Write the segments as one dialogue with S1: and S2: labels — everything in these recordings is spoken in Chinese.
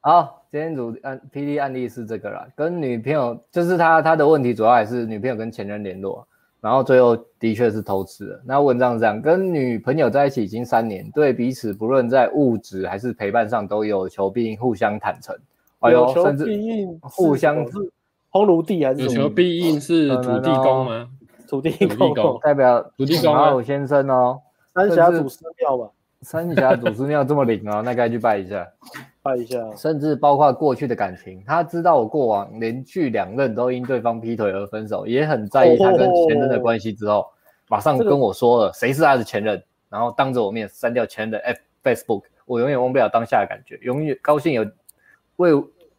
S1: 好，今天主案 P D 案例是这个啦，跟女朋友就是他他的问题主要还是女朋友跟前任联络，然后最后的确是偷吃了。那文章是这样，跟女朋友在一起已经三年，对彼此不论在物质还是陪伴上都有求必应，互相坦诚。哎呦
S2: 有，求
S1: 甚
S2: 必
S1: 至
S2: 应，
S1: 互相
S2: 是烘炉地还是
S3: 有
S2: 什么
S3: 求必应是
S1: 可
S3: 土
S1: 能
S3: 地公
S1: 哦
S3: 吗？
S2: 土地
S3: 土地
S2: 公
S3: 公
S2: 公？
S1: 代表
S3: 土地公
S1: 陈
S3: 啊
S1: 老先生哦，
S2: 三峡
S1: 甚至
S2: 祖师庙吧，
S1: 三峡祖师庙这么灵 哦，那该去拜一下。
S2: 拜一下。
S1: 甚至包括过去的感情，他知道我过往连续两任都因对方劈腿而分手，也很在意他跟前任的关系。之后、马上跟我说了谁是他的前任，然后当着我面删掉前任的 F Facebook，我永远忘不了当下的感觉，永远高兴有为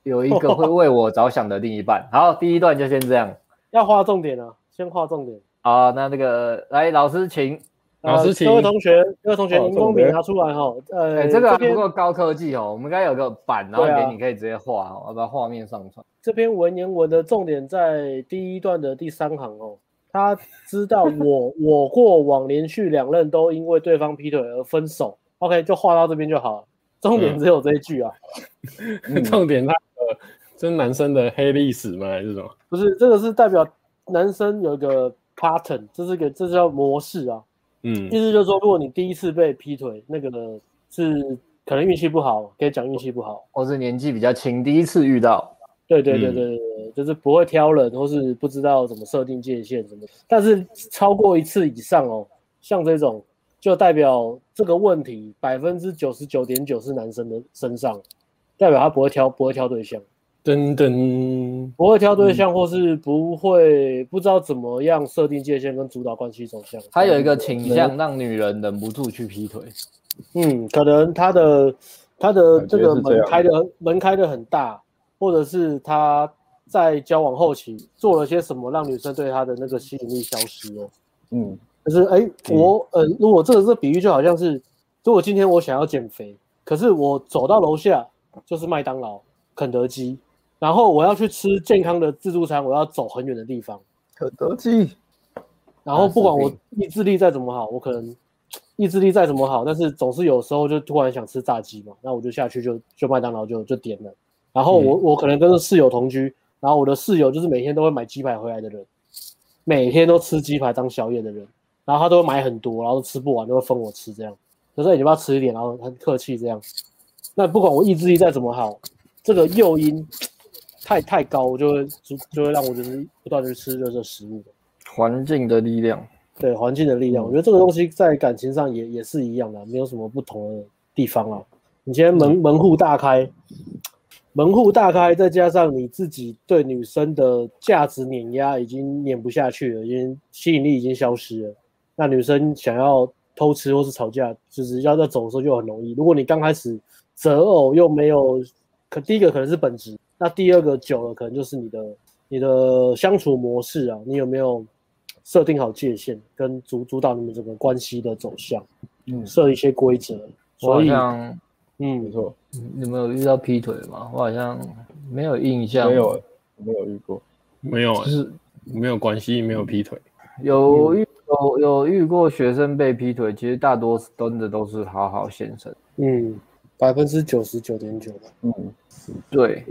S1: 有一 个会为我着想的另一半。好，第一段就先这样
S2: 要划重点啊，先划重点。
S1: 啊。那那个来老师请，
S3: 老师
S2: 呃
S3: 请
S2: 各位同学，各位同学，
S3: 哦
S2: 荧光笔拿出来哈。
S1: 哎、
S2: 呃，
S1: 这个还不
S2: 篇
S1: 够高科技哦，我们应该有个版，然后
S2: 对啊
S1: 给你可以直接画哦，要把画面上传。
S2: 这篇文言文的重点在第一段的第三行哦。他 知道我我过往连续两任都因为对方劈腿而分手。OK，就画到这边就好了。重
S3: 嗯
S2: 点只有这一句啊，
S3: 重点他的这是男生的黑历史吗？还是什么？
S2: 不是这个是代表男生有一个 pattern，这是个这叫模式啊。意
S3: 嗯，
S2: 思就是说，如果你第一次被劈腿，那个呢是可能运气不好，可以讲运气不好。
S1: 或是年纪比较轻，第一次遇到，
S2: 对对对
S3: 嗯
S2: 对对对，就是不会挑人，或是不知道怎么设定界限什么的。但是超过一次以上哦，像这种就代表这个问题百分之九十九点九是男生的身上，代表他不会挑不会挑对象，
S3: 噔噔，
S2: 不会挑
S1: 嗯
S2: 对象，或是不会不知道怎么样设定界限跟主导关系走向。
S1: 他有一个倾向让女人忍不住去劈腿。
S2: 嗯，可能他的他的
S4: 感
S2: 这
S4: 觉
S2: 个
S4: 是这
S2: 门
S4: 样
S2: 开的门开的很大，或者是他在交往后期做了些什么，让女生对他的那个吸引力消失了。
S4: 嗯，
S2: 就是哎，我呃，如果这个这比喻就好像是，如果今天我想要减肥，可是我走到楼下就是麦当劳、肯德基，然后我要去吃健康的自助餐，我要走很远的地方，
S4: 肯德基，
S2: 然后不管
S1: 那是
S2: 我意志力再怎么好，我可能意志力再怎么好，但是总是有时候就突然想吃炸鸡嘛，那我就下去就就麦当劳就就点了。然后我、我可能跟着室友同居，然后我的室友就是每天都会买鸡排回来的人，每天都吃鸡排当宵夜的人，然后他都会买很多，然后吃不完都会分我吃这样。可是你要不要吃一点？然后很客气这样。那不管我意志力再怎么好，这个诱因太太高，就会就就会让我就是不断的吃热热食物。
S1: 环境的力量，
S2: 对环境的力量，我觉得这个东西在感情上也也是一样的，没有什么不同的地方啊啦。你今天门
S1: 嗯
S2: 门户大开，门户大开，再加上你自己对女生的价值碾压已经碾不下去了，已经吸引力已经消失了。那女生想要偷吃或是吵架，就是要在走的时候就很容易。如果你刚开始择偶又没有，可第一个可能是本质，那第二个久了可能就是你的你的相处模式啊，你有没有设定好界限，跟主主导你们整个关系的走向，
S4: 嗯，
S2: 设一些规则。
S1: 我好
S2: 所以，
S1: 像
S4: 没
S2: 嗯，
S4: 错，
S1: 你们有遇到劈腿吗？我好像没有印象，
S4: 没，有没有遇过，
S3: 没有
S1: 就
S3: 欸，
S1: 是
S3: 没有关系，没有劈腿。
S1: 有遇有有遇过学生被劈腿，其实大多真的都是好好先生。
S2: 嗯，百分之九十九点九吧。
S4: 嗯，
S1: 对，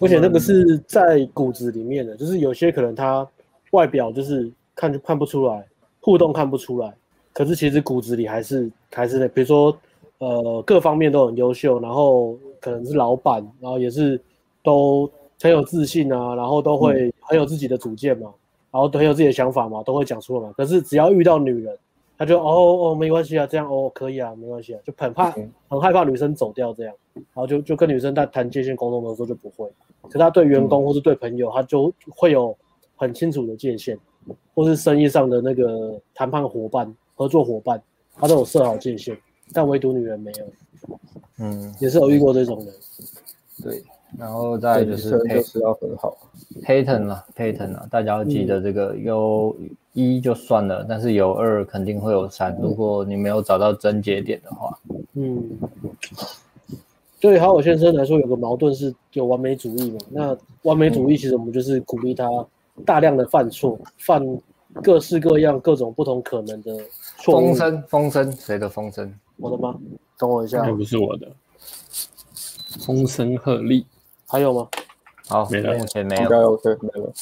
S2: 而且那个是在骨子里面的，就是有些可能他外表就是看就看不出来，互动看不出来，可是其实骨子里还是还是那，比如说呃各方面都很优秀，然后可能是老板，然后也是都很有自信啊，然后都会很有自己的主见嘛，然后都很有自己的想法嘛，都会讲出来嘛。可是只要遇到女人，他就哦哦没关系啊，这样哦可以啊，没关系啊，就很怕
S4: 嗯
S2: 很害怕女生走掉这样，然后就就跟女生在谈界限沟通的时候就不会。可他对员工或是对朋友，他就会有很清楚的界限，或是生意上的那个谈判伙伴、合作伙伴，他都有设好界限，但唯独女人没有，
S1: 嗯，
S2: 也是有遇过这种人。
S1: 对。然后再来
S4: 女
S1: 就是
S4: 生
S1: 黑
S4: 就是要很好，
S1: Payton 啊，Payton 啊，大家要记得这个有一就算了，但是有二肯定会有
S4: 嗯
S1: 三。如果你没有找到症结点的话，
S2: 嗯，对于好友先生来说，有个矛盾是有完美主义嘛。那完美主义其实我们就是鼓励他大量的犯错，犯各式各样、各种不同可能的错误
S1: 风。声风声谁的风声？
S2: 啊我的吗？等我一下
S3: 那，不是我的，风声鹤唳。
S2: 还有吗？
S1: 好，
S3: 没了
S1: 目前没
S4: 应
S1: 有。
S4: 该 OK 没了。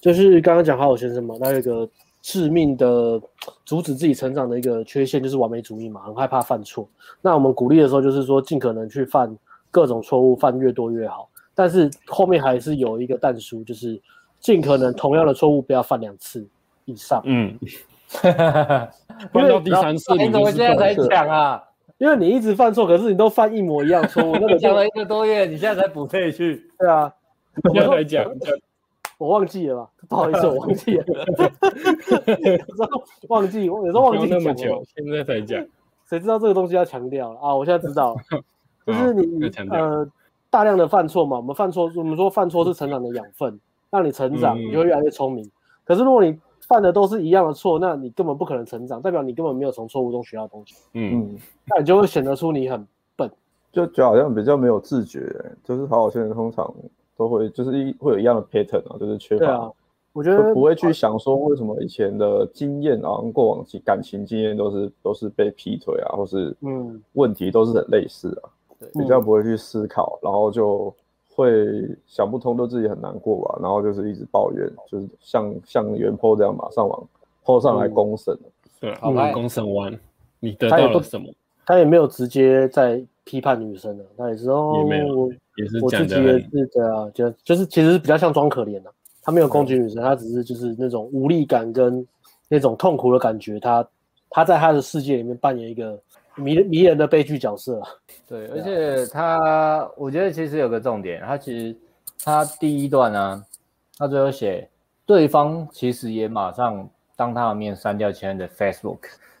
S2: 就是刚刚讲好好先生嘛，他有一个致命的阻止自己成长的一个缺陷，就是完美主义嘛，很害怕犯错。那我们鼓励的时候，就是说尽可能去犯各种错误，犯越多越好。但是后面还是有一个淡书，就是尽可能同样的错误不要犯两次以上。
S3: 嗯，翻到第三次
S1: 你
S3: 你
S1: 哎怎
S3: 就
S1: 么
S3: 是
S1: 现在才
S3: 对的。
S1: 讲 啊？
S2: 因为你一直犯错，可是你都犯一模一样错误，那个
S1: 你
S2: 就
S1: 讲了一个多月，你现在才补这一句，
S2: 对啊，
S3: 现在才讲，
S2: 我忘记了吧？不好意思，我忘记 了，有时候忘记，我有时候忘
S3: 不
S2: 记讲
S3: 用那么
S2: 了
S3: 久，，现在才讲。
S2: 谁知道这个东西要强调了啊？我现在知 道了，就是你
S3: 要哦强调
S2: 呃大量的犯错嘛，我们犯错，我们说犯错是成长的养分，让你成长，
S3: 嗯
S2: 你会越来越聪明。可是如果你犯的都是一样的错，那你根本不可能成长，代表你根本没有从错误中学到东西，
S3: 嗯，
S4: 嗯，
S2: 那你就会显得出你很
S4: 就就好像比较没有自觉，就是好好先生通常都会就是一会有一样的 pattern 啊，就是缺
S2: 对
S4: 乏
S2: 啊。我觉
S4: 就
S2: 得
S4: 不会去想说为什么以前的经验啊，过往经感情经验都是都是被劈腿啊，或是
S2: 嗯
S4: 问题都是很类似啊，比较不会去思考，然后就会想不通，对自己很难过吧，然后就是一直抱怨，就是像像原 po 这样嘛，上网 po 上
S2: 嗯
S4: 来公审，
S3: 对啊，
S1: 好
S3: 木
S1: 来
S3: 工神湾，你得
S2: 他也
S3: 到了
S2: 不
S3: 什么？
S2: 他也没有直接在批判女生的，他也是哦，
S3: 也没有
S2: 我
S3: 也是
S2: 我自
S3: 讲
S2: 己也
S3: 的，
S2: 是对啊，就就是其实是比较像装可怜的、啊他没有攻击女生，他只是就是那种无力感跟那种痛苦的感觉，他他在他的世界里面扮演一个迷迷人的悲剧角色、啊。
S1: 对，而且
S3: 啊
S1: 他，我觉得其实有个重点，他其实他第一段啊，他最后写对方其实也马上当他的面删掉前任的 Facebook，、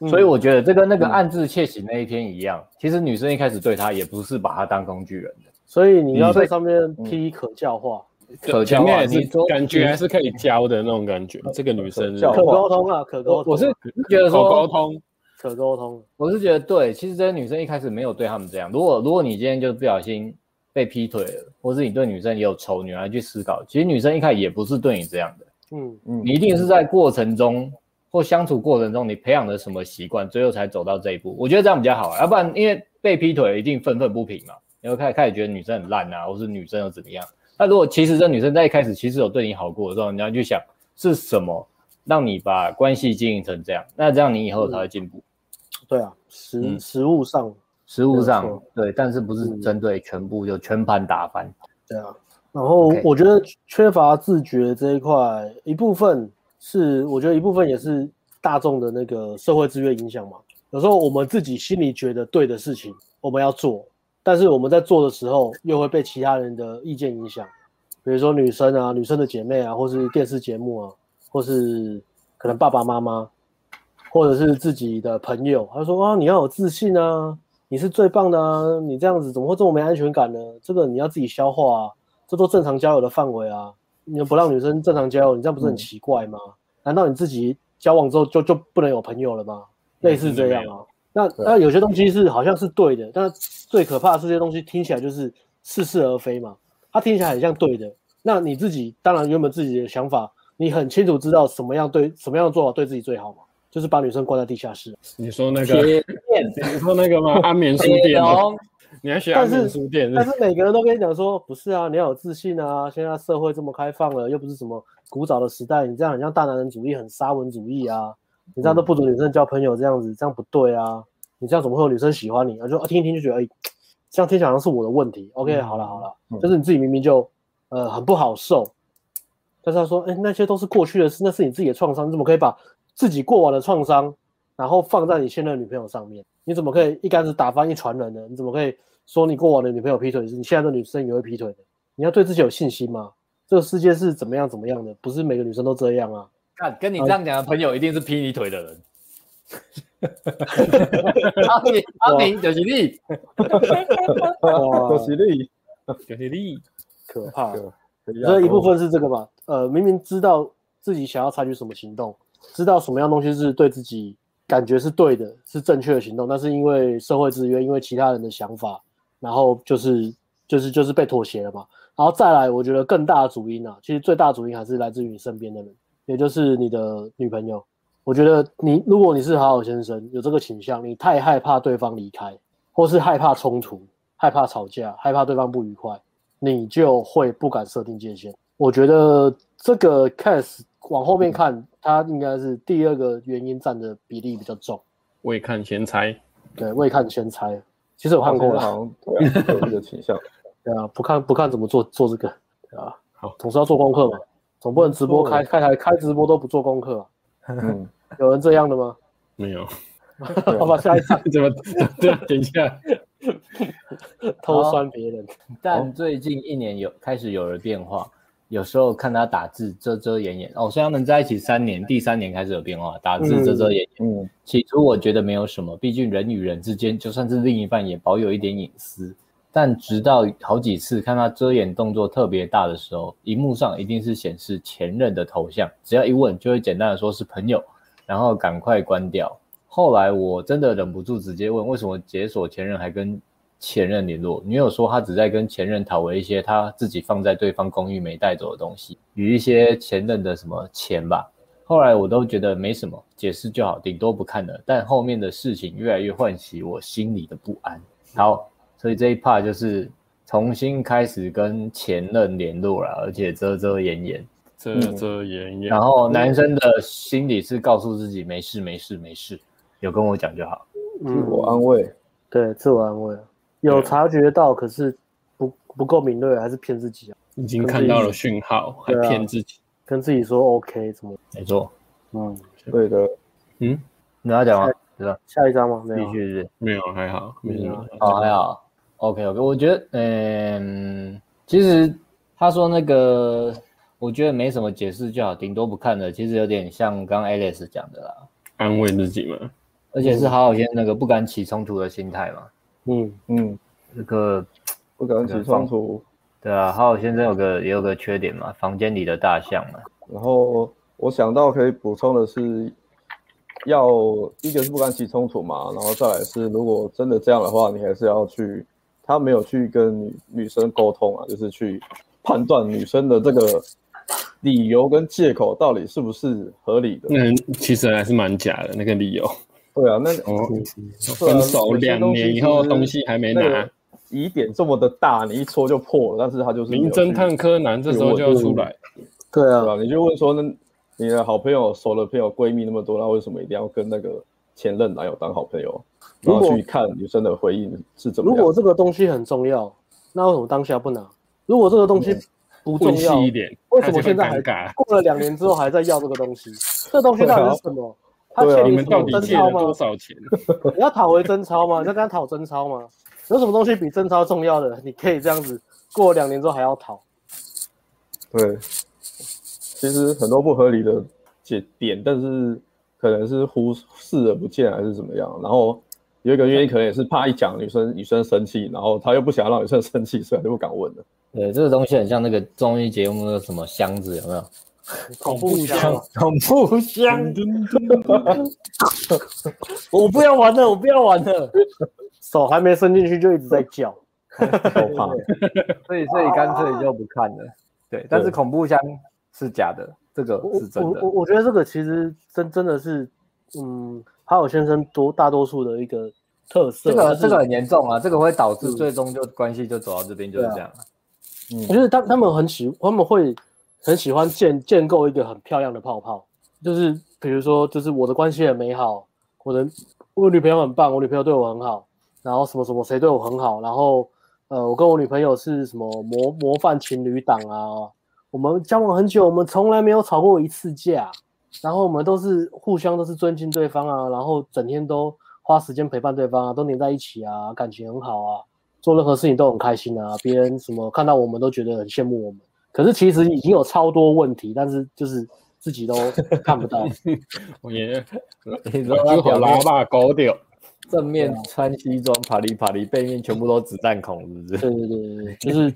S1: 所以
S3: 嗯
S1: 我觉得这跟那个暗自窃喜那一篇一样，其实女生一开始对他也不是把他当工具人的，
S2: 所以你要在上面批可教化、
S1: 可
S3: 前
S1: 交
S3: 面
S1: 啊，
S3: 也
S1: 你
S3: 是
S1: 说
S3: 感觉还是可以教的那种感觉。这个女生是
S4: 可
S2: 可
S4: 教
S2: 沟通啊，可
S1: 我
S2: 沟通啊、
S1: 我是觉得
S3: 好
S1: 说
S3: 沟通，
S2: 可沟通。
S1: 我是觉得对，其实这些女生一开始没有对他们这样。如果如果你今天就不小心被劈腿了，或是你对女生也有仇，你来去思考，其实女生一开始也不是对你这样的，
S2: 嗯，
S4: 嗯
S1: 你，一定是在过程中或相处过程中，你培养了什么习惯，最后才走到这一步。我觉得这样比较好，要不然因为被劈腿一定愤愤不平嘛，你会开开始觉得女生很烂啊，或是女生又怎么样。那如果其实这女生在一开始其实有对你好过的时候，你要去想是什么让你把关系经营成这样，那这样你以后才会进步。
S2: 对啊，实、
S3: 嗯
S2: 实物上，
S1: 实物
S2: 没有
S1: 上
S2: 错嗯
S1: 对，但是不是针对全部就全盘打翻？
S2: 对啊，然后
S1: OK
S2: 我觉得缺乏自觉这一块，一部分是我觉得一部分也是大众的那个社会制约影响嘛。有时候我们自己心里觉得对的事情，我们要做，但是我们在做的时候又会被其他人的意见影响，比如说女生啊、女生的姐妹啊，或是电视节目啊，或是可能爸爸妈妈，或者是自己的朋友，他说啊，你要有自信啊，你是最棒的啊，你这样子怎么会这么没安全感呢？这个你要自己消化啊，这都正常交友的范围啊，你又不让女生正常交友，你这样不是很奇怪吗？难道你自己交往之后就就不能有朋友了吗？类似这样啊。那那有些东西是好像是对的，但最可怕的是这些东西听起来就是似是而非嘛，它听起来很像对的。那你自己当然原本自己的想法，你很清楚知道什么样对什么样的做法对自己最好嘛，就是把女生关在地下室。
S3: 你说那 个，
S1: 贴哦
S3: 你说那个吗？安眠书
S1: 贴
S3: 店
S2: 哦
S3: 吗，
S1: 龙，
S3: 你要学安眠书店
S2: 但是每个人都跟你讲说，不是啊，你要有自信啊，现在社会这么开放了，又不是什么古早的时代，你这样很像大男人主义，很沙文主义啊，你这样都不
S4: 嗯
S2: 准女生交朋友，这样子这样不对啊，你这样怎么会有女生喜欢你？啊，就啊听一听就觉得，哎、这样听起来好像是我的问题。OK，好了好了，
S4: 嗯
S2: 就是你自己明明就呃很不好受，但是他说，哎、那些都是过去的事，那是你自己的创伤，你怎么可以把自己过往的创伤，然后放在你现任女朋友上面？你怎么可以一竿子打翻一船人呢？你怎么可以说你过往的女朋友劈腿，你现在的女生也会劈腿的？你要对自己有信心嘛？这个世界是怎么样怎么样的，不是每个女生都这样 啊。
S1: 看跟你这样讲的朋友一定是劈你腿的 人。阿明，阿明就是你，
S2: 哇
S4: 可惜力，
S3: 有些力，
S2: 啊可怕。
S4: 对啊
S2: 所以一部分是这个吧，呃，明明知道自己想要采取什么行动，知道什么样东西是对自己感觉是对的，是正确的行动，但是因为社会制约，因为其他人的想法，然后就是就是就是被妥协了嘛。然后再来，我觉得更大的主因啊，其实最大的主因还是来自于你身边的人，也就是你的女朋友。我觉得你如果你是好好先生，有这个倾向，你太害怕对方离开，或是害怕冲突，害怕吵架，害怕对方不愉快，你就会不敢设定界限。我觉得这个 case 往后面看，它应该是第二个原因占的比例比较重。
S3: 未看先猜，
S2: 对，未看先猜。其实我看过
S4: 好
S2: 了，
S4: 像对啊，有这个倾向。
S2: 对啊，不看不看怎么做做这个，对啊，
S3: 好
S2: 总是要做功课嘛，总不能直播开开台开直播都不做功课、
S4: 嗯，
S2: 啊，有人这样的吗？啊
S3: 没有，
S4: 对
S2: 好吧，下一场
S3: 怎么这样等一 下？
S2: 偷酸别人，
S1: 但最近一年有开始有了变化，有时候看他打字遮遮掩掩。哦，所以他们在一起三年，第三年开始有变化，打字遮遮掩掩。
S4: 嗯，
S1: 起初我觉得没有什么，毕竟人与人之间，就算是另一半也保有一点隐私。但直到好几次看他遮掩动作特别大的时候，荧幕上一定是显示前任的头像，只要一问就会简单的说是朋友，然后赶快关掉。后来我真的忍不住直接问，为什么解锁前任还跟前任联络？女友说她只在跟前任讨回一些她自己放在对方公寓没带走的东西，与一些前任的什么钱吧。后来我都觉得没什么，解释就好，顶多不看了。但后面的事情越来越唤起我心里的不安。好，所以这一 part 就是重新开始跟前任联络了，而且遮遮掩掩。
S3: 遮遮掩掩
S1: 然，后男生的心里是告诉自己没事没事没事，有跟我讲就好。
S4: 自
S2: 嗯，
S4: 我安慰。
S2: 对，自我安慰，啊有察觉到，可是不不够敏锐，还是骗自己啊，
S3: 已经看到了讯号，还
S2: 对啊
S3: 骗自己。
S2: 跟自己说 OK 怎么，
S1: 没错，
S2: 嗯，
S4: 对的，
S3: 嗯，
S1: 你要讲吗？是吧？
S2: 下一张吗？没
S1: 继
S2: 有啊，
S1: 续是
S3: 没有，还好，没什么。
S1: 哦，还好。OK OK，我觉得，嗯，其实他说那个，我觉得没什么解释就好，顶多不看了。其实有点像刚 Alice 讲的啦，
S3: 安慰自己嘛。
S1: 而且是好好先那个不敢起冲突的心态嘛。
S2: 嗯，
S4: 嗯，
S1: 这个
S4: 不敢起冲突。
S1: 对啊，好好先生有个也有个缺点嘛，房间里的大象嘛。
S4: 然后我想到可以补充的是，要一个是不敢起冲突嘛，然后再来是，如果真的这样的话，你还是要去，他没有去跟女女生沟通啊，就是去判断女生的这个理由跟借口到底是不是合理的。
S3: 那其实还是蛮假的那个理由。
S4: 对啊，那
S3: 哦，
S4: 对啊
S3: 分手两年以后东西还没
S4: 那个
S3: 拿，
S4: 疑点这么的大，你一戳就破了，但是他就是没有
S3: 名侦
S4: 去
S3: 探柯南这时候就要出来。
S2: 对
S4: 对
S2: 啊，
S4: 吧？你就问说，那你的好朋友、熟的朋友、闺蜜那么多，那为什么一定要跟那个前任男友当好朋友？
S2: 如
S4: 然
S2: 果
S4: 后去看女生的回应是怎
S2: 如
S4: 么样
S2: 果？这个东西很重要，那为什么当下不拿？如果这个东西不重
S3: 问细
S2: 要，
S3: 一点，
S2: 为什么现在
S3: 他
S2: 还
S3: 就会尴尬？
S2: 过了两年之后还在要这个东西？这东西到底是什么？他
S4: 对啊
S2: 欠
S3: 你
S2: 你
S3: 们
S2: 什
S3: 到
S2: 么
S3: 底
S2: 真
S3: 借了
S2: 钞吗
S3: 多？少钱？
S2: 你要讨回真钞吗？你要跟他讨真钞吗？有什么东西比真钞重要的？你可以这样子，过了两年之后还要讨。
S4: 对，其实很多不合理的解点，但是可能是忽视而不见还是怎么样。然后有一个原因，可能也是怕一讲女生女生生气，然后他又不想让女生生气，所以他就不敢问了。
S1: 对，这个东西很像那个综艺节目的什么箱子，有没有？
S2: 恐怖箱，
S1: 恐怖箱，
S2: 我不要玩了，我不要玩了。手还没伸进去就一直在叫，
S4: 好怕，
S1: 所以所以干脆就不看了。对，但是恐怖箱是假的，这个
S2: 我
S1: 是真
S2: 我
S1: 的
S2: 我。我觉得这个其实真真的是，嗯，哈尔先生多大多数的一个特色。
S1: 这个
S2: 就是
S1: 这个很严重啊，这个会导致
S2: 嗯
S1: 最终就关系就走到这边就是这样。
S4: 嗯，
S2: 就是他他们很喜，他们会很喜欢建建构一个很漂亮的泡泡，就是比如说，就是我的关系很美好，我的我女朋友很棒，我女朋友对我很好，然后什么什么谁对我很好，然后呃，我跟我女朋友是什么模模范情侣档啊，我们交往很久，我们从来没有吵过一次架，然后我们都是互相都是尊敬对方啊，然后整天都花时间陪伴对方啊，都黏在一起啊，感情很好啊，做任何事情都很开心啊，别人什么看到我们都觉得很羡慕我们，可是其实已经有超多问题，但是就是自己都看不到，
S3: 我也，
S1: 你说表
S3: 我好拉
S1: 面
S3: 把狗屌，
S1: 正
S2: 啊
S1: 面穿西装啪里啪里，背面全部都子弹孔，是不是？
S2: 对对对对对，就是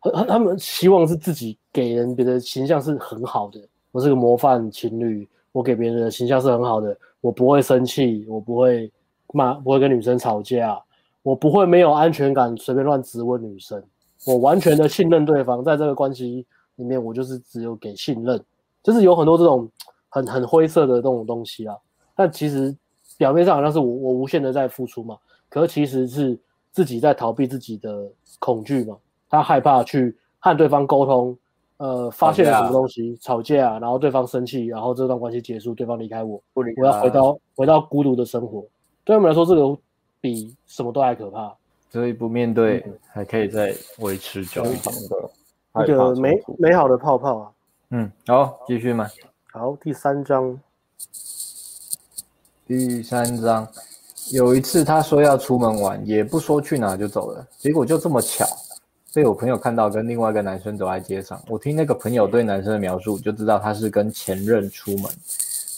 S2: 很很他们希望是自己给人别的形象是很好的，我是个模范情侣，我给别人的形象是很好的，我不会生气，我不会骂，不会跟女生吵架，我不会没有安全感随便乱质问女生，我完全的信任对方，在这个关系里面，我就是只有给信任，就是有很多这种很很灰色的这种东西啊，但其实表面上好像是我我无限的在付出嘛，可是其实是自己在逃避自己的恐惧嘛，他害怕去和对方沟通，呃，发现了什么东西，吵架，然后对方生气，然后这段关系结束，对方离开我，
S1: 不理他
S2: 我要回
S4: 啊
S2: 到回到孤独的生活。对我们来说，这个比什么都还可怕。
S1: 所以不面对还可以再维持久一点。
S4: 真的
S2: 一
S4: 害怕
S2: 个
S4: 冲
S2: 美
S4: 突。
S2: 美好的泡泡啊。
S1: 嗯，好，继续嘛。
S2: 好，第三章，
S1: 第三章，有一次他说要出门玩，也不说去哪就走了，结果就这么巧，被我朋友看到跟另外一个男生走在街上。我听那个朋友对男生的描述，就知道他是跟前任出门。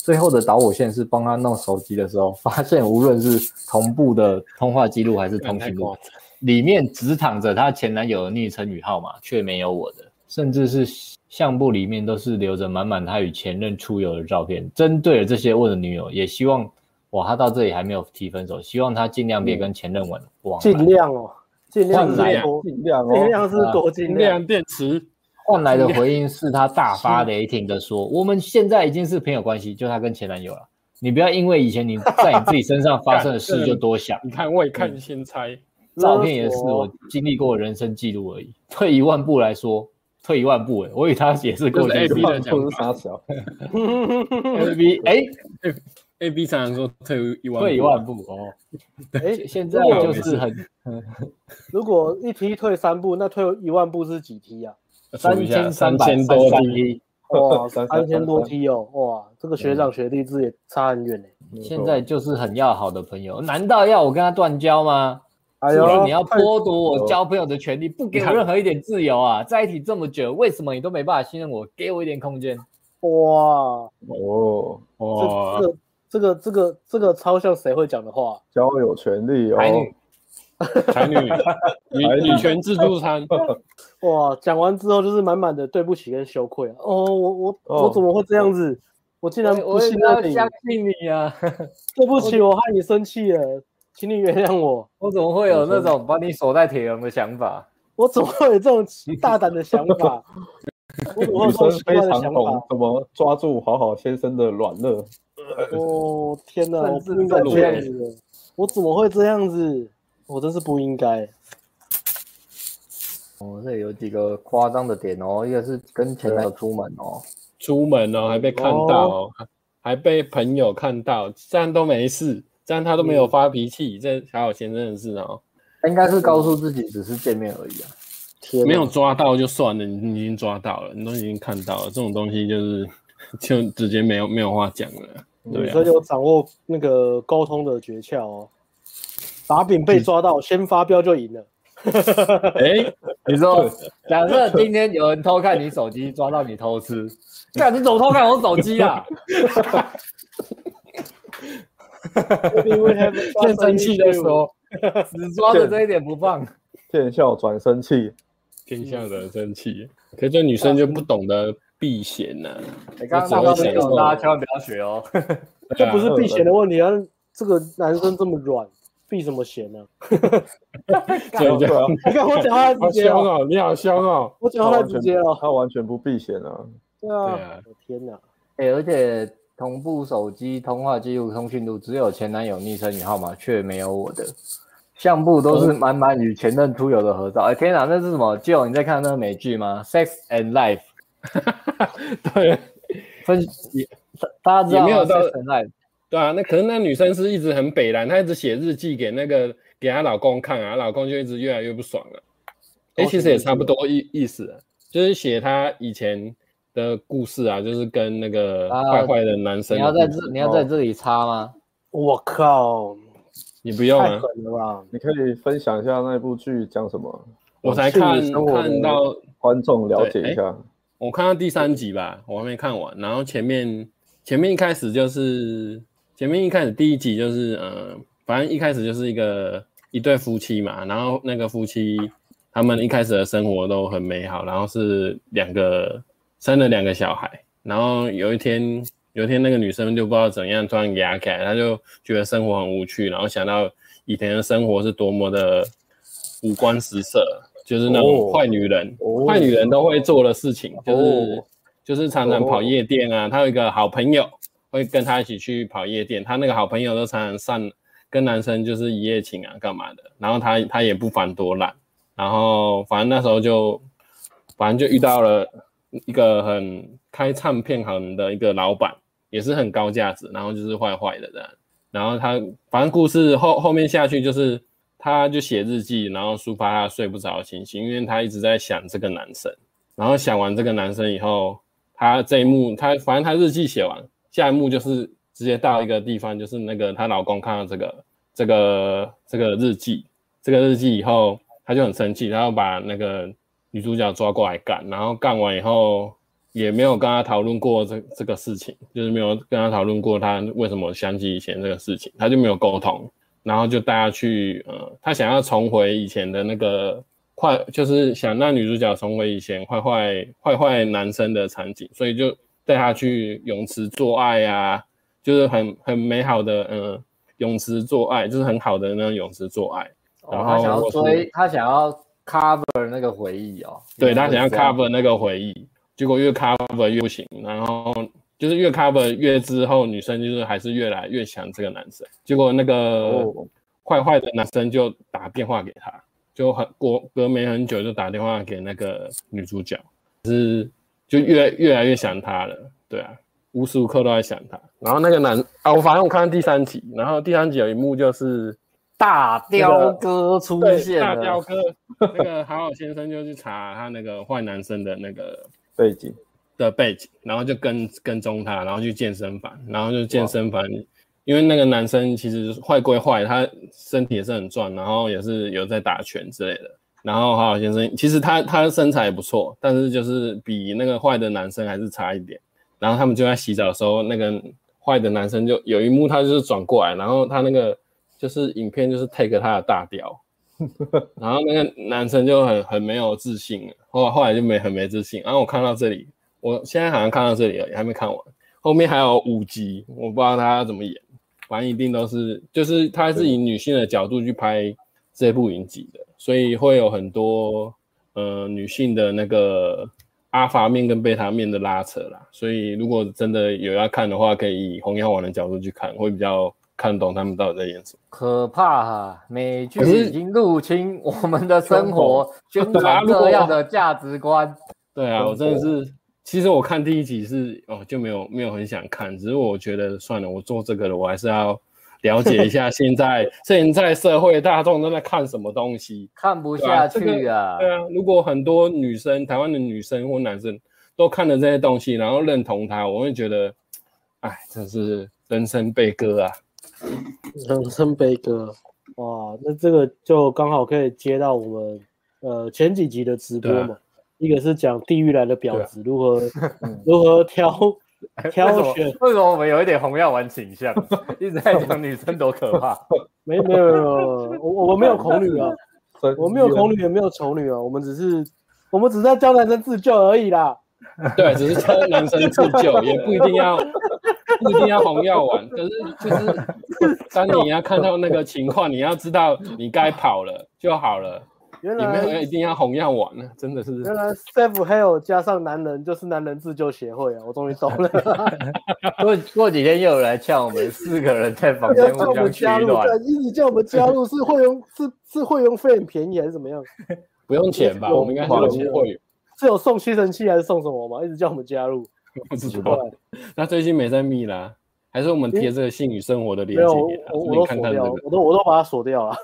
S1: 最后的导火线是帮他弄手机的时候，发现无论是同步的通话记录还是通
S3: 太
S1: 讯录
S3: 夸，张了，
S1: 里面只躺着她前男友的昵称与号码，却没有我的，甚至是相簿里面都是留着满满她与前任出游的照片。针对了这些问的女友，也希望哇，她到这里还没有提分手，希望她尽量别跟前任往往来
S2: 尽量哦，尽量是
S3: 换来
S2: 多，
S4: 尽量
S2: 尽
S4: 哦，
S2: 量啊是多尽
S3: 尽
S2: 量。
S3: 量电池
S1: 换来的回应是她大发雷霆的说：“我们现在已经是朋友关系，就她跟前男友了，你不要因为以前你在你自己身上发生的
S3: 干
S1: 事就多想。”
S3: 你看未看先猜，
S1: 照片也是我
S2: 勒
S1: 经历过的人生记录而已。 退一万步来说，退一万步、欸，我与他也是过去
S3: 这是 A B 的讲
S4: 是哎傻小，
S2: 索。
S1: A B，哎，
S3: A B 常常说退一万，
S1: 退一万，步哦。
S2: 哎，
S1: 现在就是很
S2: 如果一梯退三步，那退一万步是几梯啊？
S3: 数一下
S1: 千三百
S3: 千
S1: 三
S3: 多
S1: 三
S3: 滴，
S1: 一，
S2: 哇，
S4: 三
S2: 三千多梯哦，哇，这个学长学弟制也差很远呢。
S1: 现在就是很要好的朋友，难道要我跟他断交吗？
S2: 哎
S1: 是不是
S2: 呦，
S1: 你要剥夺我
S4: 了
S1: 交朋友的权利，不给我任何一点自由啊！在一起这么久，为什么你都没办法信任我？给我一点空间。
S2: 哇，
S4: 哦，
S3: 哇
S2: 这，这个这个这个这个超像谁会讲的话？
S4: 交友权利哦，
S1: 台女
S3: 才女
S4: 才
S3: 女
S4: 女
S3: 女权自助餐，
S2: 哇，讲完之后就是满满的对不起跟羞愧啊！哦，我我
S4: 哦
S2: 我怎么会这样子？我竟然
S1: 我
S2: 不
S1: 我也
S2: 信
S1: 要
S2: 任你，
S1: 相信你啊！
S2: 对不起，我害你生气了，请你原谅我。
S1: 我怎么会有那种把你锁在铁笼的想法？
S2: 我怎么会有这种大胆的想法？我怎么会有这种
S4: 女生
S2: 奇怪
S4: 非
S2: 的
S4: 常
S2: 想
S4: 懂
S2: 法？
S4: 怎么抓住好好先生的软肋，
S2: 哦，天哪，
S1: 政
S2: 我
S1: 治
S2: 不应该
S1: 正
S2: 这样
S1: 确
S2: 子的，我怎么会这样子？我真是不应该。
S1: 哦，这里有几个夸张的点哦，一个是跟前男友出门哦，
S3: 出门哦还被看到哦，还被朋友看到，这样都没事，这样他都没有发脾气，这小小先生的事哦，
S1: 应该是告诉自己只是见面而已啊。
S2: 天哪
S3: 没有抓到就算了，你你已经抓到了，你都已经看到了，这种东西就是 就直接没有没有话讲了，对
S2: 女
S3: 啊
S2: 生，有掌握那个沟通的诀窍哦。把柄被抓到，先发飙就赢 了。
S3: 哎，
S1: 你 说，假设今天有人偷看你手机，抓到你偷 吃，干你怎么偷看我手机啊？
S3: 现
S2: 现
S3: 生气的时候，
S1: 只抓着这一点不 放，
S4: 见笑转生气，
S3: 天下的生气，可是这女生就不懂得避嫌呐，
S1: 你哎刚刚
S3: 只
S1: 那到
S3: 会想
S1: 那种
S3: 说
S1: 大家千万不要学哦。
S3: 对
S2: 这
S3: 啊
S2: 不是避嫌的问题啊！这个男生这么软，避什么嫌呢、
S3: 所以就
S4: 对啊
S2: 你看我讲话
S3: 好
S2: 直接
S3: 凶
S2: 哦，
S3: 哦，你好凶哦，
S2: 我
S4: 他
S2: 讲话
S4: 完
S2: 直
S4: 全
S2: 接哦。
S4: 他完全不避嫌啊，
S2: 对
S3: 对
S2: 啊
S3: 啊，
S2: 我天哪！
S1: 哎、而且同步手机通话记录、通讯录只有前男友昵称与号码，却没有我的。相簿都
S3: 哦
S1: 是满满与前任出游的合照。哎、天哪，那是什么？就你在看那个美剧吗？Sex and Life
S3: 对。啊
S1: 分也大家知道吗
S3: 也没有到
S1: Sex and Life
S3: 对啊，那可是那女生是一直很北蓝，她一直写日记给那个给她老公看啊，她老公就一直越来越不爽了、哎、
S2: 哦
S3: 其
S2: 是
S3: 实也
S2: 日记
S3: 差不多意意思啊，就是写她以前的故事啊，就是跟那个
S1: 啊
S3: 坏坏的男生
S1: 你
S3: 的
S1: 要
S3: 故事、
S1: 在这你要在这里插吗？
S2: 我靠，
S3: 你不用
S2: 太
S3: 啊，
S2: 狠了吧！
S4: 你可以分享一下那部剧讲什么，
S3: 我才
S2: 是
S3: 看
S2: 你生活的
S3: 看到
S4: 观众了解一下。
S3: 我看到第三集吧，我还没看完。然后前面前面一开始就是前面一开始第一集就是呃，反正一开始就是一个一对夫妻嘛，然后那个夫妻他们一开始的生活都很美好，然后是两个生了两个小孩，然后有一天有一天那个女生就不知道怎样突然压起来，她就觉得生活很无趣，然后想到以前的生活是多么的五光十色。就是那种
S4: 哦
S3: 坏女人，
S4: 哦
S3: 坏女人都会做的事情，就是、
S4: 哦
S3: 就是常常跑夜店啊。她有一个好朋友会跟她一起去跑夜店，她那个好朋友都常常上跟男生就是一夜情啊，干嘛的？然后他他也不烦多懒，然后反正那时候就，反正就遇到了一个很开唱片行的一个老板，也是很高价值，然后就是坏坏的这样。然后他反正故事后后面下去就是，他就写日记，然后抒发他睡不着的情绪，因为他一直在想这个男生。然后想完这个男生以后，他这一幕他反正他日记写完，下一幕就是直接到一个地方，就是那个她老公看到这个这个这个日记，这个日记以后他就很生气，然后把那个女主角抓过来干，然后干完以后也没有跟她讨论过这这个事情，就是没有跟她讨论过她为什么想起以前这个事情，他就没有沟通，然后就带她去呃，他想要重回以前的那个坏，就是想让女主角重回以前坏坏坏坏男生的场景，所以就带她去泳池做爱啊，就是很很美好的呃泳池做爱，就是很好的那种泳池做爱。
S1: 哦
S3: 然后
S1: 他想要
S3: 我是
S1: 追，他想要 cover 那个回忆哦。
S3: 对他想
S1: 原
S3: 要
S1: 来是这样
S3: cover 那个回忆，结果越 cover 越不行，然后就是越 cover 越之后，女生就是还是越来越想这个男生，结果那个
S4: 哦
S3: 坏坏的男生就打电话给他，就很过隔没很久就打电话给那个女主角，是就越越来越想他了，对啊，无时无刻都在想他。然后那个男啊，我反正我看到第三集，然后第三集有一幕就是
S1: 大雕哥出
S3: 对
S1: 现
S3: 大 雕
S1: 了，
S3: 哥那个好好先生就去查他那个坏男生的那个
S1: 哎
S4: 背景，
S3: 的背景，然后就跟跟踪他，然后去健身房，然后就健身房，因为那个男生其实坏归坏，他身体也是很壮，然后也是有在打拳之类的。然后好好先生，其实他他身材也不错，但是就是比那个坏的男生还是差一点。然后他们就在洗澡的时候，那个坏的男生就有一幕，他就是转过来，然后他那个就是影片就是 take 他的大雕，然后那个男生就很很没有自信了，后后来就没很没自信。然后我看到这里，我现在好像看到这里了，也还没看完，后面还有五集，我不知道他要怎么演，反正一定都是就是他是以女性的角度去拍这部影集的，所以会有很多呃女性的那个阿法面跟贝塔面的拉扯啦。所以如果真的有要看的话，可以以红药丸的角度去看，会比较看懂他们到底在演什么。
S1: 可怕啊！美剧
S3: 可是
S1: 已经入侵我们的生 活，宣传这样的价值观。
S3: 对啊，
S4: 中
S3: 我真的是，其实我看第一集是哦就没有没有很想看，只是我觉得算了，我做这个的，我还是要了解一下现在现在社会大众都在看什么东西。
S1: 看不下去啊！
S3: 对啊，如果很多女生，台湾的女生或男生都看了这些东西，然后认同它，我会觉得，哎，真是人生悲歌啊！
S2: 人生悲歌，哇，那这个就刚好可以接到我们呃前几集的直播
S3: 对啊
S2: 嘛，一个是讲地狱来的婊
S3: 对啊
S2: 子如何如何挑
S1: 为什
S2: 挑
S1: 么
S2: 选，
S1: 为什么我们有一点红药丸倾 向？一直在讲女生多可 怕。
S2: 没没有没有没有，没有我我没有恐女啊，我没有恐女也没有丑女啊，我们只是我们只是在教男生自救而已啦。
S3: 对，只是称男生自救，也不一定要不一定要红药丸，可是就是 当你要看到那个情况，你要知道你该跑了就好了，
S2: 原
S3: 也没有
S2: 来
S3: 一定要红药丸呢，真的是
S2: 原来 Steve Hale 加上男人就是男人自救协会啊，我终于懂了。
S1: 过过几天又有人来呛我们四个人在房
S2: 要
S1: 间
S2: 叫我
S1: 互相
S2: 们
S1: 取
S2: 加入，
S1: 暖
S2: 对，，一直叫我们加入，是会员是是会员费很便宜还是怎么样？
S3: 不用钱吧？我们应该是有钱会员，
S2: 是有送吸尘器还是送什么吗？一直叫我们加入，
S3: 不知
S2: 对
S3: 道。，那最近没在密啦，还是我们贴这个性与生活的链
S2: 没有
S3: 接
S2: 我
S3: 给他，
S2: 我
S3: 所
S2: 我
S3: 以你
S2: 都
S3: 啊看
S2: 锁
S3: 看这
S2: 掉，
S3: 个。
S2: 我都我都把它锁掉了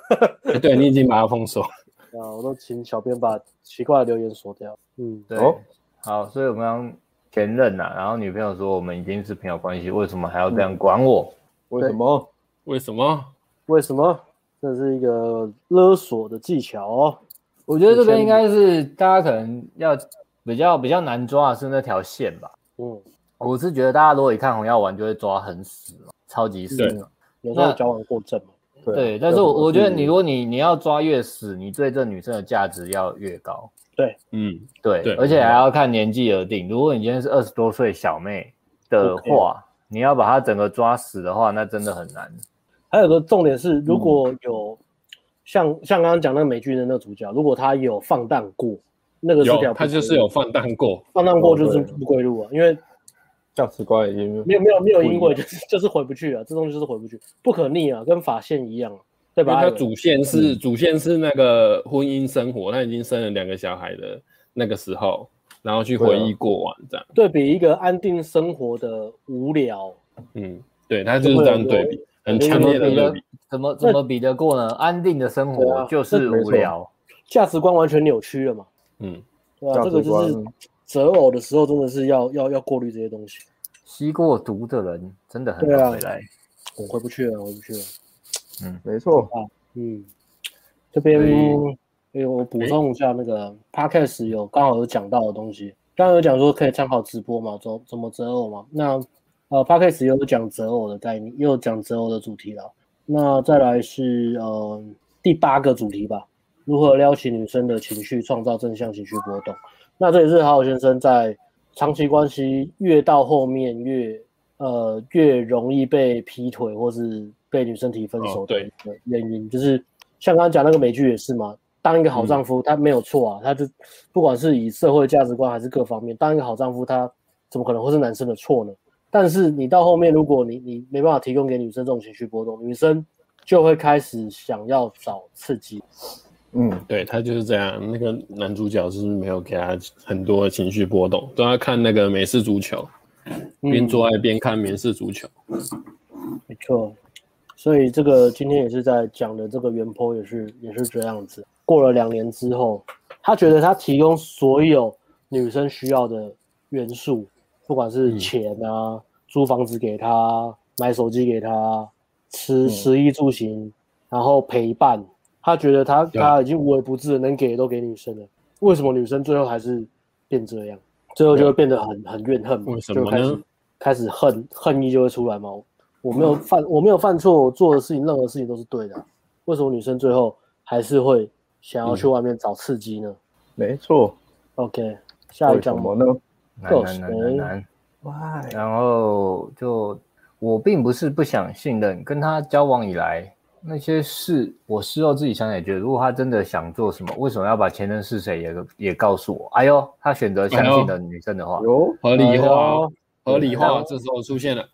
S3: 哎对你已经把它封锁，
S2: 啊，我都请小编把奇怪的留言锁掉。嗯，
S1: 对，
S4: 哦
S1: 好，所以我们刚前任呐、然后女朋友说我们已经是朋友关系，为什么还要这样管我？
S4: 为什么？
S3: 为什么？
S2: 为什么？这是一个勒索的技巧哦。
S1: 我觉得这边应该是大家可能要比较比较难抓的是那条线吧。
S2: 嗯，
S1: 我是觉得大家如果一看红药丸就会抓很死嘛，超级死
S3: 对
S2: 啊
S1: 嘛。
S2: 有时候矫枉过正嘛。
S4: 对啊
S1: 对，但是我我觉得你如果你你要抓越死，你对这女生的价值要越高。
S3: 嗯，
S1: 对，
S3: 对
S1: 而且还要看年纪而定。如果你今天是二十多岁小妹的话
S2: OK
S1: 你要把她整个抓死的话，那真的很难。
S2: 还有个重点是，如
S3: 嗯
S2: 果有、像像刚刚讲那个美剧的那个主角，如果他有放荡过，那个是条
S3: 有
S2: 不
S3: 他就是有放荡过，
S2: 放荡过就是
S4: 哦对
S2: 不归路啊，因为
S4: 价值观已经
S2: 没有没有没有因为就是就是回不去了，啊这东西就是回不去，不可逆啊，跟法线一样、啊，对吧？
S3: 因为他主线是、主线是那个婚姻生活，他已经生了两个小孩的那个时候，然后去回忆过往这样。
S2: 对比一个安定生活的无聊，
S3: 嗯，对，他就是这样对比，很强
S1: 怎么
S3: 烈的
S1: 比
S3: 对
S1: 得
S3: 比。
S1: 怎么怎么比得过呢？安定的生
S2: 对
S1: 活
S2: 啊
S1: 就是无聊，
S2: 价值观完全扭曲了嘛，
S3: 嗯，
S2: 对吧、
S4: 价
S2: 这个
S4: 值
S2: 就
S4: 观
S2: 是择偶的时候真的是要要要过滤这些东西，
S1: 吸过毒的人真的很
S2: 对啊
S1: 难回来。
S2: 我回不去了，回不去了。
S4: 没错，
S2: 嗯，这边
S1: 所以
S2: 哎，我补充一下那个 podcast 有刚好有讲到的东西，刚刚有讲说可以参考直播嘛，怎怎么择偶嘛。那呃 podcast 也有讲择偶的概念，也有讲择偶的主题了。那再来是呃第八个主题吧，如何撩起女生的情绪，创造正向情绪波动。那这也是好好先生在长期关系越到后面越呃越容易被劈腿或是被女生提分手
S3: 哦
S2: 的
S3: 对
S2: 一个原因，就是像刚刚讲那个美剧也是嘛。当一个
S3: 嗯
S2: 好丈夫，他没有错啊，他就不管是以社会价值观还是各方面，当一个好丈夫，他怎么可能会是男生的错呢？但是你到后面，如果你你没办法提供给女生这种情绪波动，女生就会开始想要找刺激。
S4: 嗯，
S3: 对他就是这样。那个男主角是没有给他很多的情绪波动，都要看那个美式足球，边做爱边看美式足球。
S2: 没错，所以这个今天也是在讲的这个原 po 也是也是这样子。过了两年之后，他觉得他提供所有女生需要的元素，不管是
S3: 嗯
S2: 钱啊、租房子给她、买手机给她、吃
S3: 嗯
S2: 食衣住行，然后陪伴，他觉得他
S3: 对
S2: 他已经无微不至，能给都给女生了。为什么女生最后还是变这样？最后就会变得很很怨恨嘛，
S3: 为什
S2: 就
S3: 么
S2: 开
S3: 呢
S2: 始开始恨恨意就会出来嘛。我没有犯，我没有犯错，我做的事情任何事情都是对的啊、为什么女生最后还是会想
S3: 嗯
S2: 要去外面找刺激呢、
S4: 没错。
S2: o k 下一
S4: 为什
S2: 讲
S4: 么呢？
S1: 难难难难难。然后就我并不是不想信任，跟他交往以来那些事，我事后自己想想也觉得，如果他真的想做什么，为什么要把前任是谁也也告诉我？哎呦，他选择相信的女生的话，
S4: 有
S3: 合理
S2: 哎
S3: 化哦
S2: 呦，
S3: 合理化，这时候出现了。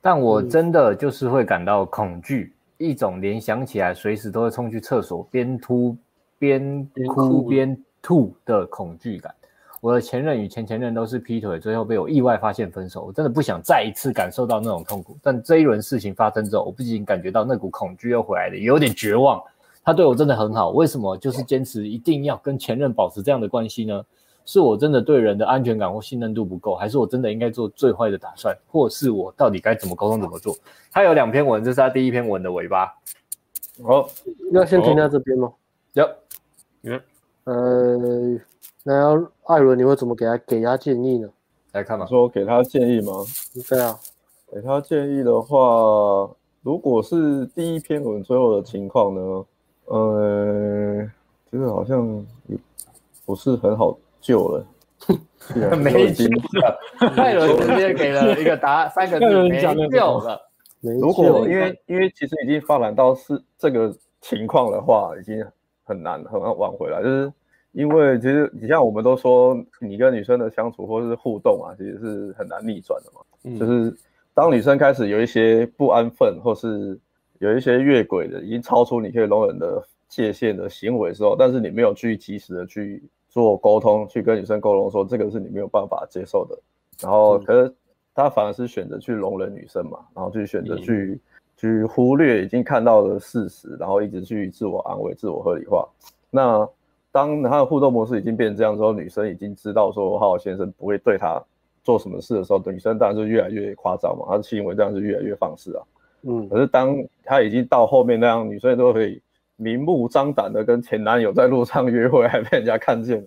S1: 但我真的就是会感到恐惧，一种联想起来随时都会冲去厕所边吐边哭边吐的恐惧感。我的前任与前前任都是劈腿，最后被我意外发现分手。我真的不想再一次感受到那种痛苦。但这一轮事情发生之后，我不仅感觉到那股恐惧又回来了，也有点绝望。他对我真的很好，为什么就是坚持一定要跟前任保持这样的关系呢？是我真的对人的安全感或信任度不够，还是我真的应该做最坏的打算，或是我到底该怎么沟通怎么做？他有两篇文，这是他第一篇文的尾巴。
S4: 哦，
S2: 要先停在这边吗？
S1: 有
S2: 呃，那要艾伦，你会怎么给他给他建议呢？
S1: 来看吧
S4: 你，说给他建议吗？
S2: 对啊，
S4: 给欸他建议的话，如果是第一篇文最后的情况呢，呃，觉得好像也不是很好救了。既然都
S1: 没
S4: 已
S1: 救
S4: 经
S1: 了。泰伦直接给了一个答三个字，
S2: 泰伦
S1: 没
S2: 讲得很
S1: 救
S2: 好
S1: 了。
S2: 没
S4: 如
S2: 救
S4: 果
S2: 了
S4: 因为因为其实已经发展到是这个情况的话，已经很难很难挽回了。就是因为其实你像我们都说，你跟女生的相处或是互动啊，其实是很难逆转的嘛。
S3: 嗯
S4: 就是当女生开始有一些不安分，或是有一些越轨的，已经超出你可以容忍的界限的行为之后，但是你没有去及时的去做沟通，去跟女生沟通说这个是你没有办法接受的，然后
S2: 嗯
S4: 可是他反而是选择去容忍女生嘛，然后去选择
S3: 嗯
S4: 去、去忽略已经看到的事实，然后一直去自我安慰、自我合理化。那当他的互动模式已经变成这样之后，女生已经知道说浩浩先生不会对她做什么事的时候，女生当然是越来越夸张嘛，她的行为当然是越来越放肆啊。
S2: 嗯，
S4: 可是当她已经到后面那样，女生都可以明目张胆的跟前男友在路上约会，还被人家看见，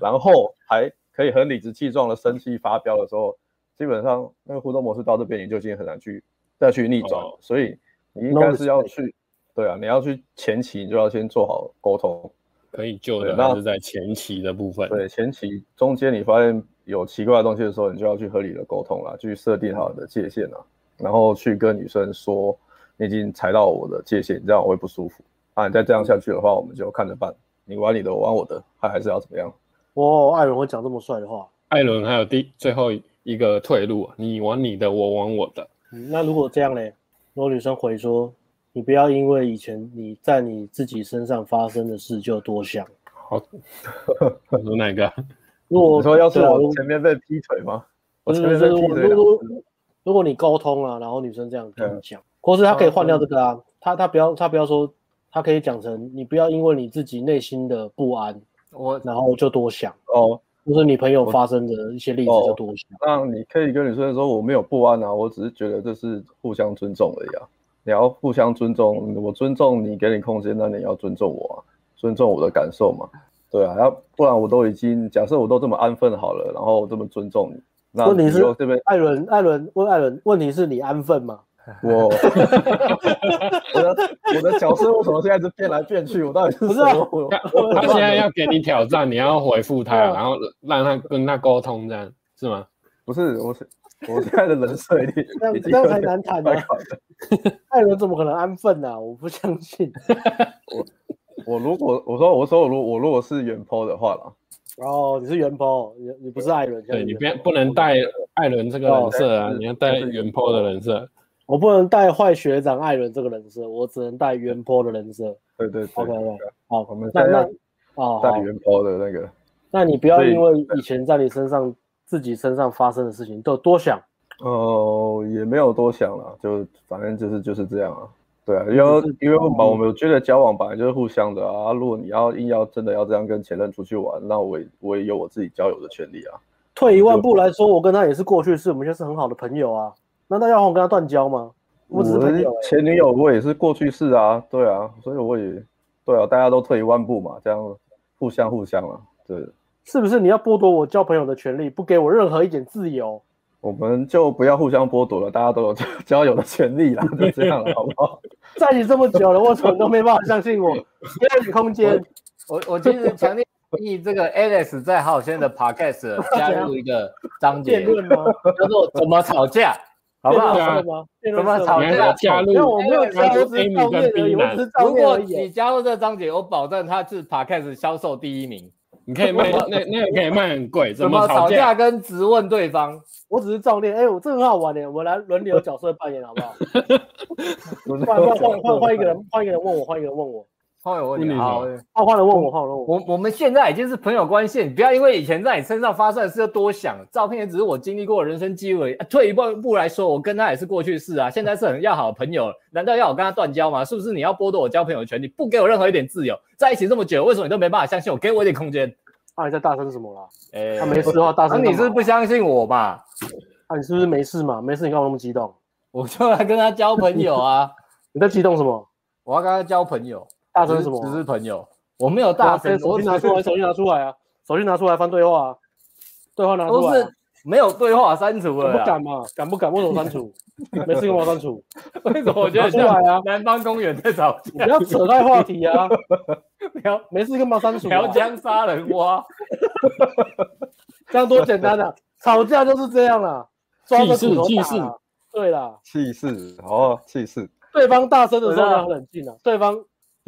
S4: 然后还可以很理直气壮的生气发飙的时候，基本上那个互动模式到这边你就已经很难去再去逆转了，
S3: 哦
S4: 所以你应
S2: No
S4: 该是要
S2: respect
S4: 去，对啊，你要去前期你就要先做好沟通。
S3: 可以救
S4: 对
S3: 的
S4: 那
S3: 还是在前期的部分。
S4: 对，前期中间你发现有奇怪的东西的时候，你就要去合理的沟通啦，去设定好你的界限啊，然后去跟女生说你已经踩到我的界限，这样我会不舒服啊。你再这样下去的话，我们就看着办，你玩你的，我玩我的，还还是要怎么样？
S2: 哇，艾伦会讲这么帅的话，
S3: 艾伦还有第最后一个退路，啊你玩你的，我玩我的。
S2: 嗯那如果这样嘞，如果女生回说，你不要因为以前你在你自己身上发生的事就多想。
S3: 好，你说哪个？
S2: 如果
S4: 你说要是
S2: 对啊
S4: 我
S2: 如
S4: 前面被劈腿吗？我
S2: 不
S4: 前
S2: 是
S4: 面
S2: 就是
S4: 被劈
S2: 我如
S4: 腿两
S2: 果
S4: 次，啊
S2: 如果你沟通了、然后女生这样跟你讲，或是她可以换掉这个啊，她她不要她不要说，她可以讲成你不要因为你自己内心的不安，
S1: 我
S2: 然后就多想，
S4: 哦，
S2: 或是你朋友发生的一些例子
S4: 哦
S2: 就多想。
S4: 那你可以跟女生说我没有不安啊，我只是觉得这是互相尊重而已啊。你要互相尊重，我尊重你，给你空间，那你要尊重我啊，尊重我的感受嘛。对啊，要不然我都已经假设我都这么安分好了，然后我这么尊重你，那
S2: 问题是
S4: 以后这边
S2: 艾伦，艾伦问艾伦，问题是你安分吗？
S4: 我我的我的角色为什么现在是变来变去？我到底是
S2: 不
S4: 什
S2: 是啊
S4: 么？我
S3: 他他现在要给你挑战，你要回复他，
S1: 哦
S2: 对啊
S3: 然后让他跟他沟通，这样是吗？
S4: 不是，我是我现在的人设已经
S2: 这样
S4: 已
S2: 这
S4: 经
S2: 样
S4: 有
S2: 才
S4: 点
S2: 难谈
S4: 怪
S2: 啊！
S4: 怪的。
S2: 艾伦怎么可能安分啊？我不相信。
S4: 我如果我说我说我如我如果是远抛的话啦，
S2: 哦，你是元抛，你你不是艾伦。
S3: 对你
S2: 像
S3: 不
S2: 是元
S3: 要
S2: 抛
S3: 不能带艾伦这个人设啊，
S4: 哦
S3: 你要带原坡的人设。
S2: 我不能带坏学长艾伦这个人设，我只能带元抛的人设。
S4: 对对对
S2: OK，好，
S4: 我们
S2: 那
S4: 现在
S2: 那
S4: 要
S2: 哦，好
S4: 带，远抛的那个
S2: 那你不要
S4: 所以
S2: 因为以前在你身上、自己身上发生的事情都多想。
S4: 哦、也没有多想了，就反正就是就是这样啊。对啊，因为
S2: 就是嗯
S4: 因为我们我们觉得交往本来就是互相的啊。如果你要硬要真的要这样跟前任出去玩，那我也我也有我自己交友的权利啊。
S2: 退一万步来说，我跟他也是过去式，我们现在是很好的朋友啊。难道要我跟他断交吗？我
S4: 我
S2: 们只是朋友、欸。
S4: 前女友我也是过去式啊，对啊，所以我也对啊，大家都退一万步嘛，这样互相互相啊。对，
S2: 是不是你要剥夺我交朋友的权利，不给我任何一点自由？
S4: 我们就不要互相剥夺了，大家都有交友的权利啦，就这样了，好不 好？
S2: 在你这么久了，为什么都没办法相信我？给我点空间。
S1: 我我其实强烈建议这个 Alex 在好先的 Podcast 加入一个章
S2: 辩
S1: 节，
S2: 论吗？
S1: 叫做怎么吵架，好不
S2: 辩论
S1: 好？
S3: 对啊
S2: 社吗？辩论
S1: 怎么
S2: 社
S1: 吵
S2: 吗
S3: 你
S1: 架
S3: 要加入
S2: 没有，我没有加入，我只是照
S3: Amy
S2: 面
S3: 跟
S2: 而已，我只
S3: 冰男，
S2: 是照
S1: 如
S2: 面
S1: 果
S2: 而已
S1: 你。加入这个章节，我保证它是 Podcast 销售第一名。
S3: 你可 以卖那那个可以卖很贵，
S1: 怎
S3: 么
S1: 么
S3: 吵
S1: 吵架？跟质问对方？
S2: 我只是照练，哎、我这很好玩的，我来轮流角色扮演，好不好？不然不然换换换一个人，换一个人问我，换一个人问我，
S1: 后面我问
S3: 问
S1: 你
S3: 你什
S1: 啊，
S3: 么
S1: 好
S2: 换换人问我，换人问我。
S1: 我我们现在已经是朋友关系，你不要因为以前在你身上发生的事就多想。照片也只是我经历过的人生机会、啊退一步步来说，我跟他也是过去式啊，现在是很要好的朋友了，难道要我跟他断交吗？是不是你要剥夺我交朋友的权利，不给我任何一点自由？在一起这么久，为什么你都没办法相信我？给我一点空间。
S2: 啊，你在大声什么啦？
S1: 哎、
S2: 他、没事的话大
S1: 那、
S2: 声干嘛。
S1: 你是不是不相信我吧？
S2: 啊，你是不是没事嘛？没事，你干嘛那么激动？
S1: 我就来跟他交朋友啊，
S2: 你在激动什么？
S1: 我要跟他交朋友，
S2: 大声什么？啊
S1: 只是只是朋友，我没有大声，
S2: 手
S1: 啊我
S2: 机
S1: 只
S2: 拿出来，
S1: 是
S2: 手机拿出来啊！手机拿出来翻对话啊！对话拿出
S1: 都
S2: 来、
S1: 是
S2: 啊。
S1: 没有对话删除啊了
S2: 敢不
S1: 啦。
S2: 敢嘛？敢不敢？为什么删除？没事，干嘛删除？
S1: 为什么我觉得
S2: 拿出来
S1: 像
S2: 啊
S1: 南方公园在吵
S2: 你
S1: 架？
S2: 不要扯开话 题啊！
S1: 聊
S2: 没事，干嘛删除、
S1: 嫖
S2: 啊？
S1: 江杀人蛙，
S2: 这样多简单啊！吵架就是这样啦，抓着骨头
S3: 气
S2: 打
S3: 势气势
S2: 啦。对啦，
S4: 气势，哦，气势，
S2: 对方大声的时候
S1: 对啊
S2: 要冷静啊，对方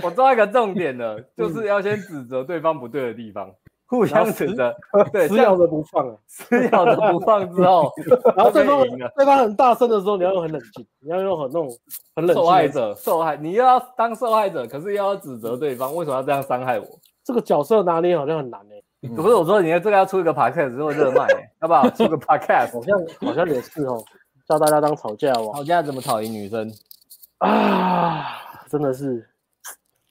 S1: 我抓一个重点了，就是要先指责对方不对的地方，嗯 互相指责，对，
S2: 死
S1: 这样
S2: 咬着不放啊。
S1: 撕咬着不放之 后，
S2: 然后对
S1: 就
S2: 方
S1: 可以赢啊了
S2: 对方很大声的时候，你要用很冷静，你要用很那种很冷静
S1: 受
S2: 的。
S1: 害者受害，你又要当受害者，可是又要指责对方为什么要这样伤害我？
S2: 这个角色拿捏好像很难欸诶，
S4: 嗯
S1: 不是我说，你这个要出一个 podcast 或热 卖、要不要出个 podcast？
S2: 好像好像也是哦，教大家当吵架王
S1: 吵架怎么讨赢女生？
S2: 啊，真的是。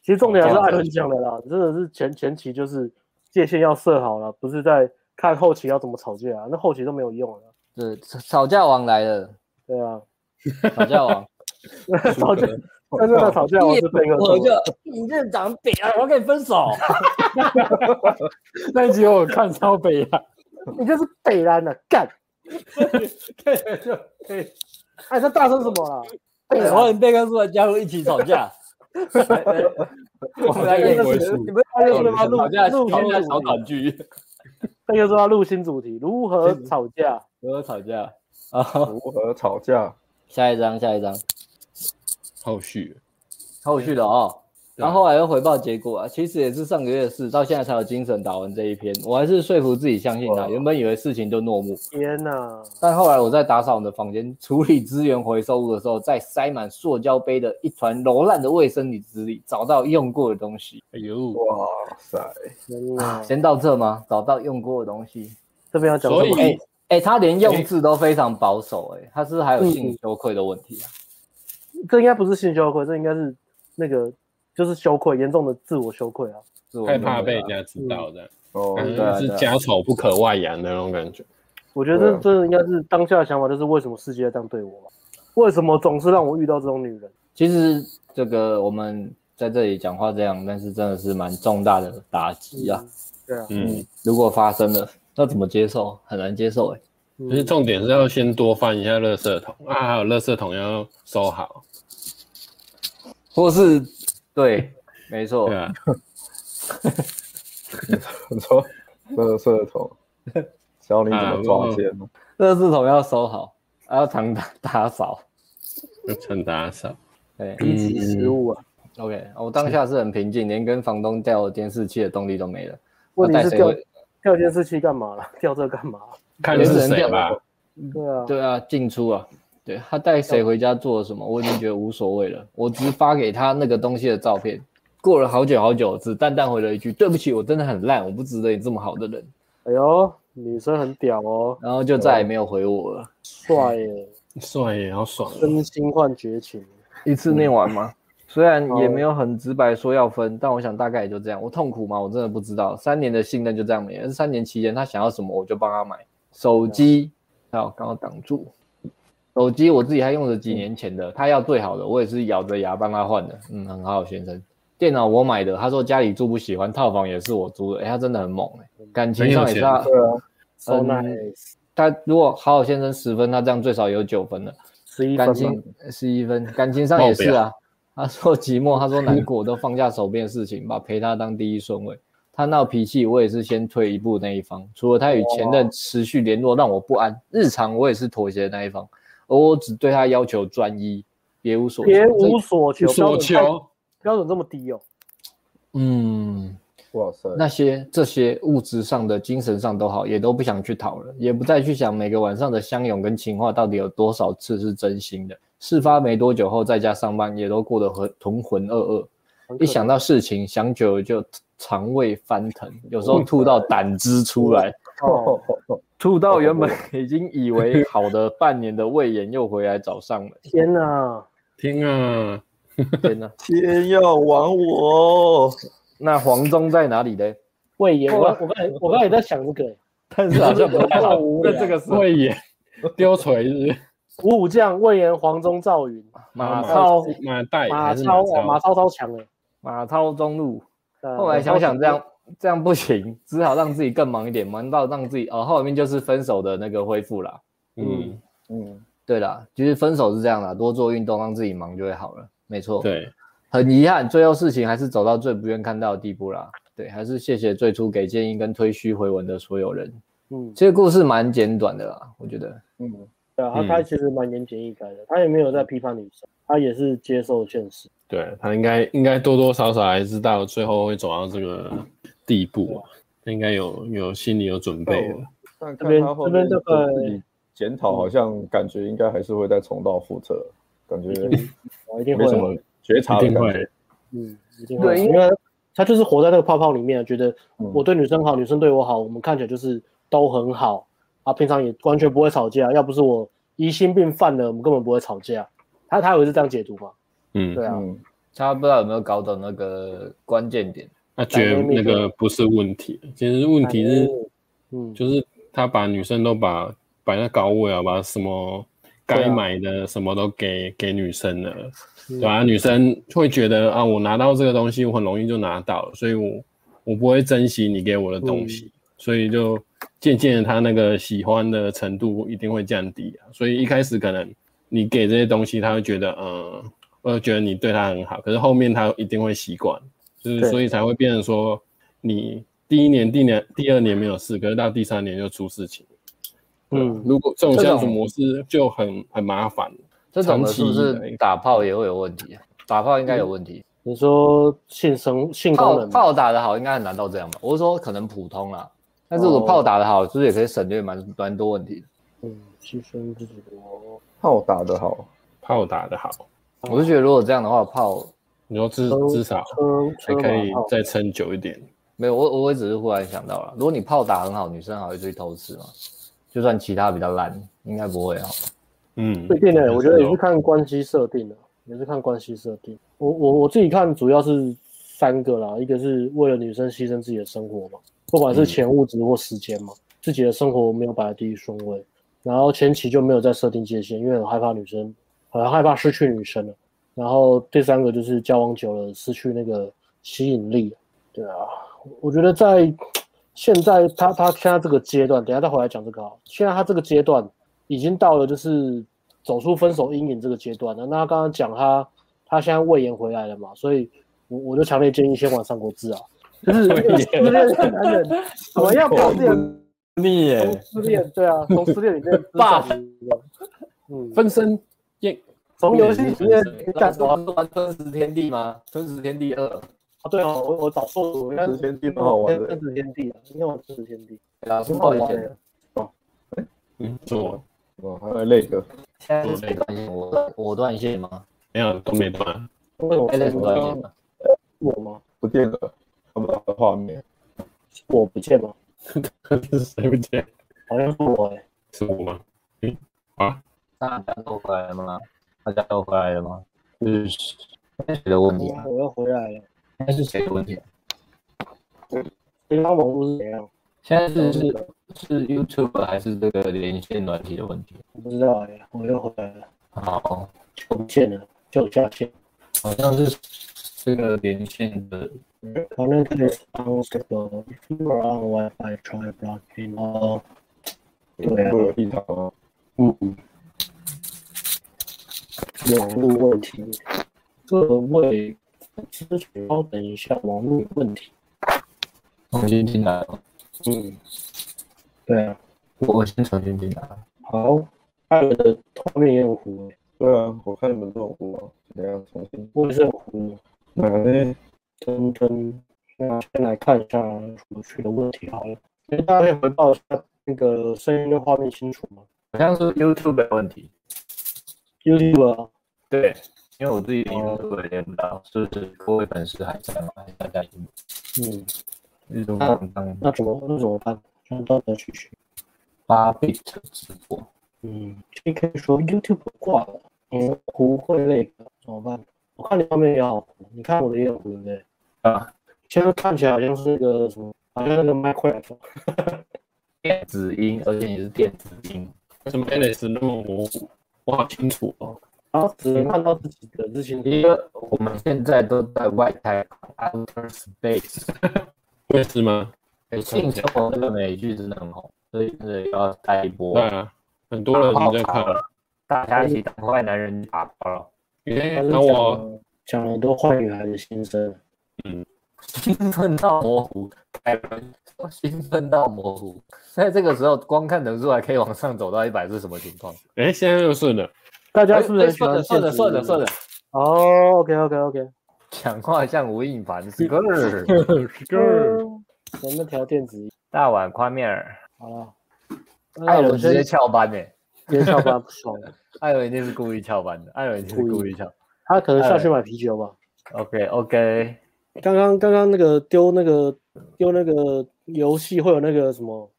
S2: 其实重点还是艾伦讲的啦，真的是前前期就是界限要设好了，不是在看后期要怎么吵架啊，那后期都没有用了。
S1: 对，吵架王来了，
S2: 对啊，
S1: 吵架王。
S2: 吵架，真正的吵架王是贝克
S1: 哦我
S2: 特
S1: 就你这长北啊， 我要跟你分手。那一集我看超北啊，
S2: 你就是北兰的干！
S1: 对就可以。
S2: 哎，这大声什么啦？北
S1: 我
S2: 兰，
S1: 很贝克斯的加入一起吵 架。来来我们来演
S2: 这个
S1: 一
S2: 是
S1: 个，哦你们
S2: 他就是他录
S1: 吵架
S2: 啊
S1: 吵
S2: 录
S1: 架
S2: 新
S1: 小
S2: 主
S1: 短
S2: 题，
S1: 剧，
S2: 他就说要录新主题，如何
S1: 嗯
S2: 吵架？
S1: 我要吵架。啊，
S4: 如何吵架？
S1: 下一张，下一张，
S3: 后续
S1: 后续的哦。
S2: 啊
S1: 然后后来又回报结果啊，其实也是上个月的事，到现在才有精神打完这一篇。我还是说服自己相信他，
S2: 哇
S1: 原本以为事情就落幕，
S2: 天哪！
S1: 但后来我在打扫我们的房间、处理资源回收物的时候，在塞满塑胶杯的一团揉烂的卫生纸里找到用过的东西。
S3: 哎呦，
S4: 哇塞，
S2: 天
S1: 啊
S2: 哪！
S1: 先到这吗？找到用过的东西。
S2: 这边要讲
S3: 所
S2: 什
S3: 以
S2: 么？
S1: 哎哎、他连用字都非常保守、哎，他是不是还有性羞愧的问题啊？
S2: 这应该不是性羞愧，这应该是那个就是羞愧，严重的自我羞愧啊。
S1: 是我
S3: 害
S1: 们
S3: 怕
S1: 的
S3: 被人家知道的，
S4: 哦，
S3: 感
S2: 嗯
S1: 对
S3: 觉
S1: 啊
S3: 是
S1: 对啊
S3: 家丑不可外扬的那种感觉。嗯
S2: 我觉
S4: 对
S2: 得
S4: 啊
S2: 这应该是当下的想法，就是为什么世界要这样对我嘛？为什么总是让我遇到这种女人？
S1: 其实这个我们在这里讲话这样，但是真的是蛮重大的打击啊！
S2: 嗯对啊，
S3: 嗯，
S1: 如果发生了，那怎么接受？很难接受哎、
S2: 嗯
S3: 其实重点是要先多翻一下垃圾桶啊，还有垃圾桶要收好，
S1: 或是对，没错
S3: 对，啊，
S4: 你说垃圾桶，教你怎
S2: 嗯
S4: 么抓奸哦。
S1: 垃圾桶要收好，还要常打打扫。
S3: 要趁打扫。
S1: 对
S2: 低级食物啊。
S1: ，OK，我当下是很平静，连跟房东调监视器的动力都没了。
S2: 问
S1: 那带
S2: 题是
S1: 谁
S2: 掉
S1: 回？
S2: 掉监视器干嘛了？掉这干嘛？
S3: 看是谁吧，
S2: 对啊，
S1: 对啊，进出啊，对他带谁回家做了什么，我已经觉得无所谓了。我只发给他那个东西的照片。过了好久好久，只淡淡回了一句：“对不起，我真的很烂，我不值得你这么好的人。
S2: 哎呦，女生很屌哦”，
S1: 然后就再也没有回我了。
S2: 帅耶，
S3: 帅也好爽哦，
S2: 真心换绝情。
S1: 一次念完吗？虽然也没有很直白说要分，但我想大概也就这样。我痛苦吗？我真的不知道。三年的信任就这样没了。三年期间，他想要什么我就帮他买。手机，好，刚好挡住。手机我自己还用着几年前的，他要最好的，我也是咬着牙帮他换的。嗯，很好，先生。电脑我买的，他说家里住不喜欢，套房也是我租的。哎、他真的很猛哎、感情上也是他。
S4: 对啊，
S2: So
S1: 嗯
S2: nice，
S1: 他如果好好先生十分，他这样最少有九分了。
S2: 十一分
S1: 感
S2: 吧
S1: 情十呃一分，感情上也是
S3: 爆
S1: 啊。他说寂寞，他说难 过，都放下手边的事情，把陪他当第一顺位。他闹脾气，我也是先退一步那一方。除了他与前任持续联络让我不安，日常我也是妥协的那一方，而我只对他要求专一，别无所求。
S2: 别
S1: 这
S2: 无所求，
S3: 所
S2: 标准太
S3: 求。
S2: 标准这么低哦。
S1: 嗯，
S4: 哇塞，
S1: 那些这些物质上的、精神上都好，也都不想去讨了，也不再去想每个晚上的相拥跟情话到底有多少次是真心的。事发没多久后，在家上班也都过得很浑浑噩噩，
S2: 很可哦
S1: 一想到事情，想久了就肠胃翻腾，有时候吐到胆汁出来，哦
S2: 哦，
S1: 吐到原本 已经以为好的半年的胃炎又回来找上了。
S2: 天哪！
S3: 听啊，
S1: 天哪，
S4: 天要亡我！
S1: 那黄忠在哪里呢？
S2: 魏延，我我刚才我刚才也在想这个， 欸
S1: 但是好像不太好
S2: 好无，聊
S1: 那这个是
S3: 慧眼丢锤 子，
S2: 五虎将魏延、黄忠、赵云、
S1: 马超
S2: 超
S3: 马代
S2: 马
S3: 还是
S2: 超
S3: 马
S2: 哦，马超
S3: 超？
S2: 超强哎。
S1: 马超中路。
S2: 对
S3: 呃
S2: 啊
S1: 后来想想这，样这样不行，只好让自己更忙一点，忙到让自己哦，后面就是分手的那个恢复啦。
S3: 嗯，
S4: 嗯，
S1: 对啦，其实分手是这样啦，多做运动，让自己忙就会好了。没错，，
S3: 对，
S1: 很遗憾，最后事情还是走到最不愿看到的地步啦。对，还是谢谢最初给建议跟推虚回文的所有人。
S2: 嗯，
S1: 这个故事蛮简短的啦，我觉得。
S4: 嗯，
S2: 对啊，他
S3: 嗯
S2: 他其实蛮言简意赅的，他也没有在批判女生，他也是接受现实。
S3: 对他应该应该多多少少还知道最后会走到这个地步啊，他应该有有心里有准备了。
S4: 但
S2: 这
S4: 看
S2: 边
S4: 他后
S2: 这边
S4: 面
S2: 这个嗯
S4: 自己检讨，好像感觉应该还是会再重蹈覆辙，感觉
S2: 嗯我一定会
S4: 没什么觉察的
S3: 一定
S4: 感
S3: 会
S4: 觉。
S2: 嗯，一定会，
S1: 对因
S2: 因为他就是活在那个泡泡里面，啊觉得
S4: 嗯
S2: 我对女生好，女生对我好，我们看起来就是都很好啊，平常也完全不会吵架，要不是我疑心病犯了，我们根本不会吵架。他他以为是这样解读嘛？
S3: 嗯，
S2: 对啊，
S4: 嗯，
S1: 他不知道有没有搞懂那个关键点，
S3: 他啊觉得那个不是问题，其实问题是
S2: 嗯，
S3: 就是他把女生都把摆在高位啊，把什么该买的什么都给、给女生了，对吧、女生会觉得啊，我拿到这个东西，我很容易就拿到了，所以我我不会珍惜你给我的东西，所以就渐渐的她那个喜欢的程度一定会降低啊。所以一开始可能你给这些东西，她会觉得嗯，我会觉得你对她很好，可是后面她一定会习惯，就是
S2: 对
S3: 所以才会变成说你第一年、第年、第二年没有事，可是到第三年就出事情。
S2: 嗯，
S3: 如果这种
S1: 这种
S3: 相处模式就很很麻烦，
S1: 这种的是不
S3: 长期以
S1: 是
S3: 来
S1: 打炮也会有问题啊？打炮应该有问题。
S2: 你说性生性功
S1: 炮
S2: 能吗
S1: 炮打得好应该很难到这样吧？我是说可能普通啦，但是如果
S2: 哦
S1: 炮打得好，是不是也可以省略蛮蛮多问题的？
S2: 嗯，牺牲自己我
S4: 炮打得好，
S3: 炮打得好，
S1: 我是觉得如果这样的话，炮
S3: 你说至
S2: 都
S3: 至少
S2: 车
S3: 还
S2: 车哦
S3: 可
S2: 马
S3: 以
S2: 炮
S3: 再撑久一点。
S1: 没有我我也只是忽然想到了，如果你炮打很好，女生还会去偷吃吗？就算其他比较烂，应该不会啊。
S3: 嗯哦
S2: 不一，定呢、我觉得也
S3: 有
S2: 是看关系设定的、也是看关系设定。我我我自己看主要是三个啦，一个是为了女生牺牲自己的生活嘛，不
S3: 嗯
S2: 管是钱、物质或时间嘛，自己的生活没有摆在第一顺位，然后前期就没有再设定界限，因为很害怕女生，很害怕失去女生了。然后第三个就是交往久了失去那个吸引力，对啊，我觉得在现在他他现在这个阶段，等一下再回来讲这个好。现在他这个阶段已经到了就是走出分手阴影这个阶段了。那他刚刚讲他他现在胃炎回来了嘛，所以我我就强烈建议先玩三国志啊，就是失恋的男人怎么样表现
S3: 你
S2: 从
S3: 耶，
S2: 失恋，对 啊，从失恋里面
S3: 爸
S2: 嗯，
S3: 分身耶，
S2: 从游戏里面
S1: 干
S2: 干
S1: 什
S2: 什么
S1: 么？玩《吞食天地》吗？《吞食天地二》
S2: 啊？对哦，我我找错了，我应该
S4: 之前地蛮好玩的
S2: 天子天地啊，应该玩天子天地。
S1: 对啊，是
S2: 很好
S1: 冒
S2: 玩
S1: 险
S2: 的
S1: 的。
S3: 嗯，做
S4: 哦，还有那个
S1: 现在是谁断线？我我断线吗？
S3: 没有都没断，
S2: 为什么
S1: 哎，那是
S2: 我
S1: 断线吗？
S2: 我吗？
S4: 不见了，看不到画面，
S2: 是我不见吗？
S3: 是谁不见？
S2: 好像是我哎、
S3: 是我吗？
S1: 大家都回来了吗？大家都回来了吗？是谁的问题啊？
S2: 我又回来了。
S1: 现在是谁的问题啊？
S2: 对方网络是怎样？
S1: 现在是是是 YouTube 还是这个连线软体的问题？
S2: 我不知道哎、我又回来了，
S1: 好，
S2: 我不见了，就下线。
S1: 好像是这个连线的。
S2: 反正这里是 on s t a b l If you are on Wi-Fi, 啊 try blocking all. 对啊
S4: 会有异常哦。
S2: 嗯，网络问题。各位咨询，稍等一下，网络有问题。
S1: 重新进来了，
S2: 嗯，对啊，
S1: 我我先重新进来了。
S2: 好，艾伦的画面也很糊、欸，
S4: 对啊，我看你们这种糊啊，等一下重新
S2: 我也是很糊。
S4: 哪呢？
S2: 真真，那先来看一下储蓄的问题好了。哎，大家可以回报一下那个声音跟画面清楚吗
S1: 好像是 YouTube 的问题。
S2: ？YouTube 啊，哦
S1: 对，因为我自己的 YouTube 也连不到，是不是各位粉丝还在吗？还是大家已经啊
S2: 嗯，
S1: 日中刚刚
S2: 那怎么那怎么办？让断断续续。
S1: 八 bit 直播，
S2: 嗯，这可以说 YouTube 挂了，嗯，糊会那个怎么办？我看你画面也好糊，你看我的也很糊对不对？
S1: 啊，
S2: 现在看起来好像是那个什么，好像那个 Minecraft。
S1: 电子音，而且也是电子音。
S3: 为什么 Alice 那么模糊？我好清楚哦。
S2: 然后只能看到自己的日行
S1: 因为我们现在都在外太空 （outer space），哎
S3: 我也是吗？
S1: 性生活这个美剧真的很红，所以真的要带一波
S3: 对，啊，很多人在看。
S1: 大家一起当坏男人打包了。
S3: 耶，
S2: 他是
S3: 哎那我
S2: 讲了很多坏女孩的心声。
S1: 兴奋到模糊，凯文说兴奋到模糊， 在这个时候光看人数还可以往上走到一百是什么情况？
S3: 哎，现在又顺了。
S2: 大家
S1: 哎
S2: 是不是很喜
S1: 算
S2: 欢
S1: 了算了
S2: 现实
S1: 算了算了，
S2: 哦，OK OK OK，
S1: 讲话像无印凡 是个儿
S2: 我们调哦电子音
S1: 大碗宽面 儿，
S2: 好了。
S1: 艾伦
S2: 我
S1: 直接
S2: 先
S1: 翘班呢、
S2: 接下班不爽了，
S1: 艾伦一定是故意翘班的，艾伦一定是故意翘。
S2: 他可能下去买啤酒吧。
S1: OK OK，
S2: 哎 刚刚刚刚那个丢那个丢那个游戏会有那个什么，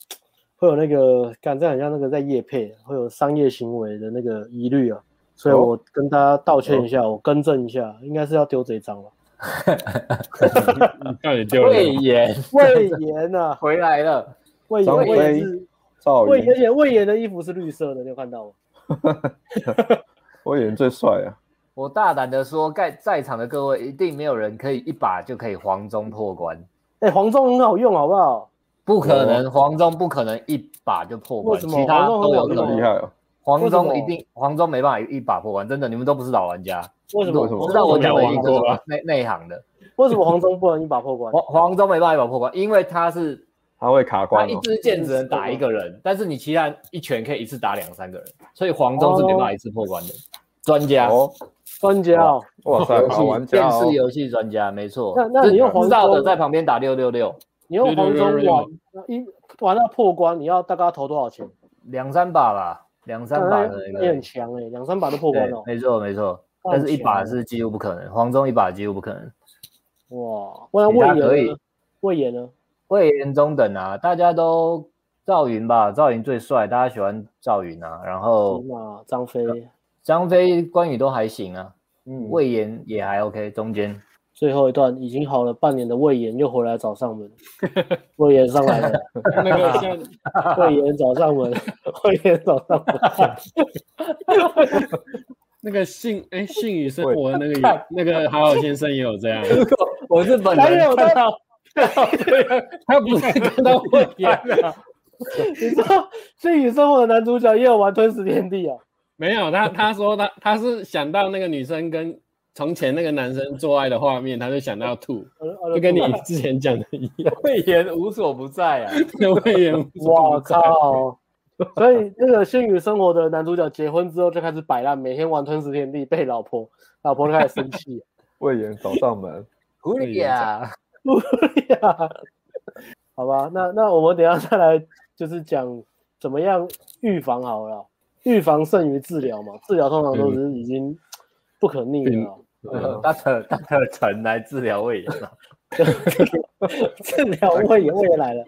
S2: 会有那个感觉很像那个在夜配会有商业行为的那个疑虑啊，所以
S4: 哦
S2: 我跟大家道歉一下，我更正一下，应该是要丢这一张 了。
S3: 你到底丢了
S1: 魏
S3: 什么？
S1: 延
S2: 魏延啊，
S1: 回来了，
S2: 魏延
S4: 张
S2: 魏
S4: 飞
S2: 延是
S4: 赵
S2: 魏
S4: 云
S2: 延，而，且魏延的衣服是绿色的，你有看到吗？
S4: 魏延最帅啊！
S1: 我大胆的说，在在场的各位一定没有人可以一把就可以黄忠破关，
S2: 哎、黄忠很好用，好不好？
S1: 不可能，黄忠不可能一把就破关，
S2: 哦为什么
S1: 其他都有
S2: 黄
S1: 可
S2: 忠很
S4: 这么
S1: 能
S4: 厉。害哦，
S1: 黄
S2: 为
S1: 忠
S2: 什
S1: 一
S2: 么
S1: 定，黄忠没办法一把破关，真的，你们都不是老玩家，
S2: 为什么？
S4: 为什么
S1: 我知道我
S2: 为什
S1: 讲
S2: 么
S1: 的
S3: 玩
S1: 一定是
S3: 过啊
S1: 内内行的。
S2: 为什么黄忠不能一把破关？
S1: 黄黄忠没办法一把破关，因为他是
S4: 他会卡
S1: 他
S4: 关
S1: 一
S4: 哦。
S1: 支箭只能打一个人，但是你其他一拳可以一次打两三个人，所以黄忠是没办法一次破关的。专家，
S4: 哦，
S2: 专家哦，
S4: 哇塞，
S1: 游
S4: 好玩
S1: 戏电
S4: 家哦
S1: 视！游戏专家，没错。
S2: 那那你用黄
S1: 知道的
S2: 忠
S1: 在旁边打六六六，
S2: 你用黄忠
S3: 666
S2: 玩一玩到破关，你要大概投多少钱？
S1: 两三把吧，两三把的那
S2: 也
S1: 个
S2: 哎很。强哎，两三把都破关
S1: 对
S2: 了，，
S1: 没错没错，
S2: 那
S1: 但
S2: 很
S1: 是一把
S2: 强哎
S1: 是几乎不可能，黄忠一把几乎不可能。
S2: 哇！不然
S1: 其他可
S2: 魏
S1: 以
S2: 延呢？魏延呢？
S1: 魏延中等啊，大家都赵云吧，赵云最帅，大家喜欢赵云啊。然后
S2: 骑马张飞，
S1: 哦张飞、关羽都还行啊，
S4: 嗯，
S1: 魏延也还 OK，中间。
S2: 最后一段已经好了半年的魏延又回来找上门， 魏延上来了，
S3: 那个像
S2: 魏延找上 门，魏延找上门，
S3: 那个信哎信与生活的那个也那个好好先生也有 这样，
S1: 我是本
S2: 他也
S1: 人
S2: 有在
S1: 看到，
S3: 他不是看到会演啊，
S2: 你知道《 信与生活》的男主角也有玩吞食天地啊？
S3: 没有他他说他他是想到那个女生跟从前那个男生做爱的画面，他就想到吐，就
S2: 就
S3: 跟你之前讲的一样，
S1: 魏延无所不在啊。
S3: 那魏延
S2: 我靠！所以那个《星宇生活》的男主角结婚之后就开始摆烂，每天玩吞食天地，被老婆老婆就开始生气。
S4: 魏延找上门，
S1: 狐
S3: 狸
S1: 狸 啊，
S2: 对啊好吧，那那我们等一下再来就是讲怎么样预防好了啦，预防胜于治疗嘛，治疗通常都是已经不可逆的啦，
S4: 嗯
S1: 大特大特陈来治疗魏延啊。
S2: 治疗胃炎胃炎来了。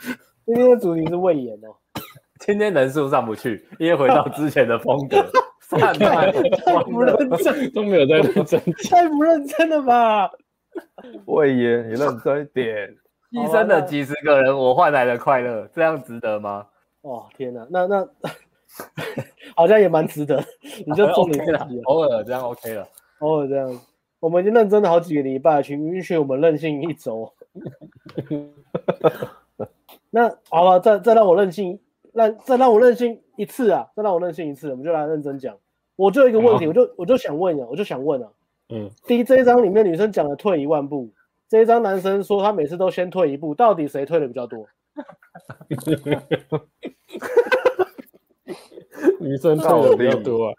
S2: 今天的主题是胃炎哦，
S1: 今天人数上不去，因为回到之前的风 格，散漫
S2: 太不认真，
S3: 都没有在认真 讲，
S2: 太不认真了吧？
S4: 嗯魏延，你认真一点。
S1: 牺牲了几十个人，我换来了快乐，这样值得吗？
S2: 哦天哪，那那 好像也蛮值得，你就做你自
S1: OK 了
S2: 己，啊，
S1: 偶尔这样 OK 了。
S2: 偶尔这样。我们已经认真了好几个礼拜，请允许我们任性一周。那好了，再再让我任性，让再让我任性一次啊！再让我任性一次，我们就来认真讲。我就有一个问题，
S3: 好
S2: 我就我就想问啊，我就想问啊，
S3: 嗯，
S2: 第一这一章里面女生讲了退一万步，这一章男生说他每次都先退一步，到底谁退的比较多？
S3: 女生吐的比较多啊，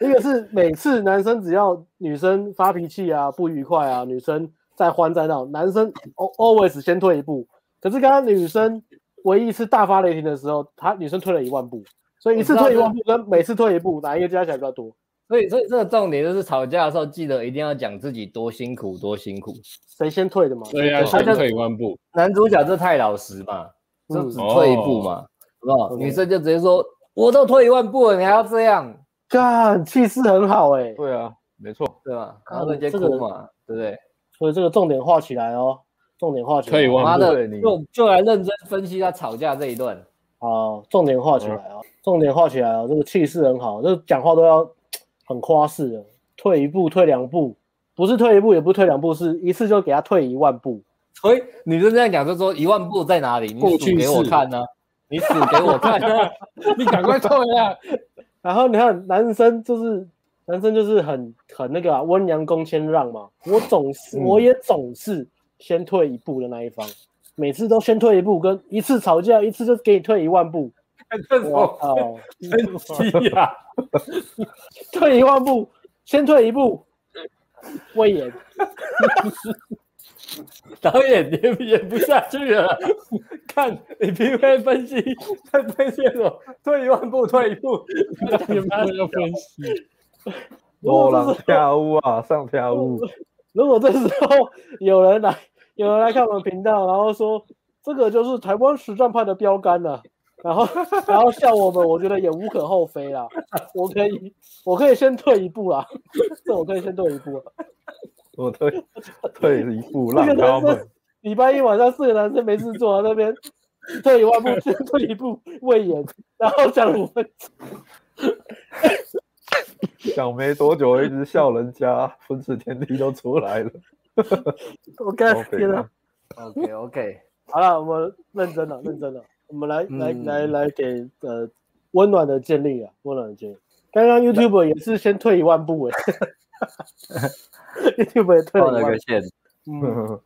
S2: 一个是每次男生只要女生发脾气啊、不愉快啊，女生在欢在闹，男生 al- always 先退一步。可是刚刚女生唯一一次大发雷霆的时候，她女生退了一万步，所以一次退一万步跟每次退一步，哪一个加起来比较多？
S1: 所以，所以这个重点就是吵架的时候，记得一定要讲自己多辛苦，多辛苦。
S2: 谁先退的嘛？
S3: 所以要先退一万步，
S1: 男主角这太老实嘛，就只退一步嘛，好不好？
S2: 嗯 OK
S1: 女生就直接说：“我都退一万步了，你还要这样，
S2: 干气势很好哎、
S4: 对啊，没错，
S1: 对吧？”
S2: 看
S1: 然后直接
S2: 这个
S1: 哭嘛，对不对？
S2: 所以这个重点画起来哦，重点画起来。
S3: 退一万
S1: 妈
S3: 步，
S1: 的，
S4: 你
S1: 就就来认真分析他吵架这一段。
S2: 好，哦重点画起来啊，重点画起来啊，这个气势很好，这个讲话都要很夸饰的，退一步，退两步，不是退一步，也不是退两步，是一次就给他退一万步。
S1: 所以女生这样讲，就说一万步在哪里？你
S3: 过
S1: 数
S3: 去
S1: 给我
S3: 式
S1: 看呢、你数给我看、啊，
S3: 你赶快退 啊！
S2: 然后你看，男生就是男生就是很很那个啊，温良恭谦让嘛，我总是、
S4: 嗯
S2: 我也总是先退一步的那一方，每次都先退一步，跟一次吵架一次就给你退一万步，
S1: 这种
S2: 我靠，
S1: 分析啊，
S2: 退一万步，先退一步，威严。
S1: 导演演演不下去了。看你评分分析，在分析什么？退一万步，退一步，
S3: 你们要分析，
S4: 多狼跳舞啊，上跳舞，
S2: 如果这时候有人来， 有人来看我们频道，然后说这个就是台湾实战派的标杆了、然后 然后笑我们，我觉得也无可厚非啦。我可以，我可以先退一步啦， 这我可以先退一步啦。
S4: 我退退一步，
S2: 这
S4: 让
S2: 个
S4: 他
S2: 男
S4: 们
S2: 生礼拜一晚上四个男生没事做、啊，那边退一万步，先退一步，魏延，然后讲我们
S4: 想没多久，一直笑人家，分子天地都出来了。
S2: 我干
S4: 好北
S2: 天啊
S4: 南！
S1: OK OK，
S2: 好了，我们认真 了，认真了，我们来来
S1: 嗯
S2: 来来给呃温暖的建立啊，温暖的建立。刚刚 YouTube 也是先退一万步 哎、YouTube 也退
S1: 放了
S2: 了一万
S1: 个
S2: 步。
S1: 线。
S2: 嗯、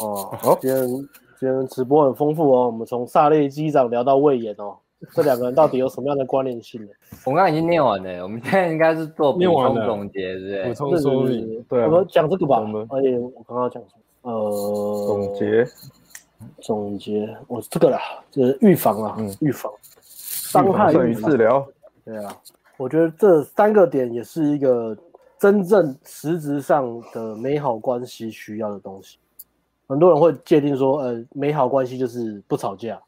S2: 哦，
S4: 好
S2: 哦今天今天直播很丰富哦，我们从萨利机长聊到魏延哦，这两个人到底有什么样的关联性呢？
S1: 我们刚刚已经念完了，我们现在应该是做补
S3: 念完
S1: 充
S3: 了
S1: 总结，对不 对？
S3: 补充说明。
S2: 是
S4: 对啊
S2: 我们讲这个吧呃
S4: 我们。
S2: 而且我刚刚讲什么？呃，
S4: 总结
S2: 总结，我这个啦，就是预防啊
S4: 嗯，
S2: 预防伤害
S4: 预防胜
S2: 预
S4: 于
S2: 防
S4: 治疗，
S2: 对啊，我觉得这三个点也是一个真正实质上的美好关系需要的东西。很多人会界定说，呃，美好关系就是不吵架，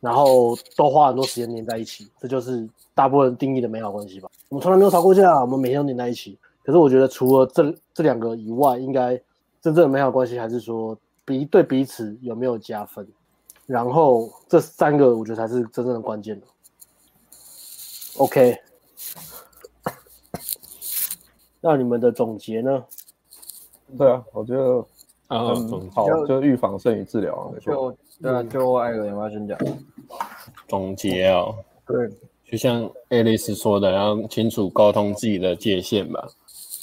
S2: 然后都花很多时间黏在一起，这就是大部分人定义的美好关系吧。我们从来没有吵过架，我们每天都黏在一起。可是我觉得，除了这这两个以外，应该真正的美好关系还是说彼对彼此有没有加分，然后这三个我觉得才是真正的关键的。OK，那你们的总结呢？
S4: 对啊，我觉得
S3: 啊，
S4: 嗯
S3: 总
S4: 好
S1: 就，
S4: 就是预防胜于治疗啊，没错。
S1: 就对啊，就艾伦有没有先讲？
S3: 总结哦，
S1: 对，
S3: 就像爱丽丝说的，要清楚沟通自己的界限吧。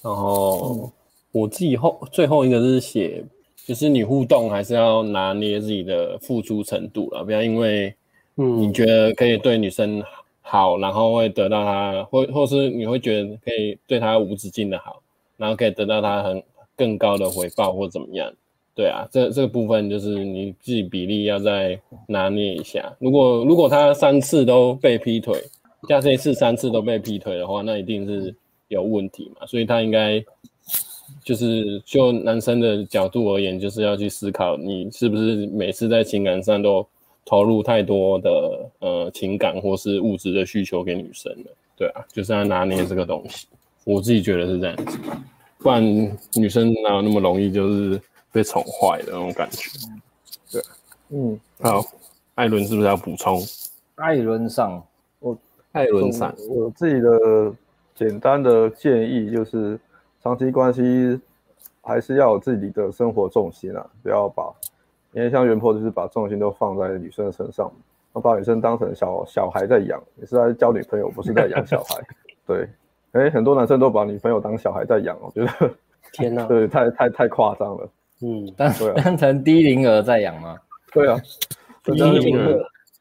S3: 然后我自己后最后一个是写，就是你互动还是要拿捏自己的付出程度了，不要因为你
S2: 嗯，
S3: 觉得可以对女生好，然后会得到她，或或是你会觉得可以对她无止境的好，然后可以得到她很更高的回报或怎么样。对啊，这这个部分就是你自己比例要再拿捏一下。如果如果她三次都被劈腿，像这一次三次都被劈腿的话，那一定是有问题嘛。所以她应该就是就男生的角度而言，就是要去思考你是不是每次在情感上都投入太多的呃情感或是物质的需求给女生了。对啊，就是要拿捏这个东西。我自己觉得是这样子，不然女生哪有那么容易就是被宠坏的那种感觉？
S4: 嗯，
S3: 好，艾伦是不是要补充？
S1: 艾伦上，
S4: 我
S3: 艾伦伞，
S4: 我自己的简单的建议就是，长期关系还是要有自己的生活重心啊，不要把，因为像原坡就是把重心都放在女生的身上，我把女生当成小小孩在养，也是在交女朋友，不是在养小孩。 对，哎，很多男生都把女朋友当小孩在养，我觉得
S2: 天哪、
S4: 对，太太太夸张了。
S2: 嗯，
S1: 当
S4: 对啊
S1: 当成低龄儿在养吗？
S4: 对啊，
S3: 婴
S4: 当
S3: 儿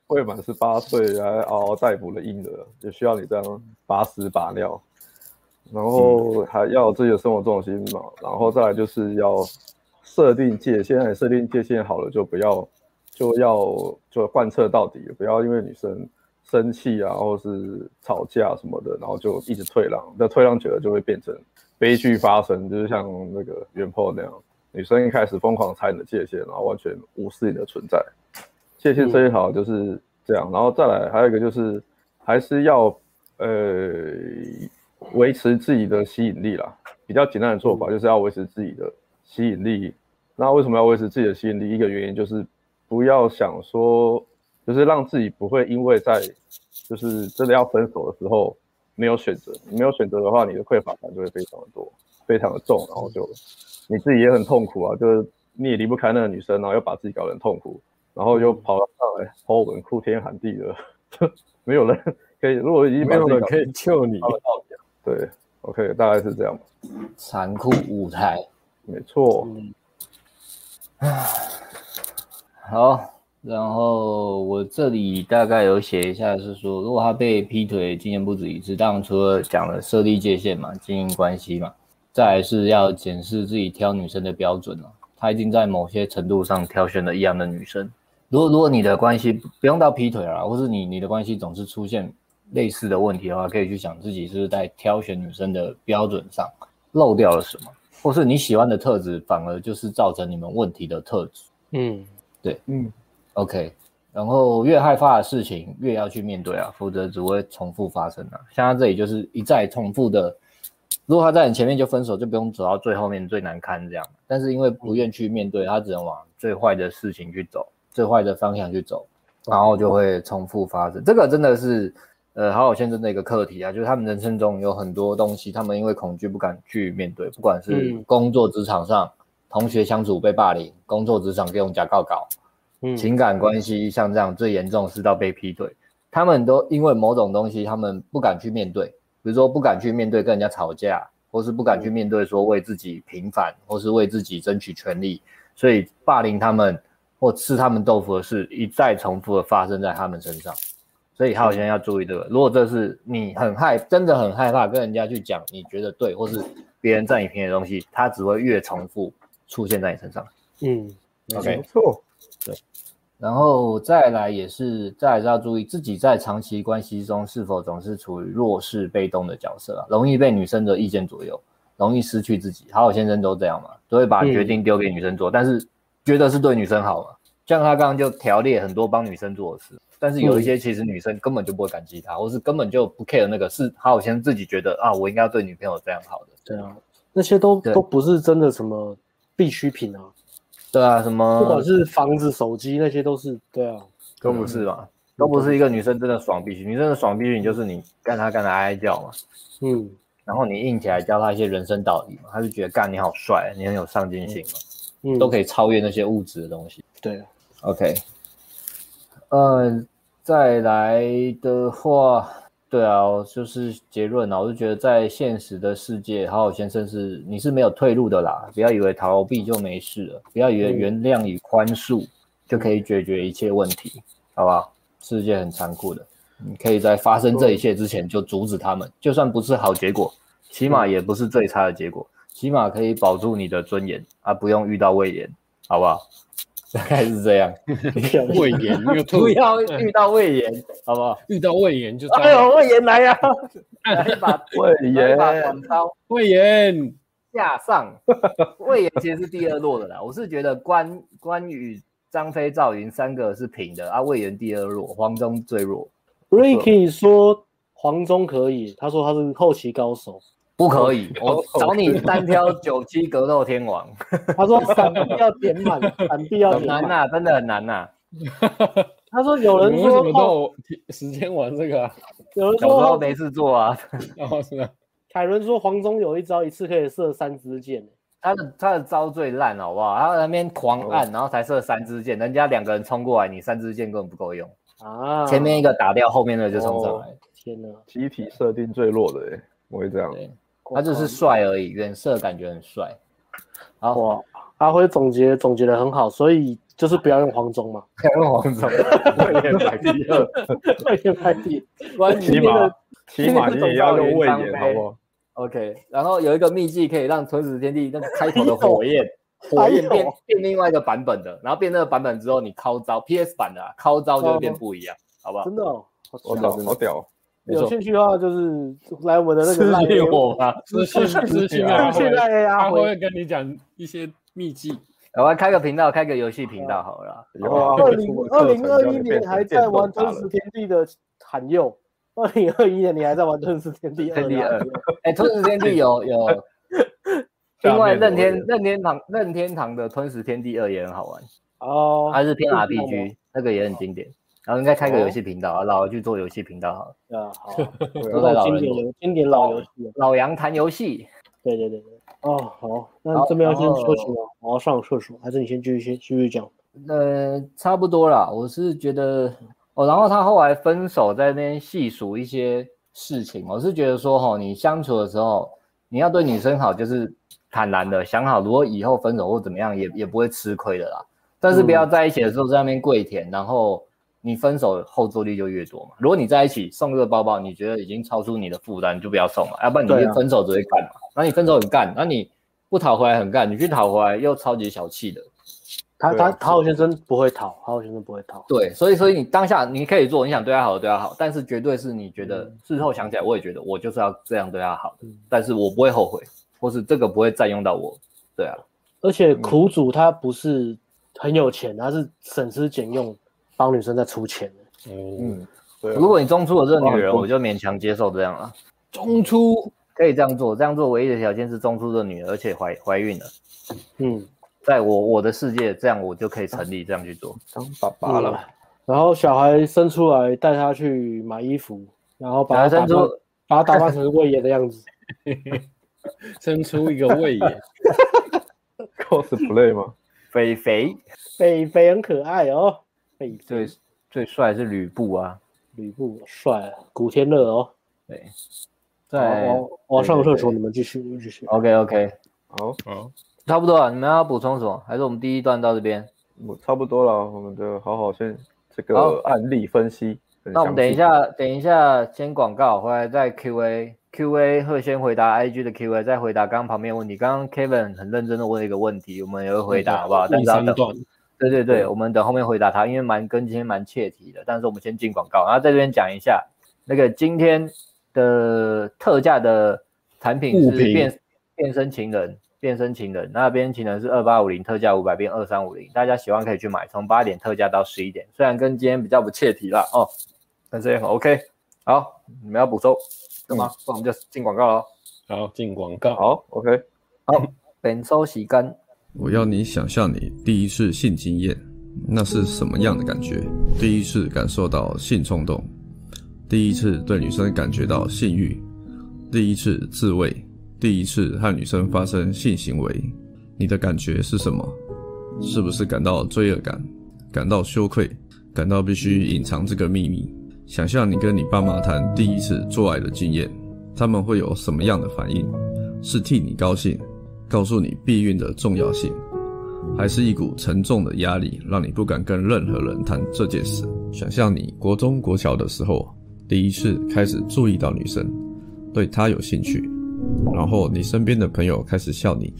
S4: 未满十八岁还嗷嗷待哺的婴儿，也需要你这样把屎把尿，然后还要有自己的生活重心嘛，然后再来就是要设定界限，哎设定界限好了就不要就要就贯彻到底，不要因为女生生气啊，或是吵架什么的，然后就一直退让，那退让久了就会变成悲剧发生，就是像那个原破那样，女生一开始疯狂踩你的界限，然后完全无视你的存在。界限设立好就是这样，然后再来还有一个就是还是要呃维持自己的吸引力啦。比较简单的
S3: 嗯
S4: 做法就是要维持自己的吸引力。那为什么要维持自己的吸引力？一个原因就是不要想说，就是让自己不会因为在就是真的要分手的时候没有选择，没有选择的话，你的匮乏感就会非常的多，非常的重，然后就你自己也很痛苦啊，就是你也离不开那个女生，然后又把自己搞得很痛苦，然后
S3: 嗯
S4: 又跑上来吼我们哭天喊地的， 没有人可以，如果已经把
S3: 没
S4: 自己
S3: 有人
S4: 搞
S3: 可以救 你
S4: 到。了到底啊，对，OK，大概是这样吧，
S1: 残酷舞台。
S4: 没错，
S1: 好，然后我这里大概有写一下，是说如果他被劈腿经验不止一次，当然除了讲了设立界限嘛，经营关系嘛，再来是要检视自己挑女生的标准了、他已经在某些程度上挑选了一样的女生。如果如果你的关系不不用到劈腿啊，或是你你的关系总是出现类似的问题的话，可以去想自己是不是在挑选女生的标准上漏掉了什么，或是你喜欢的特质反而就是造成你们问题的特质。
S2: 嗯，
S4: 嗯，
S1: OK，然后越害怕的事情越要去面对啊，否则只会重复发生啊。像他这里就是一再重复的，如果他在你前面就分手，就不用走到最后面最难堪这样。但是因为不愿去面对，他只能往最坏的事情去走，最坏的方向去走，然后就会重复发生。这个真的是。呃，好好先生的一个课题啊，就是他们人生中有很多东西，他们因为恐惧不敢去面对，不管是
S2: 嗯
S1: 工作职场上、同学相处被霸凌，工作职场给我们加告告，
S2: 嗯
S1: 情感关系像这样最严重是到被劈腿，他们都因为某种东西，他们不敢去面对，比如说不敢去面对跟人家吵架，或是不敢去面对说为自己平反，或是为自己争取权利，所以霸凌他们或吃他们豆腐的事一再重复的发生在他们身上。所以他好像要注意这个。如果这是你很害，真的很害怕跟人家去讲你觉得对，或是别人占你便宜的东西，它只会越重复出现在你身上。
S2: 嗯，
S1: OK
S4: 没错，
S1: 然后再来也是，再来是要注意自己在长期关系中是否总是处于弱势被动的角色啊，容易被女生的意见左右，容易失去自己。好好先生都这样嘛，都会把决定丢给女生做，但是觉得是对女生好嘛。像他刚刚就条列很多帮女生做的事，但是有一些其实女生根本就不会感激他，或是根本就不 care 那个，是好好先生自己觉得啊，我应该要对女朋友这样好的。
S2: 对啊，那些都
S1: 对
S2: 都不是真的什么必需品啊，
S1: 对啊，什么
S2: 不管是房子、手机那些都是对啊，
S1: 都不是嘛，都不是一个女生真的爽必须，女生的爽必须你就是你干她干她哀哀叫嘛，
S2: 嗯，
S1: 然后你硬起来教她一些人生道理嘛，她就觉得干你好帅，你很有上进心嘛，
S2: 嗯
S1: 都可以超越那些物质的东西。
S2: 对啊，
S1: OK，呃，再来的话，对啊，就是结论啊，我就觉得在现实的世界，好好先生是你是没有退路的啦，不要以为逃避就没事了，不要以为
S2: 嗯
S1: 原谅与宽恕就可以解决一切问题，好吧？世界很残酷的，你可以在发生这一切之前就阻止他们，就算不是好结果，起码也不是最差的结果，起码可以保住你的尊严啊，不用遇到威严，好不好？ 大概是这样。
S3: 胃炎又吐，
S1: 不要遇到胃炎，好不好？
S3: 遇到胃炎就
S1: 哎
S3: 在
S1: 呦，胃炎来呀、来一把，
S4: 魏
S1: 来
S4: 爷
S1: 一，把短刀
S3: 胃炎。
S1: 架上。胃炎其实是第二弱的啦，我是觉得关关羽、张飞、赵云三个是平的啊，胃炎第二弱，黄忠最弱，
S2: Ricky 说黄忠可以，他说他是后期高手，
S1: 不可以，我找你单挑九七格斗天王，
S2: 他说闪避要点满， 闪避要
S1: 很
S2: 点
S1: 难啊
S2: 满。
S1: 呐、真的很难呐、
S2: 他说有人
S3: 你为什
S2: 说
S3: 么
S2: 后，
S3: 到时间玩这个啊？
S2: 有人
S1: 小时
S2: 说
S1: 候
S2: 后，
S1: 没事做啊，
S3: 哦，是 啊，
S2: 凯伦说黄忠有一招一次可以射三支箭，
S1: 他的他的招最烂，好不好？他在那边狂按，然后才射三支箭，人家两个人冲过来，你三支箭根本不够用。
S2: 啊，
S1: 前面一个打掉，后面的就冲上来。
S2: 天哪，
S4: 集体设定最弱的哎，我会这样，
S1: 对，他就是帅而已，远射感觉很帅。好，
S2: 哇，阿辉总结总结的很好，所以就是不要用黄忠嘛，
S1: 问黄总，
S4: 魏延摆第二，
S2: 对，拍地，
S1: 关
S4: 起
S1: 于
S4: 码
S1: 今
S4: 起
S1: 天
S4: 码
S1: 的
S4: 你也要用
S1: 总
S4: 魏
S1: 召
S4: 延
S1: 云
S4: 好不好？
S1: OK，然后有一个秘技可以让《吞食天地》那个开头的火焰，火焰
S2: 哎
S1: 变
S2: 呦
S1: 变另外一个版本的，然后变那个版本之后，你敲招 PS 版的啊，敲招就会变不一样，好不好？
S2: 真的哦，好
S4: 我
S2: 强
S4: 操，
S2: 哦
S4: 好屌！
S1: 没错
S2: 有兴趣的话就是来我们的那个
S1: 私
S2: 赖
S1: 信我吧，
S3: 资讯资讯啊，
S2: 私
S3: 会
S2: 信赖 A
S3: 他
S2: 阿辉，
S3: 会跟你讲一些秘技。
S1: 我要开个频道，开个游戏频道好了啦。
S4: 以后
S2: 哦
S4: 啊
S2: 二
S4: 出
S2: 零
S4: 门
S2: 二
S4: 课程
S2: 零二
S4: 教
S2: 一
S4: 你
S2: 年
S4: 变
S2: 还
S4: 成
S2: 在
S4: 电
S2: 玩
S4: 动
S2: 《
S4: 大
S2: 吞
S4: 人
S2: 食天地》的罕佑，二零二一年你还在玩《吞食天地二
S1: 天地》
S2: 啊
S1: 二，哎，《吞食天地》有有，另外任天任天堂任天堂的《吞食天地二》也很好玩。
S2: 哦，
S1: 它是偏
S2: 不一样
S1: RPG，那个也很经典。然后应该开个游戏频道啊，老了去做游戏频道好了。
S2: 啊，好啊，
S4: 对
S1: 都
S2: 这
S1: 在
S2: 种
S1: 老
S2: 经
S1: 人
S2: 典游经典老游戏啊，
S1: 老杨谈游戏，
S2: 对对对对，哦，好，那
S1: 好
S2: 这边要先
S1: 然后
S2: 休息了，我要上厕所，还是你先继续先继续讲？
S1: 呃，差不多啦。我是觉得哦，然后他后来分手，在那边细数一些事情，我是觉得说，吼，你相处的时候，你要对女生好，就是坦然的想好，如果以后分手或怎么样，也也不会吃亏的啦。但是不
S2: 嗯
S1: 要在一起的时候在那边跪舔，然后你分手后坐力就越多嘛。如果你在一起送这个包包，你觉得已经超出你的负担，你就不要送了，要不然你
S2: 对
S1: 就
S2: 啊
S1: 分手只会干嘛。那、你分手很干，那你不讨回来很干，你去讨回来又超级小气的。
S2: 他
S4: 对
S2: 他
S4: 啊
S2: 讨好先生不会讨，讨好先生不会讨，
S1: 对，所以所以你当下你可以做，你想对他好对他好，但是绝对是你觉得事后想起来，我也觉得我就是要这样对他好的
S2: 嗯，
S1: 但是我不会后悔，或是这个不会占用到我。对啊，
S2: 而且
S4: 嗯
S2: 苦主他不是很有钱，他是省吃俭用帮女生在出钱的，
S1: 嗯
S3: 哦，，
S4: 对啊
S1: 如果你中出了这个女人，
S4: 哇
S1: 我就勉强接受这样了。
S3: 中出
S1: 可以这样做，这样做唯一的条件是中出的女儿，而且怀怀孕了。
S2: 嗯。
S1: 在我我的世界，这样我就可以成立这样去做。
S4: 当爸爸
S2: 嗯
S4: 了，
S2: 然后小孩生出来带他去买衣服，然后
S1: 小孩
S2: 把他打
S1: 生
S2: 扮
S1: 出，
S2: 把他打扮成魏爷的样子。
S3: 生出一个胃炎，
S4: cosplay 吗？
S1: 肥肥
S2: 北北很可爱哦，北
S1: 最最帅是吕布啊，
S2: 吕布帅，古天乐哦。
S1: 对，
S2: 好
S1: 在
S2: 我我要上个厕所，
S1: 对对对
S2: 你们继续你们继续。
S1: OK OK，
S4: 好，
S3: 哦，
S1: 差不多啊了。你们要补充什么？还是我们第一段到这边？
S4: 我差不多了，我们就好好先这
S1: 好
S4: 个案例分析。
S1: 那我们等一下，等一下先广告，回来再 Q A Q A 会先回答 I G 的 Q A，再回答刚刚旁边的问题。刚刚 Kevin 很认真的问了一个问题，我们也会回答，好 不好？但
S5: 第
S1: 是要
S5: 三
S1: 等。
S5: 段，
S1: 对对对，我们等后面回答他，因为蛮跟今天蛮切题的。但是我们先进广告，然后在这边讲一下，那个今天的特价的产品
S5: 物
S1: 是
S5: 品
S1: 变变身情人，变身情人，那变身情人是二八五零特价五百变二三五零，大家喜欢可以去买，从八点特价到十一点，虽然跟今天比较不切题啦哦，但是也很 OK。好，你们要补充干
S5: 嗯
S1: 嘛？不然我们就进广告喽。
S5: 好进广告。
S3: 好，OK，
S1: 本收洗干。
S4: 我要你想象你第一次性经验，那是什么样的感觉？第一次感受到性冲动，第一次对女生感觉到性欲，第一次自慰，第一次和女生发生性行为，你的感觉是什么？是不是感到罪恶感，感到羞愧，感到必须隐藏这个秘密？想象你跟你爸妈谈第一次做爱的经验，他们会有什么样的反应？是替你高兴，告诉你避孕的重要性，还是一股沉重的压力，让你不敢跟任何人谈这件事？想象你国中、国小的时候，第一次开始注意到女生，对她有兴趣，然后你身边的朋友开始笑你，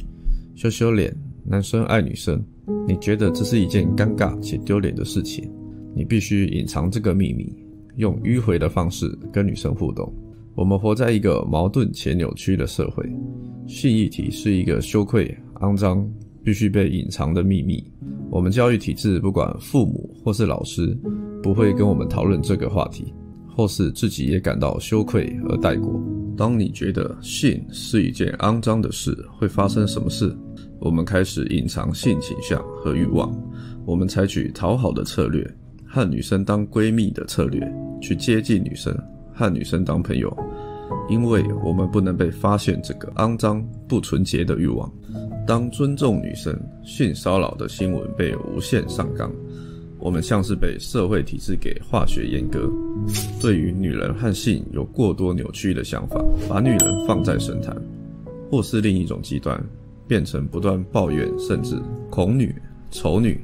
S4: 羞羞脸，男生爱女生，你觉得这是一件尴尬且丢脸的事情，你必须隐藏这个秘密，用迂回的方式跟女生互动。我们活在一个矛盾且扭曲的社会，性议题是一个羞愧、肮脏、必须被隐藏的秘密。我们教育体制，不管父母或是老师，不会跟我们讨论这个话题，或是自己也感到羞愧而带过。当你觉得性是一件肮脏的事，会发生什么事？我们开始隐藏性倾向和欲望，我们采取讨好的策略，和女生当闺蜜的策略，去接近女生，和女生当朋友，因为我们不能被发现这个肮脏、不纯洁的欲望。当尊重女生、性骚扰的新闻被无限上纲，我们像是被社会体制给化学阉割，对于女人和性有过多扭曲的想法，把女人放在神坛，或是另一种极端，变成不断抱怨，甚至恐女、丑女。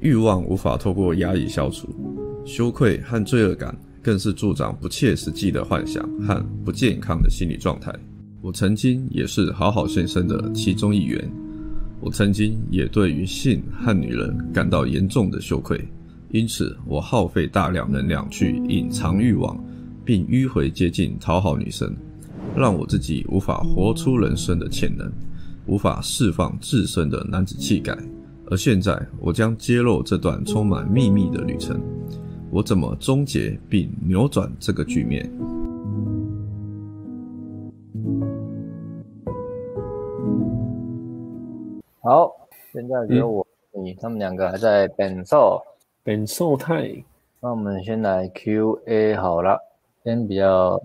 S4: 欲望无法透过压抑消除，羞愧和罪恶感更是助长不切实际的幻想和不健康的心理状态。我曾经也是好好先生的其中一员，我曾经也对于性和女人感到严重的羞愧，因此我耗费大量能量去隐藏欲望，并迂回接近讨好女生，让我自己无法活出人生的潜能，无法释放自身的男子气概。而现在，我将揭露这段充满秘密的旅程，我怎么终结并扭转这个局面？
S1: 好，现在
S5: 嗯
S1: 只有我、你，他们两个还在本寿。
S5: 本寿太
S1: 那我们先来 Q&A 好了，先比较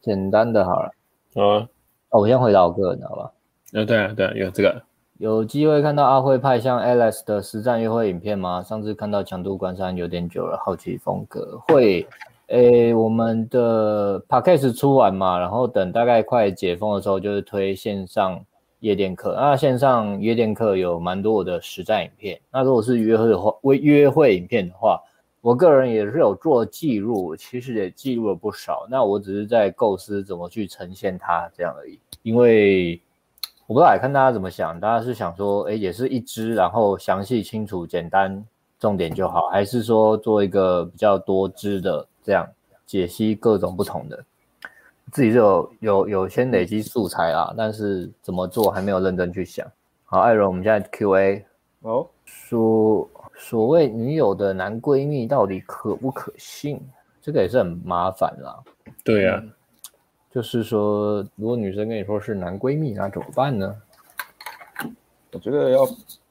S1: 简单的好了。
S5: 好啊，
S1: 哦，我先回答我个人的好吧。
S5: 呃，对啊，对啊，有这个，
S1: 有机会看到阿慧派向 Alice 的实战约会影片吗？上次看到强度关山有点久了，好奇风格会。诶，我们的 p a c k a g e 出完嘛，然后等大概快解封的时候，就是推线上夜店课。那线上夜店课有蛮多我的实战影片。那如果是约会的话，为约会影片的话，我个人也是有做记录，其实也记录了不少。那我只是在构思怎么去呈现它这样而已，因为我不知道，看大家怎么想，大家是想说，哎，也是一支，然后详细、清楚、简单、重点就好，还是说做一个比较多支的，这样解析各种不同的？自己是有有有先累积素材啦，但是怎么做还没有认真去想。好，艾伦，我们现在 Q&A，
S3: 好，
S1: 所所谓女友的男闺蜜到底可不可信？这个也是很麻烦啦。
S5: 对啊，
S1: 就是说，如果女生跟你说是男闺蜜，那怎么办呢？
S3: 我觉得要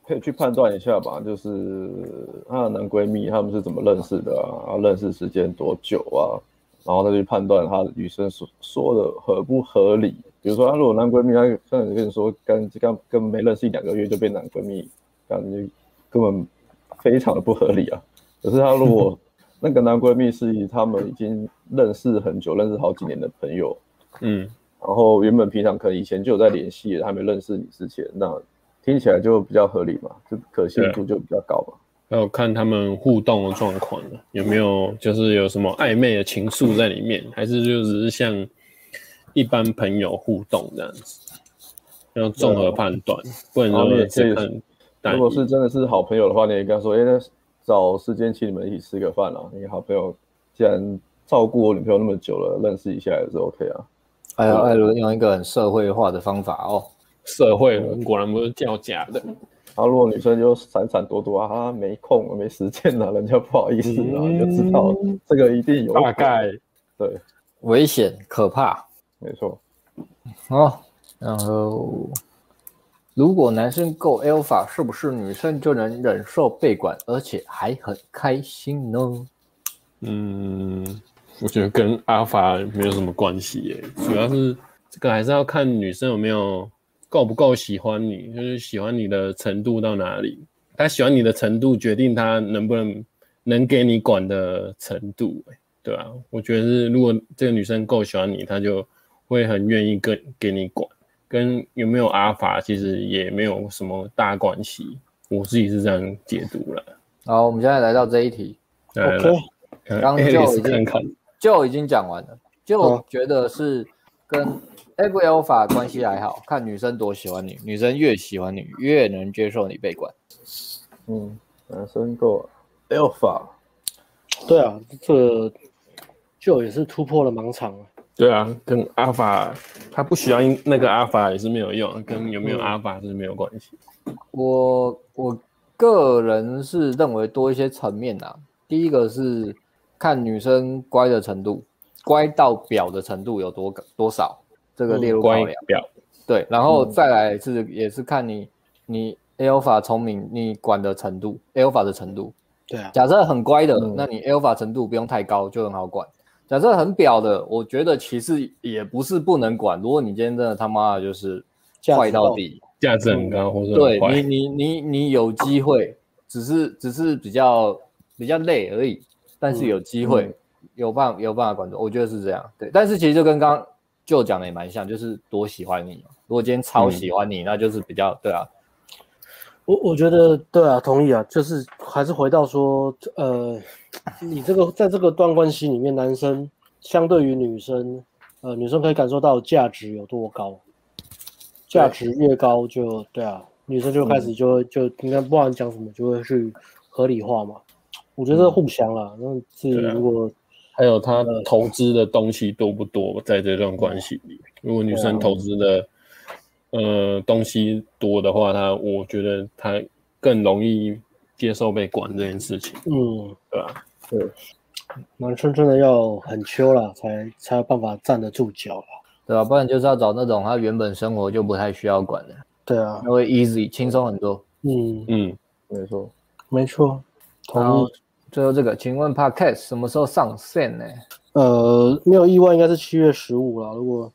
S3: 可以去判断一下吧，就是她的男闺蜜他们是怎么认识的啊，啊认识时间多久啊，然后再去判断她女生所说的合不合理。比如说，啊她如果男闺蜜，她像你跟你说，跟跟跟没认识一两个月就变男闺蜜，感觉根本非常的不合理啊。可是她如果那个男闺蜜是他们已经认识很久、认识好几年的朋友，
S5: 嗯，
S3: 然后原本平常可能以前就有在联系的，还没认识你之前，那听起来就比较合理嘛，就可信度就比较高嘛。还有看他们互动的状况了，有没有就是有什么暧昧的情愫在里面，还是就只是像一般朋友互动这样子，要综合判断，不能
S4: 啊然后
S3: 说
S4: 你也可
S3: 只
S4: 以
S3: 看单一。
S4: 如果是真的是好朋友的话，你也跟他说，哎、那找时间请你们一起吃个饭啦。你好朋友既然照顾我女朋友那么久了，认识一下也是 OK 啊。
S1: 哎呀，艾伦用一个很社会化的方法哦，
S3: 社会果然不是叫假的，
S4: 然后如果女生就闪闪躲躲啊，啊没空没时间了、人家不好意思啊，你就知道
S1: 嗯
S4: 这个一定有
S3: 大概
S4: 对，
S1: 危险可怕
S4: 没错。
S1: 哦。然后，如果男生够 alpha，是不是女生就能忍受被管，而且还很开心呢？
S3: 嗯，我觉得跟阿法没有什么关系耶，主要是这个还是要看女生有没有够不够喜欢你，就是喜欢你的程度到哪里。她喜欢你的程度决定她能不能能给你管的程度，对啊，我觉得是如果这个女生够喜欢你，她就会很愿意跟给你管，跟有没有阿法其实也没有什么大关系，我自己是这样解读了。
S1: 好，我们现在来到这一题，
S3: 来
S2: OK
S3: 来
S1: 哦刚
S3: 来
S1: 就
S3: ，Alice
S1: 已经
S3: 看看。
S1: 就已经讲完了，就
S2: 嗯
S1: 觉得是跟 a g r alpha 关系还好，看女生多喜欢你，女生越喜欢你，越能接受你被管。
S4: 嗯，男生够 alpha，
S2: 对啊，这个就也是突破了盲场啊。
S3: 对啊，跟阿法，他不喜欢那个阿法也是没有用，跟有
S1: 嗯
S3: 没有阿法是没有关系。
S1: 我我个人是认为多一些层面啊。第一个是看女生乖的程度，乖到表的程度有多个多少，这个列入考
S3: 乖
S1: 量。
S3: 表，
S1: 对，然后再来是也是看你你 alpha 聪明，你管的程度，alpha 的程度。
S2: 对啊，
S1: 假设很乖的，
S4: 嗯
S1: 那你 alpha 程度不用太高，就很好管。假设很表的，我觉得其实也不是不能管。如果你今天真的他妈的就是
S2: 价值
S1: 坏到
S2: 到
S1: 底，
S3: 价值很高或者
S1: 对
S3: 很
S1: 你，
S3: 坏，
S1: 你你你有机会，只是只是比较比较累而已，但
S4: 嗯
S1: 是有机会，有办有办法管住，我觉得是这样。对，但是其实就跟刚刚就讲的也蛮像，就是多喜欢你嘛。哦如果今天
S4: 嗯
S1: 超喜欢你，那就是比较对啊，
S2: 我我觉得对啊，同意啊，就是还是回到说，呃，你这个在这个段关系里面，男生相对于女生，呃，女生可以感受到价值有多高，价值越高就对啊，女生就开
S3: 嗯
S2: 始就会、就应该不管讲什么就会去合理化嘛。我觉得互相啦，那至于
S3: 嗯对啊
S2: 如果
S3: 还有他投资的东西多不多，在这段关系里，如果女生投资的呃东西多的话，她我觉得她更容易接受被管这件事情，
S2: 嗯，
S3: 对吧？
S2: 男生真的要很秋啦，才才有办法站得住脚啦。
S1: 对啊吧、不然就是要找那种他原本生活就不太需要管的，
S2: 对啊，
S1: 那会 easy 轻松很多。
S2: 嗯，
S3: 嗯，
S4: 没错。
S2: 没错，
S1: 然
S2: 同
S1: 后
S2: 意。
S1: 最后这个，请问 podcast 什么时候上线呢？
S2: 呃，没有意外，应该是七月十五啦。如果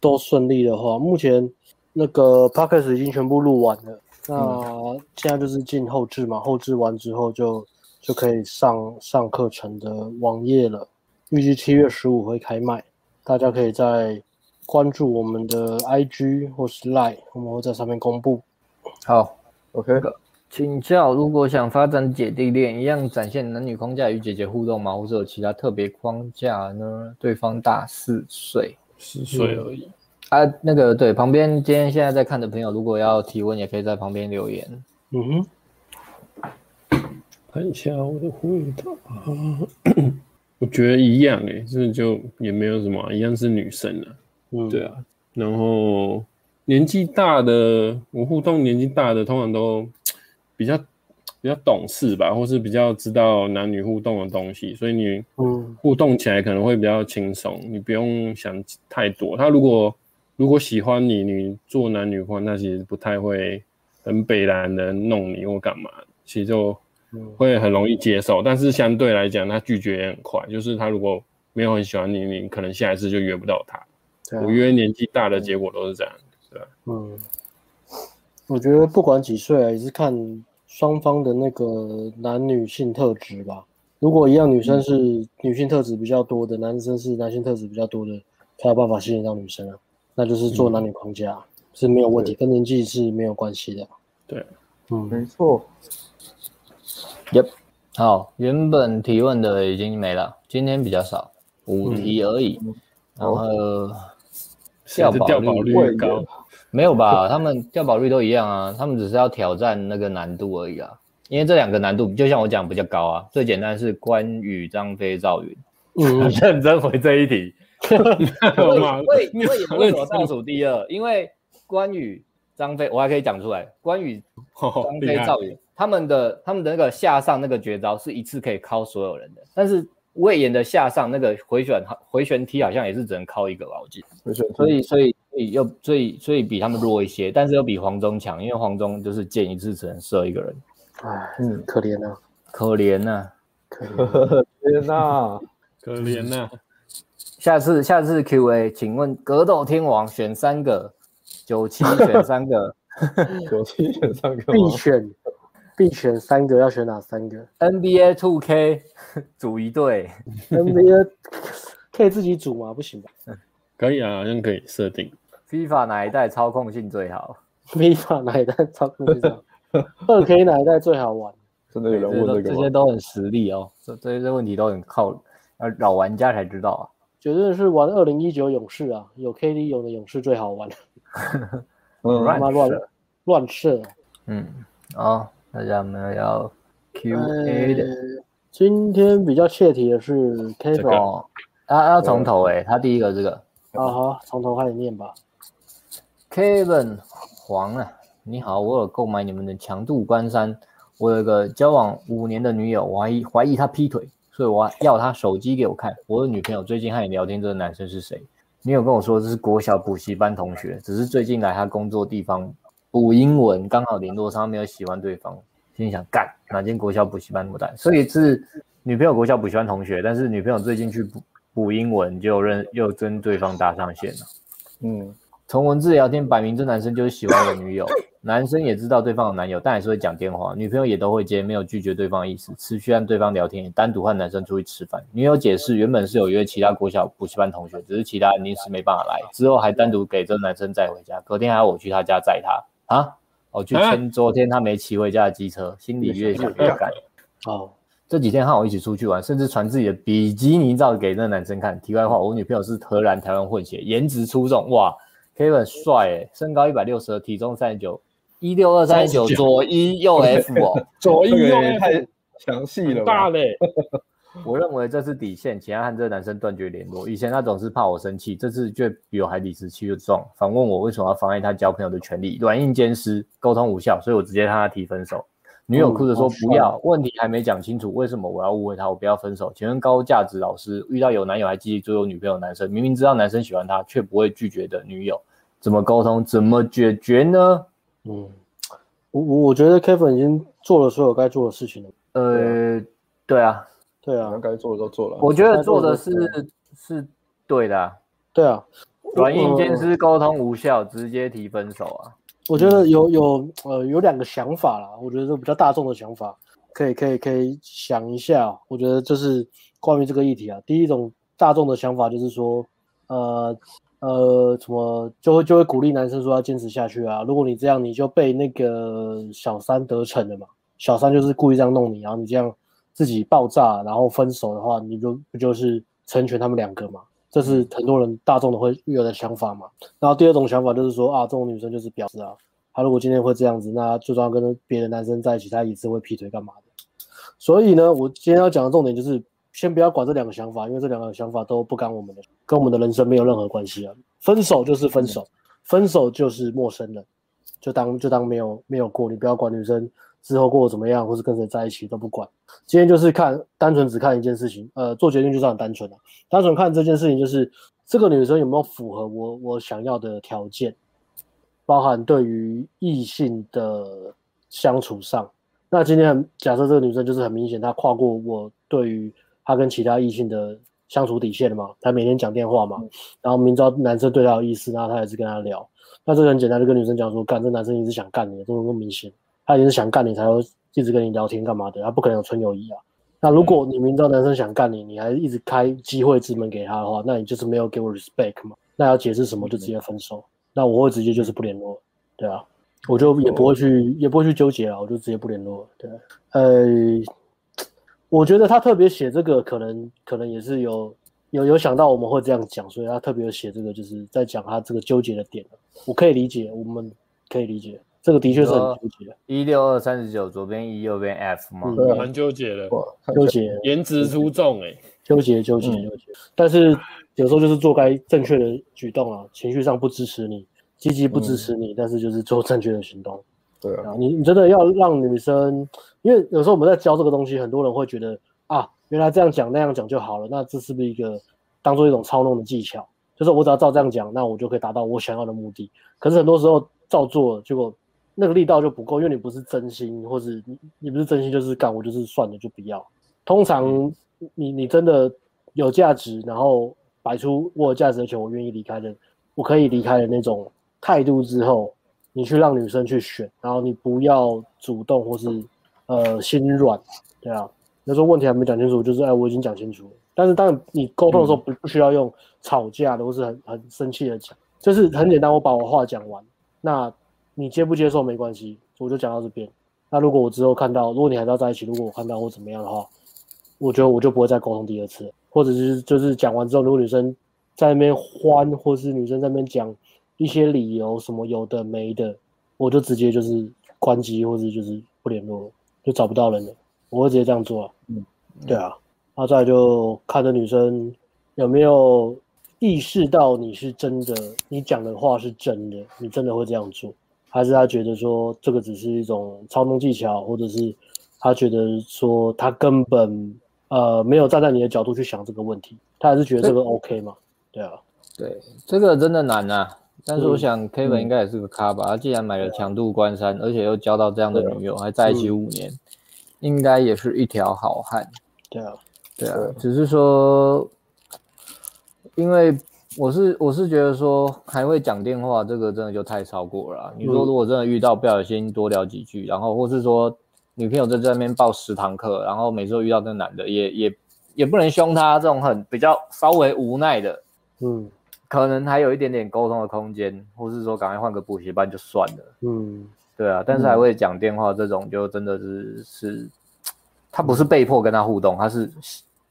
S2: 都顺利的话，目前那个 podcast 已经全部录完了，那
S3: 嗯
S2: 现在就是进后置嘛，后置完之后就就可以上上课程的网页了。预计七月十五会开卖，大家可以在关注我们的 IG 或是 Line，我们会在上面公布。
S1: 好，
S4: OK，
S1: 请教，如果想发展姐弟恋，一样展现男女框架与姐姐互动吗？或者有其他特别框架呢？对方大四岁
S3: 十岁而已。
S1: 啊，那个对，旁边今天现在在看的朋友，如果要提问，也可以在旁边留言。
S2: 嗯哼，
S3: 看一下我的回答， 我觉得一样诶、欸这就也没有什么啊、一样是女生啊。
S2: 嗯，
S3: 对啊，然后年纪大的，我互动年纪大的，通常都比较比较懂事吧，或是比较知道男女互动的东西，所以你
S2: 嗯
S3: 互动起来可能会比较轻松，你不用想太多。他如果如果喜欢你，你做男女欢，他其实不太会很北然的弄你或干嘛，其实就
S2: 嗯
S3: 会很容易接受。但是相对来讲，他拒绝也很快，就是他如果没有很喜欢你，你可能下一次就约不到他。
S2: 对啊
S3: 我约年纪大的结果都是这样。
S2: 嗯，我觉得不管几岁啊，也是看双方的那个男女性特质吧。如果一样，女生是女性特质比较多的，男生是男性特质比较多的，才有办法吸引到女生啊。那就是做男女框架、是没有问题，跟年纪是没有关系的。
S3: 对，
S2: 嗯，
S4: 没错。 Yep，
S1: 好，原本提问的已经没了，今天比较少，五题而已。然后
S3: 掉掉保率
S4: 会
S3: 高
S4: 有，
S1: 没有吧？他们掉保率都一样啊，他们只是要挑战那个难度而已啊。因为这两个难度，就像我讲比较高啊。最简单是关羽、张飞、赵云。
S2: 嗯，
S1: 认真回这一题，
S3: 我 妈
S1: 为为为什
S3: 认
S1: 么倒数第二？因为关羽、张飞，我还可以讲出来。关羽、
S3: 哦
S1: 张
S3: 厉
S1: 飞、
S3: 害，
S1: 赵云他们的他们的那个下上那个绝招是一次可以敲所有人的，但是魏延的下上那个回旋回旋踢好像也是只能敲一个吧，我记得。
S4: 没选
S1: 所以所以所以又所以所以比他们弱一些，但是又比黄忠强，因为黄忠就是箭一次只能射一个人，
S2: 哎，
S4: 嗯，
S2: 可怜啊，
S1: 可怜呐、
S2: 可怜。
S4: 天哪，
S3: 可怜啊呐，
S1: 下次下次 Q&A，请问格斗天王选三个，九 七选三个
S4: 九七选三个
S2: 必
S4: 吗？
S2: 选，必选三个，要选哪三个
S1: ，NBA Two K 组一队，
S2: ？NBA 可以自己组吗？不行吧
S3: 可以啊，好像可以设定。
S1: FIFA 哪一代操控性最好？
S2: ？FIFA 哪一代操控最好？二 K 哪一代最好玩？
S4: 真的有人问
S1: 这些都这
S4: 这个
S1: 些
S4: 吗？
S1: 都很实力哦，这这些问题都很靠呃老玩家才知道啊。
S2: 绝对是玩二零一九勇士啊，有 KD 有的勇士最好玩，他
S4: 嗯，
S2: 妈乱乱射。啊
S1: 嗯，好，大家有没有要 Q&A 的？
S2: 呃，今天比较切题的是 K
S3: 这个
S2: 粉
S1: 哦，他要从头
S4: 呃
S1: 诶、他第一个这个
S2: 啊，好，从头开始念吧。
S1: Kevin 黄啊，你好，我有购买你们的强度关山，我有个交往五年的女友，我怀疑怀疑她劈腿，所以我要她手机给我看。我的女朋友最近和你聊天，这个男生是谁？女友跟我说这是国小补习班同学，只是最近来她工作地方补英文，刚好联络上，没有喜欢对方，心想干哪间国小补习班那么大？所以是女朋友国小补习班同学，但是女朋友最近去补补英文，就认又跟对方搭上线了。
S4: 嗯，
S1: 从文字聊天摆明这男生就是喜欢我女友， 男生也知道对方有男友，但还是会讲电话，女朋友也都会接，没有拒绝对方的意思，持续和对方聊天，也单独和男生出去吃饭。女友解释原本是有约其他国小补习班同学，只是其他人临时没办法来，之后还单独给这男生载回家，隔天还要我去他家载他啊，我去牵昨天他没骑回家的机车，心里越想越干。
S2: 哦，
S1: 这几天和我一起出去玩，甚至传自己的比基尼照给那男生看。题外话，我女朋友是荷兰台湾混血，颜值出众，哇，Kevin 帅诶、身高一百六十二，体重三十九，一六二三十九，左一右 F 哦。
S3: 左一
S4: 这个
S3: 右
S4: 也太详细了
S3: 大
S4: 吧？
S3: 嘞，
S1: 我认为这是底线，请他和这个男生断绝联络。以前他总是怕我生气，这次却比我还理直气壮，反问我为什么要妨碍他交朋友的权利，软硬兼施，沟通无效，所以我直接和他提分手。女友哭着说
S2: 嗯好帅
S1: 不要，问题还没讲清楚，为什么我要误会他？我不要分手。请问高价值老师，遇到有男友还积极追我女朋友的男生，明明知道男生喜欢他却不会拒绝的女友，怎么沟通？怎么解决呢？
S2: 嗯，我我我觉得 K 粉已经做了所有该做的事情了。
S1: 呃，对啊，
S2: 对
S4: 好
S2: 啊
S4: 像，该做的都做了。
S1: 我觉得做的
S2: 该做的
S1: 是是对的啊、
S2: 对啊，
S1: 软硬兼
S2: 呃
S1: 施，沟通无效，直接提分手啊！
S2: 我觉得有有呃有两个想法啦，我觉得比较大众的想法，可以可以可以想一下哦。我觉得就是关于这个议题啊，第一种大众的想法就是说，呃呃，什么就会就会鼓励男生说要坚持下去啊。如果你这样，你就被那个小三得逞了嘛。小三就是故意这样弄你，然后你这样自己爆炸，然后分手的话，你就不就是成全他们两个嘛？这是很多人大众的会有的想法嘛。然后第二种想法就是说啊，这种女生就是婊子啊，她如果今天会这样子，那就算要跟别的男生在一起，她也是会劈腿干嘛的。所以呢，我今天要讲的重点就是，先不要管这两个想法，因为这两个想法都不干我们的，跟我们的人生没有任何关系啊。分手就是分手，分手就是陌生人，就当就当没有没有过，你不要管女生之后过得怎么样，或是跟谁在一起都不管。今天就是看单纯只看一件事情，呃，做决定就是很单纯啊。单纯看这件事情，就是这个女生有没有符合我我想要的条件，包含对于异性的相处上。那今天很假设这个女生就是很明显，她跨过我对于她跟其他异性的相处底线了嘛，她每天讲电话嘛，然后明知道男生对她有意思，然后她还是跟他聊。那这个很简单，就跟女生讲说，干这男生一直想干你，这么明显，他一定是想干你才会一直跟你聊天干嘛的，他不可能有纯友谊啊。那如果你明知道男生想干你，你还一直开机会之门给他的话，那你就是没有给我 respect 嘛？那要解释什么就直接分手，那我会直接就是不联络，啊对啊，我就也不会去、也不会去纠结了，我就直接不联络，对啊、呃，我觉得他特别写这个，可能可能也是有有有想到我们会这样讲，所以他特别有写这个，就是在讲他这个纠结的点。我可以理解，我们可以理解，这个的确是很纠结，
S1: 一六二三十九，左边一，右边 F 嘛。
S2: 嗯
S3: 蛮纠结的，
S4: 哇，看起
S2: 纠
S4: 来
S2: 结
S3: 颜值出众哎、
S2: 纠结纠结
S4: 嗯
S2: 纠结。但是有时候就是做该正确的举动啊，情绪上不支持你，积极不支持你，但是就是做正确的行动。
S4: 嗯对啊，
S2: 啊，你你真的要让女生，因为有时候我们在教这个东西，很多人会觉得啊，原来这样讲那样讲就好了，那这是不是一个当做一种操弄的技巧？就是我只要照这样讲，那我就可以达到我想要的目的。可是很多时候照做了，结果那个力道就不够，因为你不是真心，或者你你不是真心就是干，我就是算了就不要。通常你你真的有价值，然后摆出我有价值而且我愿意离开的，我可以离开的那种态度之后，你去让女生去选，然后你不要主动或是呃心软，对啊。有时候问题还没讲清楚，就是哎我已经讲清楚了，但是当然你沟通的时候不不需要用吵架的或是很很生气的讲，就是很简单，我把我话讲完，那你接不接受没关系，我就讲到这边。那如果我之后看到，如果你还是要在一起，如果我看到或怎么样的话，我觉得我就不会再沟通第二次了，或者是就是讲完之后，如果女生在那边欢，或是女生在那边讲一些理由什么有的没的，我就直接就是关机，或者就是不联络了，就找不到人了，我会直接这样做、啊。嗯，对啊，那再来就看这女生有没有意识到你是真的，你讲的话是真的，你真的会这样做。还是他觉得说这个只是一种操弄技巧，或者是他觉得说他根本呃没有站在你的角度去想这个问题，他还是觉得这个 OK 嘛？对啊，
S1: 对，这个真的难啊。但是我想 Kevin
S2: 嗯
S1: 应该也是个咖吧，他既然买了强度关山，而且又交到这样的女友，还在一起五
S2: 嗯
S1: 年，应该也是一条好汉。
S2: 对啊，
S1: 对啊
S4: 对，
S1: 只是说，因为我是我是觉得说还会讲电话这个真的就太超过了啊。你说
S2: 嗯
S1: 如果真的遇到不小心多聊几句，然后或是说女朋友在这边报十堂课，然后每次都遇到这个男的，也也也不能凶他这种很比较稍微无奈的，
S2: 嗯
S1: 可能还有一点点沟通的空间，或是说赶快换个补习班就算了。
S2: 嗯
S1: 对啊，但是还会讲电话这种，就真的是是，他不是被迫跟他互动，他是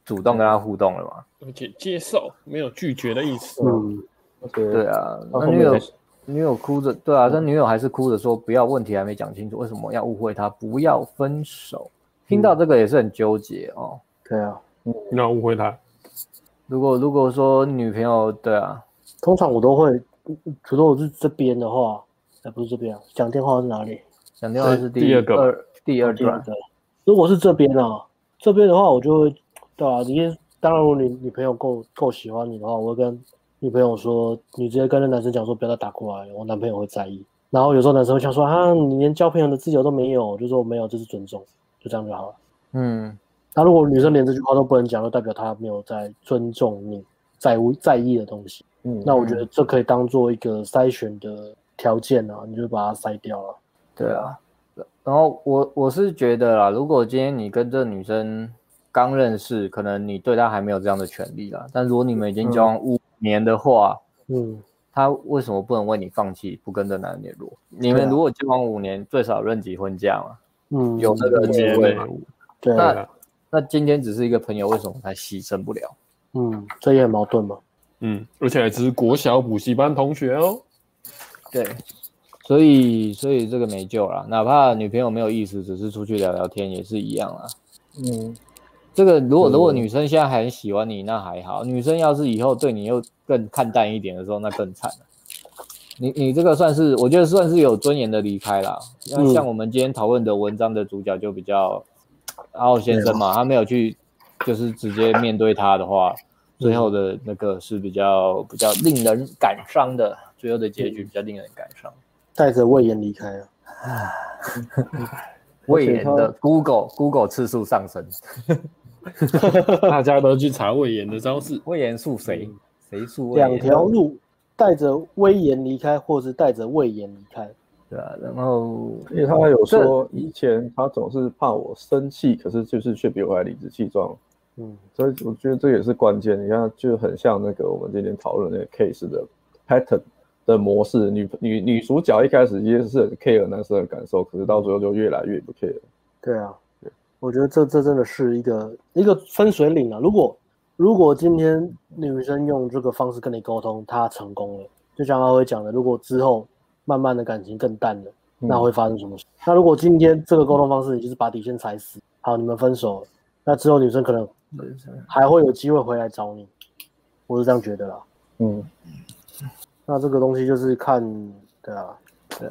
S1: 主动跟他互动了嘛？
S3: 而且接受没有拒绝的意思。
S2: 嗯，
S4: 而且
S1: 对啊，
S4: 他
S1: 那
S4: 后
S1: 女
S4: 面
S1: 友
S4: 还是
S1: 女友哭着，对啊，但
S2: 嗯
S1: 女友还是哭着说不要，问题还没讲清楚，为什么要误会他，不要分手？听
S2: 嗯
S1: 到这个也是很纠结哦。
S2: 对啊，
S3: 你要误会他，
S1: 如果如果说女朋友对啊，
S2: 通常我都会，嗯嗯除了我是这边的话，哎，不是这边啊，讲电话是哪里？
S1: 讲电话是
S3: 第
S1: 第
S3: 二个
S1: 二第二
S2: 哦第二
S1: 段，
S2: 个，如果是这边啊，这边的话，我就会，对啊，你当然，如果你女朋友够够喜欢你的话，我会跟女朋友说，你直接跟那男生讲说，不要再打过来，我男朋友会在意。然后有时候男生会想说，啊，你连交朋友的自由都没有，我就说没有，这是尊重，就这样就好了。
S1: 嗯，
S2: 那如果女生连这句话都不能讲，就代表她没有在尊重你在乎在意的东西。
S4: 嗯，
S2: 那我觉得这可以当做一个筛选的条件啊，你就把它筛掉了。
S1: 对啊。然后我我是觉得啦，如果今天你跟这女生刚认识，可能你对她还没有这样的权利啦。但如果你们已经交往五年的话，
S2: 嗯，
S1: 他为什么不能为你放弃，不跟这男人联络？你们
S2: 对啊
S1: 如果交往五年，最少认几婚假嘛，
S2: 嗯，
S1: 有那个机会嘛？
S2: 对啊，
S1: 那那今天只是一个朋友，为什么他牺牲不了？
S2: 嗯，这也很矛盾嘛。
S3: 嗯，而且还只是国小补习班同学哦。
S1: 对，所以所以这个没救了，哪怕女朋友没有意思，只是出去聊聊天也是一样啊。
S4: 嗯，
S1: 这个如果如果女生现在还很喜欢你，那还好；女生要是以后对你又更看淡一点的时候，那更惨了。你你这个算是我觉得算是有尊严的离开啦。像
S2: 嗯
S1: 像我们今天讨论的文章的主角就比较阿浩先生嘛，他没有去就是直接面对他的话，最后的那个是比较比较令人感伤的，最后的结局比较令人感伤。
S2: 带着胃炎离开啊了。
S1: 魏延的 Google Google 次数上升，
S3: 大家都去查魏延的招式，
S1: 魏延诉谁？谁诉魏延？
S2: 两条路，带着威严离开，或是带着胃炎离开。
S1: 对啊，然后
S4: 因为他有
S1: 这
S4: 说以前他总是怕我生气，可是就是却比我还理直气壮，
S2: 嗯
S4: 所以我觉得这也是关键。你看，就很像那个我们今天讨论的那个 case 的 pattern 的模式。女女女主角一开始也是很 care 男生的感受，可是到最后就越来越不 care。
S2: 对啊，我觉得这这真的是一个一个分水岭啊。如果如果今天女生用这个方式跟你沟通，她成功了，就像阿辉讲的，如果之后慢慢的感情更淡了，那会发生什么事？那如果今天这个沟通方式，你就是把底线踩死，好，你们分手了，那之后女生可能还会有机会回来找你，我是这样觉得啦。
S4: 嗯，
S2: 那这个东西就是看，对啊，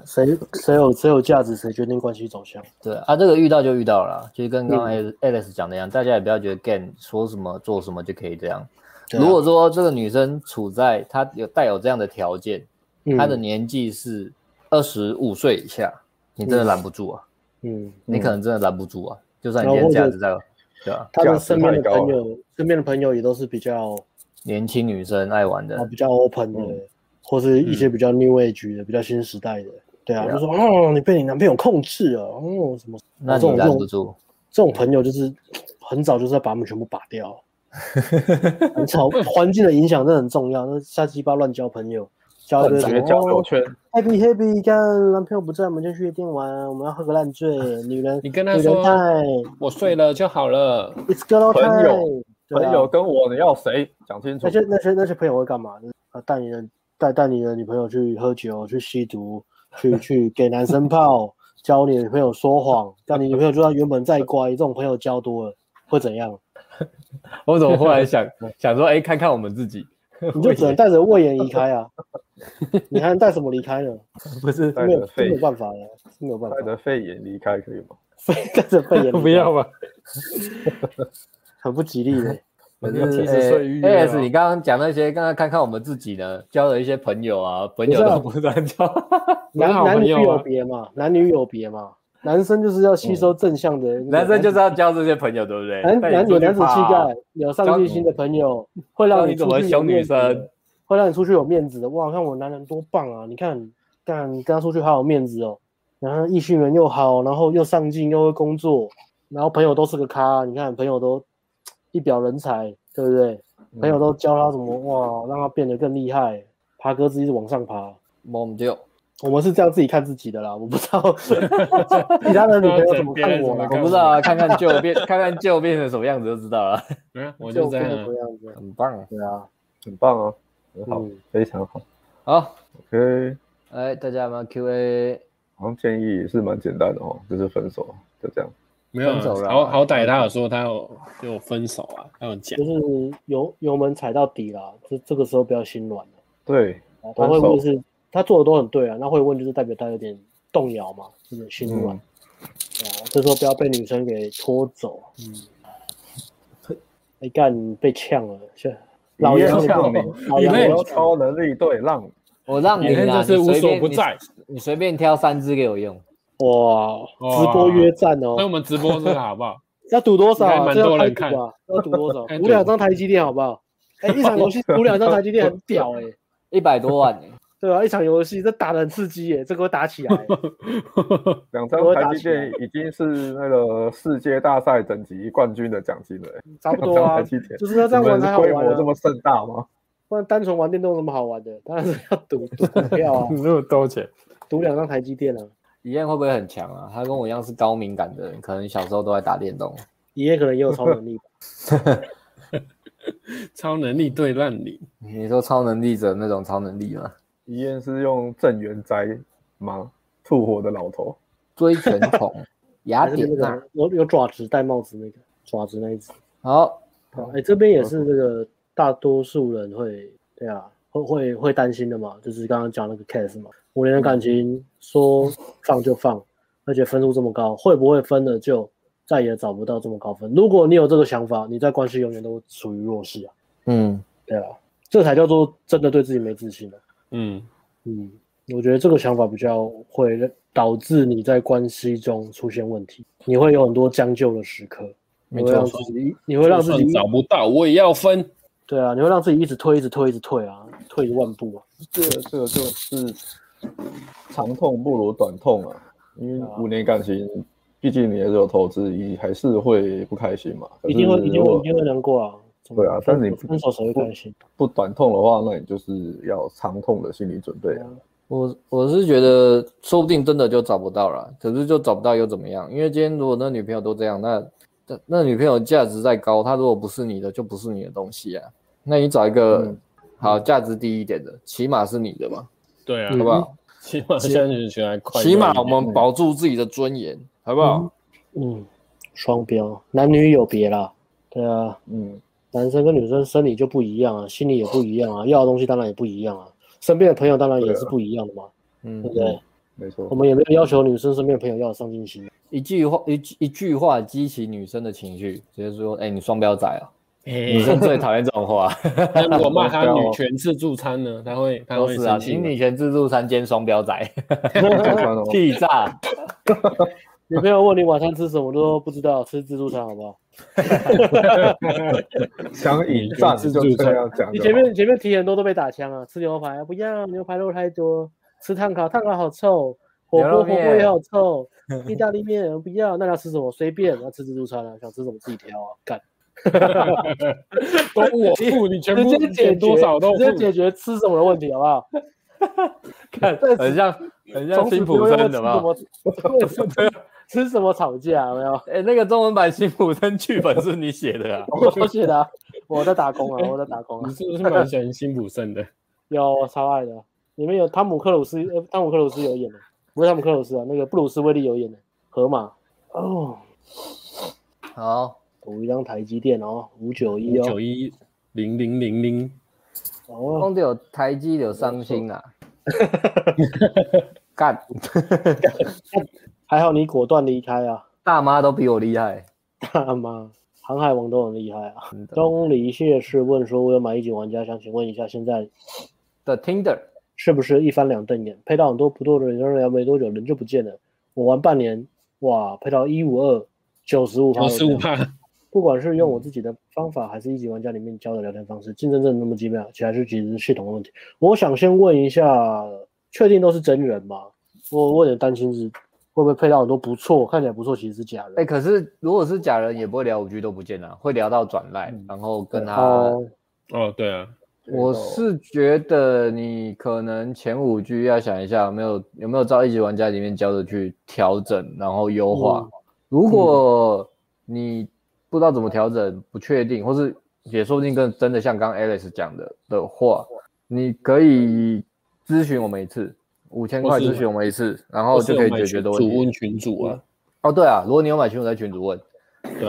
S2: 谁谁有谁有价值，谁决定关系走向。
S1: 对啊，这个遇到就遇到了啦，就是跟刚刚 Alex Alex 讲的一样，大家也不要觉得 gay 说什么做什么就可以这样。
S2: 对啊
S1: 如果说这个女生处在她有带有这样的条件，
S2: 啊
S1: 她的年纪是二十五岁以下，你真的拦不住啊，
S2: 嗯，
S1: 你可能真的拦不住啊，就算你
S2: 然后
S1: 今天价
S2: 或者
S1: 值在，对啊吧？
S2: 他
S4: 价
S2: 们
S4: 值
S2: 身边
S4: 太
S2: 的
S4: 高
S2: 朋友，身边的朋友也都是比较
S1: 年轻女生爱玩的
S2: 啊，比较 open 的，
S4: 嗯
S2: 或是一些比较 new age 的，比较新时代的，对啊，就说哦，你被你男朋友控制了，哦，什么，
S1: 那
S2: 这
S1: 你
S2: 种
S1: 拦不住，
S2: 这种朋友就是很早就是要把他们全部拔 掉，很吵，环境的影响真的很重要。那瞎鸡巴乱交朋友，交一堆
S4: 直
S2: 什
S4: 接
S2: 么哦
S4: 交友圈，
S2: happy happy，干男朋友不在，我们就去夜店玩，我们要喝个烂醉，女人
S3: 你跟他
S2: 女人
S3: 说
S2: 态
S3: 我睡了就好了。
S2: ，it's girl
S4: 朋
S2: time，
S4: 友
S2: 对啊
S4: 朋友跟我你要谁讲清楚
S2: 那？些那些那些朋友会干嘛？就是啊，带你的带带你的女朋友去喝酒，去吸毒，去去给男生泡，教你女朋友说谎，让你女朋友就算原本再乖，这种朋友交多了会怎样？
S1: 我怎么忽然 想想说，哎、看看我们自己，
S2: 你就只能带着魏延离开啊，你还能带什么离开呢？
S1: 不是
S4: 带
S2: 没有
S4: 着
S2: 没
S4: 肺
S2: 有办法了，没有办法
S4: 带，着肺炎离开可以吗？
S2: 带着魏延
S3: 不要，吧，
S2: 很不吉利的。
S1: 我
S3: 我
S1: 是
S3: 是70岁预约
S1: 呃哎 A
S3: 啊
S1: S，你刚刚讲那些，刚刚看看我们自己呢，交了一些朋友啊，朋友都不断交，
S2: 男
S3: 好
S2: 男
S3: 朋
S2: 女
S3: 友
S2: 有
S3: 啊
S2: 别嘛，男女有别嘛，男生就是要吸收正向的，
S1: 男生就是要交这些朋友，对不对？
S2: 男
S1: 但
S2: 哎男
S1: 哎你出
S2: 有
S1: 去
S2: 男子气
S1: 爬
S2: 概，有上进心的朋友，会
S1: 教
S2: 让
S1: 你怎
S2: 出
S1: 么
S2: 去有
S1: 凶女
S2: 面子的
S1: 生，
S2: 会让你出去有面子的。哇，看我男人多棒啊！你看，干跟他出去好有面子哦。然后异性缘又好，然后又上进，又会工作，然后朋友都是个咖。你看，朋友都一表人才，对不对？
S4: 嗯
S1: 嗯
S2: 朋友都教他怎么哇，让他变得更厉害，爬格子一直往上爬。
S1: 我们就
S2: 我们是这样自己看自己的啦，我不知道 其他的女朋友怎么看我啦
S1: 我。不知道啊，看看旧变，看看旧变成什么样子就知道了，
S3: 嗯，我
S2: 就
S3: 就这样
S2: 变成
S3: 啊
S2: 这。样子，
S1: 很棒啊。
S2: 对啊，
S4: 很棒啊，很好，
S2: 嗯
S4: 非常好。
S1: 好，
S4: OK，
S1: 哎，大家有没有 Q A？
S4: 好像建议也是蛮简单的哦，就是分手，就这样。
S3: 没有啊
S1: 分手了啊
S3: 好好歹他有说他有有分手啊，他有讲
S2: 就。是油油门踩到底啦，这这个时候不要心软了。
S4: 对，
S2: 啊他会问是，他做的都很对啊，那会问就是代表他有点动摇嘛，有点心软。
S4: 嗯
S2: 啊，这时候不要被女生给拖走。嗯，哎干被呛了，是老
S4: 也
S2: 杨
S4: 要
S2: 也
S4: 呛
S2: 被
S4: 你，
S2: 老
S4: 你
S2: 杨
S4: 没
S2: 也
S4: 有超能力对浪，
S1: 我让你
S3: 你看
S1: 啦，
S3: 这是
S1: 你
S3: 无
S1: 随
S3: 所
S1: 便
S3: 不
S1: 你
S3: 在。
S1: 你随便挑三支给我用。
S2: 哇，
S3: 哇
S2: 直播约战
S3: 那我
S2: 哦，
S3: 们直播这个好不好？
S2: 要赌多少
S3: 应该
S2: 啊？
S3: 蛮
S2: 这要
S3: 多
S2: 开
S3: 人
S2: 赌
S3: 看
S2: 吧？要赌多少？
S3: 开赌，
S2: 赌两张台积电好不好？哎，一场游戏赌两张台积电很屌哎。
S1: 一百多万、欸，
S2: 对啊，一场游戏这打的很刺激耶，这给我打起来。
S4: 两张台积电已经是那个世界大赛等级冠军的奖金了、欸。
S2: 差不
S4: 两
S2: 多
S4: 张
S2: 啊
S4: 台，积电，
S2: 就是要这样
S4: 你
S2: 玩
S4: 们
S2: 才好
S4: 规
S2: 玩
S4: 模这
S2: 啊，
S4: 么盛大吗？
S2: 不然单纯玩电动有什么好玩的？当然是要赌赌股票啊
S3: 这么多钱？
S2: 赌两张台积电啊。
S1: 李燕会不会很强啊？他跟我一样是高敏感的人，可能小时候都在打电动。
S2: 爷爷可能也有超能力吧，
S3: 超能力对烂你，
S1: 你说超能力者那种超能力吗？
S4: 遗言是用郑元斋吗？吐火的老头，
S1: 追拳桶，雅
S2: 还啊是
S1: 典
S2: 那
S1: 娜。
S2: 个有有爪子戴帽子那个爪子那一只。
S1: 好，
S2: 哎、这边也是这个大多数人会对啊，会会会担心的嘛，就是刚刚讲那个 case 嘛，五年的感情说放就放，而且分数这么高，会不会分了就再也找不到这么高分？如果你有这个想法，你在关系永远都处于弱势啊。
S1: 嗯，
S2: 对啊，这才叫做真的对自己没自信了。啊
S3: 嗯，
S2: 嗯，我觉得这个想法比较会导致你在关系中出现问题，你会有很多将就的时刻，你
S1: 没
S2: 会
S1: 错
S2: 让自己，你会让自
S3: 就
S2: 己
S3: 算，找不到，我也要分。
S2: 对啊，你会让自己一直推，一直推，一直退啊，退一万步啊。
S4: 这个这个就是长痛不如短痛啊，因为五年感情，毕竟你也是有投资，你还是会不开心嘛。可
S2: 一定会，
S4: 是
S2: 一定
S4: 如
S2: 会，
S4: 果
S2: 一定会难过啊。
S4: 对啊但是你
S2: 分手谁会开心？
S4: 不短痛的话，那你就是要长痛的心理准备啊。
S1: 我我是觉得，说不定真的就找不到了，可是就找不到又怎么样？因为今天如果那女朋友都这样，那那那女朋友价值再高，她如果不是你的，就不是你的东西啊。那你找一个、
S2: 嗯
S1: 好价值低一点的，起码是你的嘛，
S3: 对啊，
S1: 好不好？
S3: 起码现在女权还快
S1: 嗯
S3: 乐一
S1: 起
S3: 点，
S1: 码我们保住自己的尊严，好不好？
S2: 嗯，双标，男女有别啦。对啊，
S4: 嗯，
S2: 男生跟女生生理就不一样啊，心理也不一样啊，要的东西当然也不一样啊，身边的朋友当然
S4: 啊
S2: 也是不一样的嘛，
S1: 嗯
S2: 对不对？
S4: 没错
S2: 我。们也没有要求女生身边的朋友要有上进心。
S1: 一句话一句一句话激起女生的情绪，直接说：“哎、你双标仔啊！”女
S3: 哎。
S1: 生最讨厌这种话，
S3: 那如果骂他女权自助餐呢，他会 他
S1: 都
S3: 会
S1: 是啊，
S3: 生气
S1: 请
S3: 吗。
S1: 女权自助餐兼双标仔，
S4: 看哦
S1: 气 炸！
S2: 女朋友问你晚餐吃什么，我都说不知道，吃自助餐好不好？
S4: 想引战就这样讲
S2: 你
S4: 就好。
S2: 前面前面提很多都被打枪啊，吃牛排不要，牛排肉太多，吃炭烤炭烤好臭，火
S1: 牛肉
S2: 锅火锅
S1: 面
S2: 也好臭，意大利面不要，那你要吃什么随便，要吃自助餐啊，想吃什么自己挑啊，干，
S3: 都我付，你全
S2: 直
S3: 部
S2: 接解决
S3: 多少都付
S2: 直。接解决吃什么的问题好不好？
S1: 看，
S2: 但是
S1: 很像很像
S2: 从此
S1: 辛
S2: 不
S1: 普
S2: 会
S1: 森
S2: 为
S1: 的嘛。
S2: 吃什么 吃什么吵架有没有？
S1: 哎、那个中文版辛普森剧本是你写的啊？
S2: 我写的啊， 我在打工啊，我在打工啊
S3: 你，是不是蛮喜欢辛普森的？
S2: 有我超爱的，里面有汤姆克鲁斯，呃，汤姆克鲁斯有演的，不是汤姆克鲁斯啊，那个布鲁斯威利有演的，河马哦。
S1: 好，
S2: 同一张台积电哦，五九一
S3: 一
S2: 哦
S3: 九，一零零零零，
S2: 哦，
S1: 空有台积有伤心 啊，干
S2: 还好你果断离开啊，
S1: 大妈都比我厉害，
S2: 大妈，航海王都很厉害啊。
S1: 真的。
S2: 东离谢是问说，我有买一级玩家，想请问一下，现在
S1: 的 Tinder
S2: 是不是一翻两瞪眼，配到很多不错的人，聊没多久人就不见了？我玩半年，哇，配到一五二，九十五，
S3: 九十五帕，
S2: 不管是
S1: 嗯
S2: 用我自己的方法，还是一级玩家里面教的聊天方式，竞争真的那么激烈，其实还是其实是系统的问题。我想先问一下，确定都是真人吗？我我有点担心是会不会配到很多不错，看起来不错，其实是假
S1: 哎、
S2: 人。
S1: 可是如果是假人，也不会聊五 G 都不见了，啊会聊到转赖，然后跟他。
S2: 嗯哦，
S3: 哦，对啊，
S1: 我是觉得你可能前五 G 要想一下有没有有没有照一级玩家里面教的去调整，然后优化。
S2: 嗯
S1: 如果你不知道怎么调整，不确定，或是也说不定跟真的像刚 Alex 讲的的话，你可以咨询我们一次，五千块
S3: 或是
S1: 咨询我们一次，然后就可以解决的问
S3: 主问
S1: 题。
S3: 群主啊，
S1: 哦，对啊，如果你有买群主在群主问，
S3: 对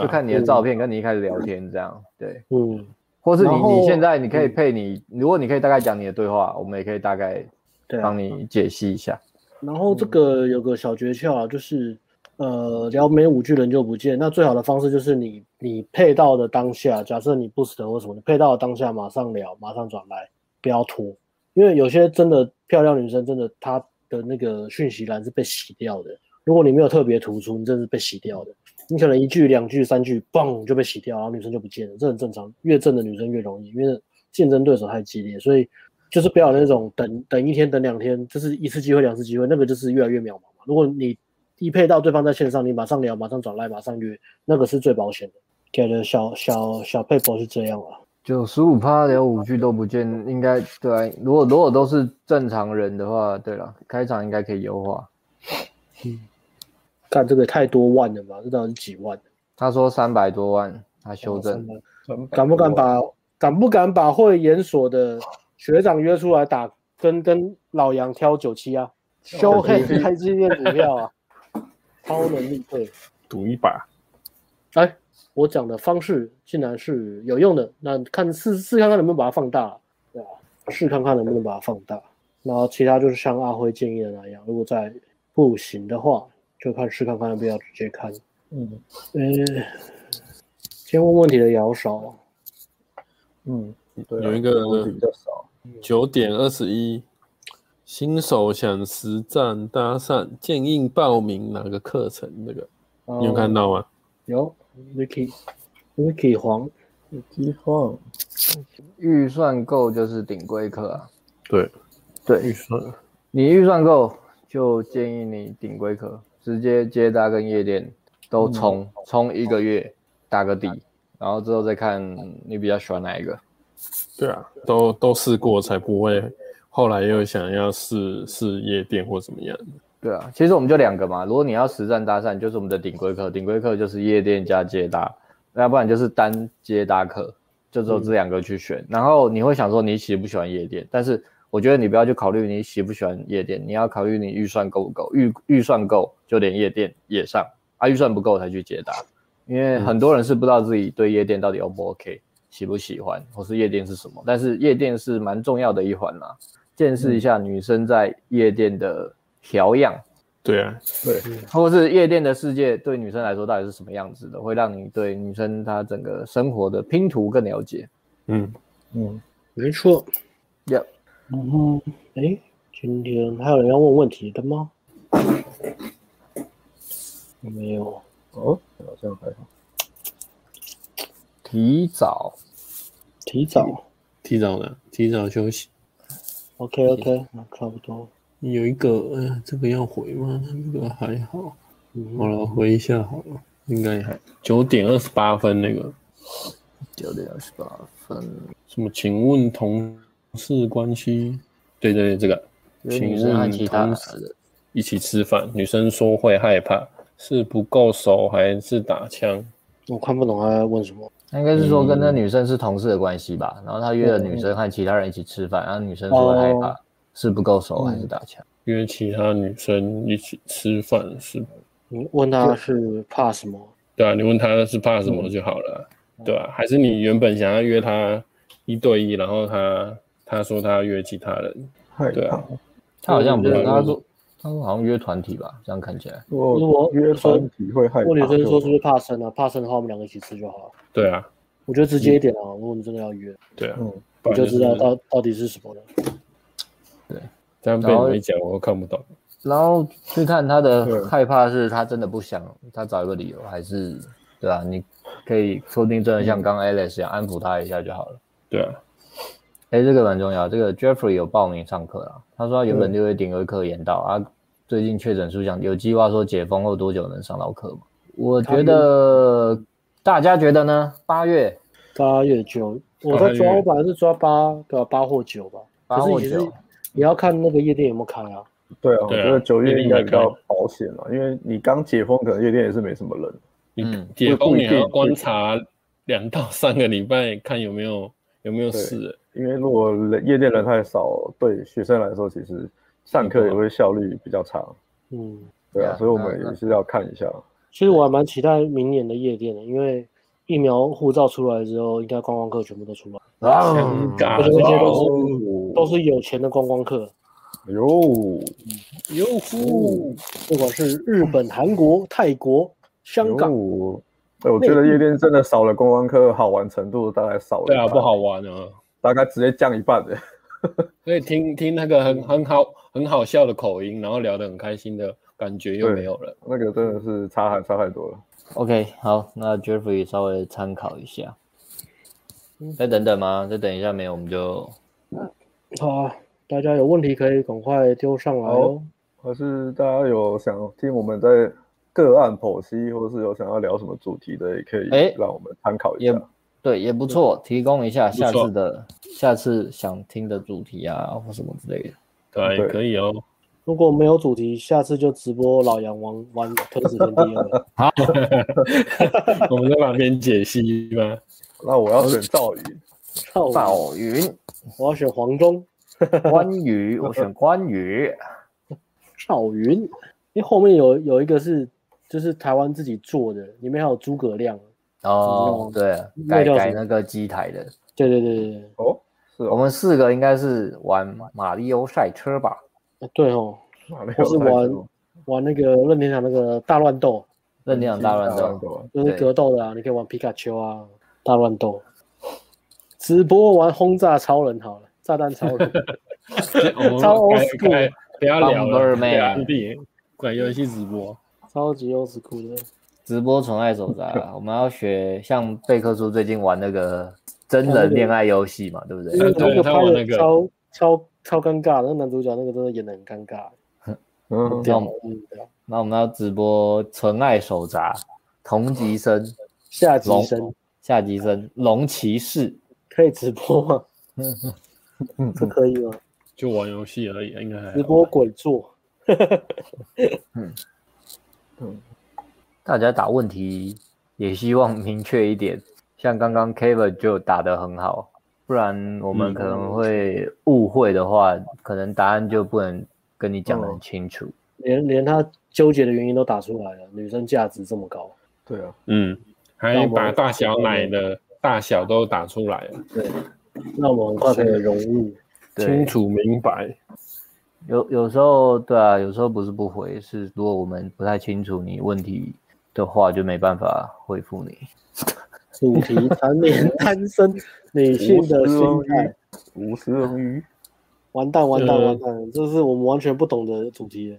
S1: 就
S3: 啊，
S1: 看你的照片跟你一开始聊天这样，对。
S2: 嗯，
S1: 或是你
S2: 然后
S1: 你现在你可以配你，如果你可以大概讲你的对话，我们也可以大概
S2: 对啊
S1: 帮。你解析一下。
S2: 然后这个有个小诀窍啊，就是呃，聊没五句人就不见。那最好的方式就是你你配到的当下，假设你不舍或什么，你配到的当下马上聊，马上转来，不要拖，因为有些真的漂亮女生真的她的那个讯息栏是被洗掉的。如果你没有特别突出，你真的是被洗掉的。你可能一句、两句、三句，嘣就被洗掉，然后女生就不见了，这很正常。越正的女生越容易，因为竞争对手太激烈，所以就是不要有那种等等一天、等两天，就是一次机会、两次机会，那个就是越来越渺茫嘛。如果你一配到对方在线上，你马上聊、马上转来、马上约，那个是最保险的。给的小小小佩博是这样啊，
S1: 九十五趴聊五句都不见，应该对啊、如果如果都是正常人的话，对了，开场应该可以优化。
S2: 干这个也太多万了吧？这到底是几万？啊
S1: 他说三百多万，他修正。
S2: 敢不敢把敢不敢把会研所的学长约出来打，跟跟老杨挑 九七啊，修黑台积电股票啊，超能力对。
S4: 赌一把？
S2: 哎，我讲的方式竟然是有用的，那看试试看看能不能把它放大，对吧、试看看能不能把它放大。然后其他就是像阿辉建议的那样，如果再不行的话，就看试看看要不要直接看。
S4: 嗯
S2: 嗯，今天问问题的也好少哦，
S4: 嗯，对啊，
S3: 有一个
S4: 问题比较少。
S3: 九点二十一，新手想实战搭讪，建议报名哪个课程？那个
S2: 哦
S3: 你有看到吗？
S2: 有 Vicky Vicky 黄，
S4: 饥荒，
S1: 预算够就是顶规课啊。
S3: 对，
S1: 对，
S3: 算
S1: 你预算够就建议你顶规课，直接接单跟夜店都冲、冲一个月，打个底，然后之后再看你比较喜欢哪一个。
S3: 对啊，都都试过才不会后来又想要试试夜店或怎么样，
S1: 对啊，其实我们就两个嘛。如果你要实战搭讪，就是我们的顶规课，顶规课就是夜店加接搭，要不然就是单接搭课，就只有这两个去选。然后你会想说你喜不喜欢夜店，但是我觉得你不要去考虑你喜不喜欢夜店，你要考虑你预算够不够，预预算够就连夜店也上，啊预算不够才去接搭，因为很多人是不知道自己对夜店到底 O 不 OK，喜不喜欢，或是夜店是什么。但是夜店是蛮重要的一环啦、见识一下女生在夜店的调养，
S3: 对啊，
S1: 或是夜店的世界对女生来说到底是什么样子的，会让你对女生她整个生活的拼图更了解。
S3: 嗯，
S4: 嗯，
S2: 没错。
S1: Yep
S2: 然后，哎，今天还有人要问问题的吗？有没有？
S4: 哦，好像还好。
S1: 提早
S2: 提早
S3: 提早的提早休息。
S2: ，OK OK，那差不多。
S3: 有一个，哎呀，这个要回吗？那个还好，好
S2: 嗯，
S3: 了，回一下好了，应该还九点二十八分那个
S1: 九点二十八分，
S3: 什么？请问同事关系？对对对，这个，
S1: 就是
S3: 请
S1: 女生和
S3: 问
S1: 其他
S3: 同事一起吃饭，女生说会害怕，是不够熟还是打枪？
S2: 我看不懂他在问什么。
S1: 那应该是说跟那女生是同事的关系吧，然后他约了女生和其他人一起吃饭，然后女生说害怕，
S2: 哦
S1: 是不够熟还是打枪？
S3: 约其他女生一起吃饭是？
S2: 你嗯问他是怕什么？
S3: 对啊，你问他是怕什么就好了啊，
S1: 嗯
S3: 对吧、还是你原本想要约他一对一，然后他他说他要约其他人，
S4: 害
S3: 对
S4: 怕
S3: 啊。
S1: 他好像不
S2: 嗯
S1: 是，他说他说好像约团体吧，这样看起来。
S4: 如
S2: 如果
S4: 果约团体会害怕，
S2: 问女生说是不
S4: 就是
S2: 怕生啊？怕生的话，我们两个一起吃就好了。
S3: 对啊，
S2: 我觉得直接一点啊，如果你真的要约，
S3: 对啊，
S4: 嗯
S3: 不
S2: 你就
S3: 然
S2: 知道
S3: 是
S2: 到到底是什么了。
S3: 这样被你们一讲，我都看不懂。
S1: 然后去看他
S4: 对
S1: 的害怕是他真的不想，他找一个理由还是对啊？你可以说不定真的像刚刚 Alex 一样安抚他一下就好了。
S3: 对啊，
S1: 哎，这个蛮重要。这个 Jeffrey 有报名上课啦，他说他原本六月顶有一课延到啊，最近确诊数降，有计划说解封后多久能上到课吗？我觉得大家觉得呢？八月
S2: 八月九，我在抓，我本来是抓八个八或九吧。
S1: 八或
S2: 可是也是
S1: 九，
S2: 也要看那个夜店有没有开啊。
S4: 对啊，我
S3: 对啊
S4: 觉得九
S3: 夜
S4: 月
S3: 店
S4: 应该
S3: 也
S4: 比
S3: 可以
S4: 较保险了，因为你刚解封，可能夜店也是没什么人。
S3: 你
S1: 嗯
S3: 解
S4: 不
S3: 封
S4: 不
S3: 你
S4: 一定
S3: 还要观察两到三个礼拜，看有没有有没有事。
S4: 因为如果人夜店人太少，对学生来说，其实上课也会效率比较差。
S2: 嗯，
S4: 对
S1: 对
S4: 啊
S1: 啊，
S4: 所以我
S1: 那
S4: 们
S1: 那
S4: 也是要看一下。
S2: 其实我还蛮期待明年的夜店的，因为疫苗护照出来之后，应该观光客全部都出来，
S1: 啊
S3: 欸尴尬
S2: 我觉得这些都
S3: 哦，
S2: 是都是有钱的观光客，
S4: 哟，
S3: 哟呼，
S2: 不管是日本、韩国、泰国、香港，
S4: 哟哎我觉得夜店真的少了观光客，好玩程度大概少了。
S3: 对啊，不好，玩啊。
S4: 大概直接降一半的。
S3: 所以听听那个很很好很好笑的口音，然后聊得很开心的感觉又
S4: 对
S3: 没有了。
S4: 那个真的是差还差太多了。
S1: OK，好，那 Jeffrey 稍微参考一下。再等等吗？再等一下没有，我们就
S2: 好啊，大家有问题可以赶快丢上来哦。
S4: 还是大家有想听我们在个案剖析，或是有想要聊什么主题的，也可以
S1: 哎
S4: 让我们参考一
S1: 也
S4: 下。
S1: 对，也不错，提供一下
S3: 不错
S1: 下次的下次想听的主题啊，或什么之类的。
S3: 对啊，也
S4: 对
S3: 可以哦。
S2: 如果没有主题，下次就直播老杨玩玩吞食天地了。
S3: 我们在旁边解析吧。
S4: 那我要选赵宇，
S2: 操我，
S1: 赵云、
S2: 我要选黄忠、
S1: 关羽，我选关羽。
S2: 赵云，因为后面有有一个是就是台湾自己做的，里面还有诸葛亮。
S1: 哦，对啊，
S2: 那
S1: 改
S2: 叫什
S1: 改
S2: 么
S1: 那个机台的。
S2: 对对对对对。
S4: 哦，是
S1: 我
S4: 哦，
S1: 们四个应该是玩马里奥赛车吧？
S2: 啊对哦，
S4: 哪里
S2: 我
S4: 有
S2: 是
S4: 太多
S2: 玩玩那个任天堂那个大乱斗，
S1: 任天堂大乱斗。
S4: 斗，
S2: 就是
S1: 对
S2: 格斗的啊，你可以玩皮卡丘啊，大乱斗。直播玩轰炸超人好了，炸弹超 人。超
S3: 我
S2: old
S3: 们改
S2: school
S3: 改不要聊了，
S1: Bomberman
S3: 对啊，管游戏直播。
S2: 超级 old school 的，
S1: 直播纯爱手札 啦，我们要学像贝克叔最近玩那个真人恋爱游戏嘛，对不
S2: 因
S1: 对？
S2: 为那个
S3: 他
S2: 拍
S3: 玩呃那
S2: 的
S3: 个
S2: 超超超尴尬的，那男主角那个真的演的很尴尬，
S4: 嗯，
S1: 这样
S2: 嗯对啊
S1: 那我们要直播纯爱手札，同级生、
S2: 下级
S1: 龙
S2: 生
S1: 下级生、龙骑士。
S3: 嗯
S4: 嗯
S2: 可以直播吗？这可以吗？
S3: 就玩游戏而已，应该还好
S2: 直播鬼做，
S1: 大家打问题也希望明确一点，像刚刚 Kevin 就打得很好，不然我
S4: 嗯
S1: 们可能会误会的话，可能答案就不能跟你讲得
S4: 嗯
S1: 很清楚。
S2: 连连他纠结的原因都打出来了。女生价值这么高，
S4: 对啊，
S3: 嗯，还把大小奶的大小都打出来了，
S2: 对，那我们很快可以融入。
S1: 对
S3: 清，楚明白。
S1: 有有时候对啊，有时候不是不回，是如果我们不太清楚你问题的话，就没办法回复你。
S2: 主题缠 绵单身女性的心态，
S4: 无私荣誉，
S2: 完蛋完蛋
S3: 呃
S2: 完蛋，这是我们完全不懂的主题耶。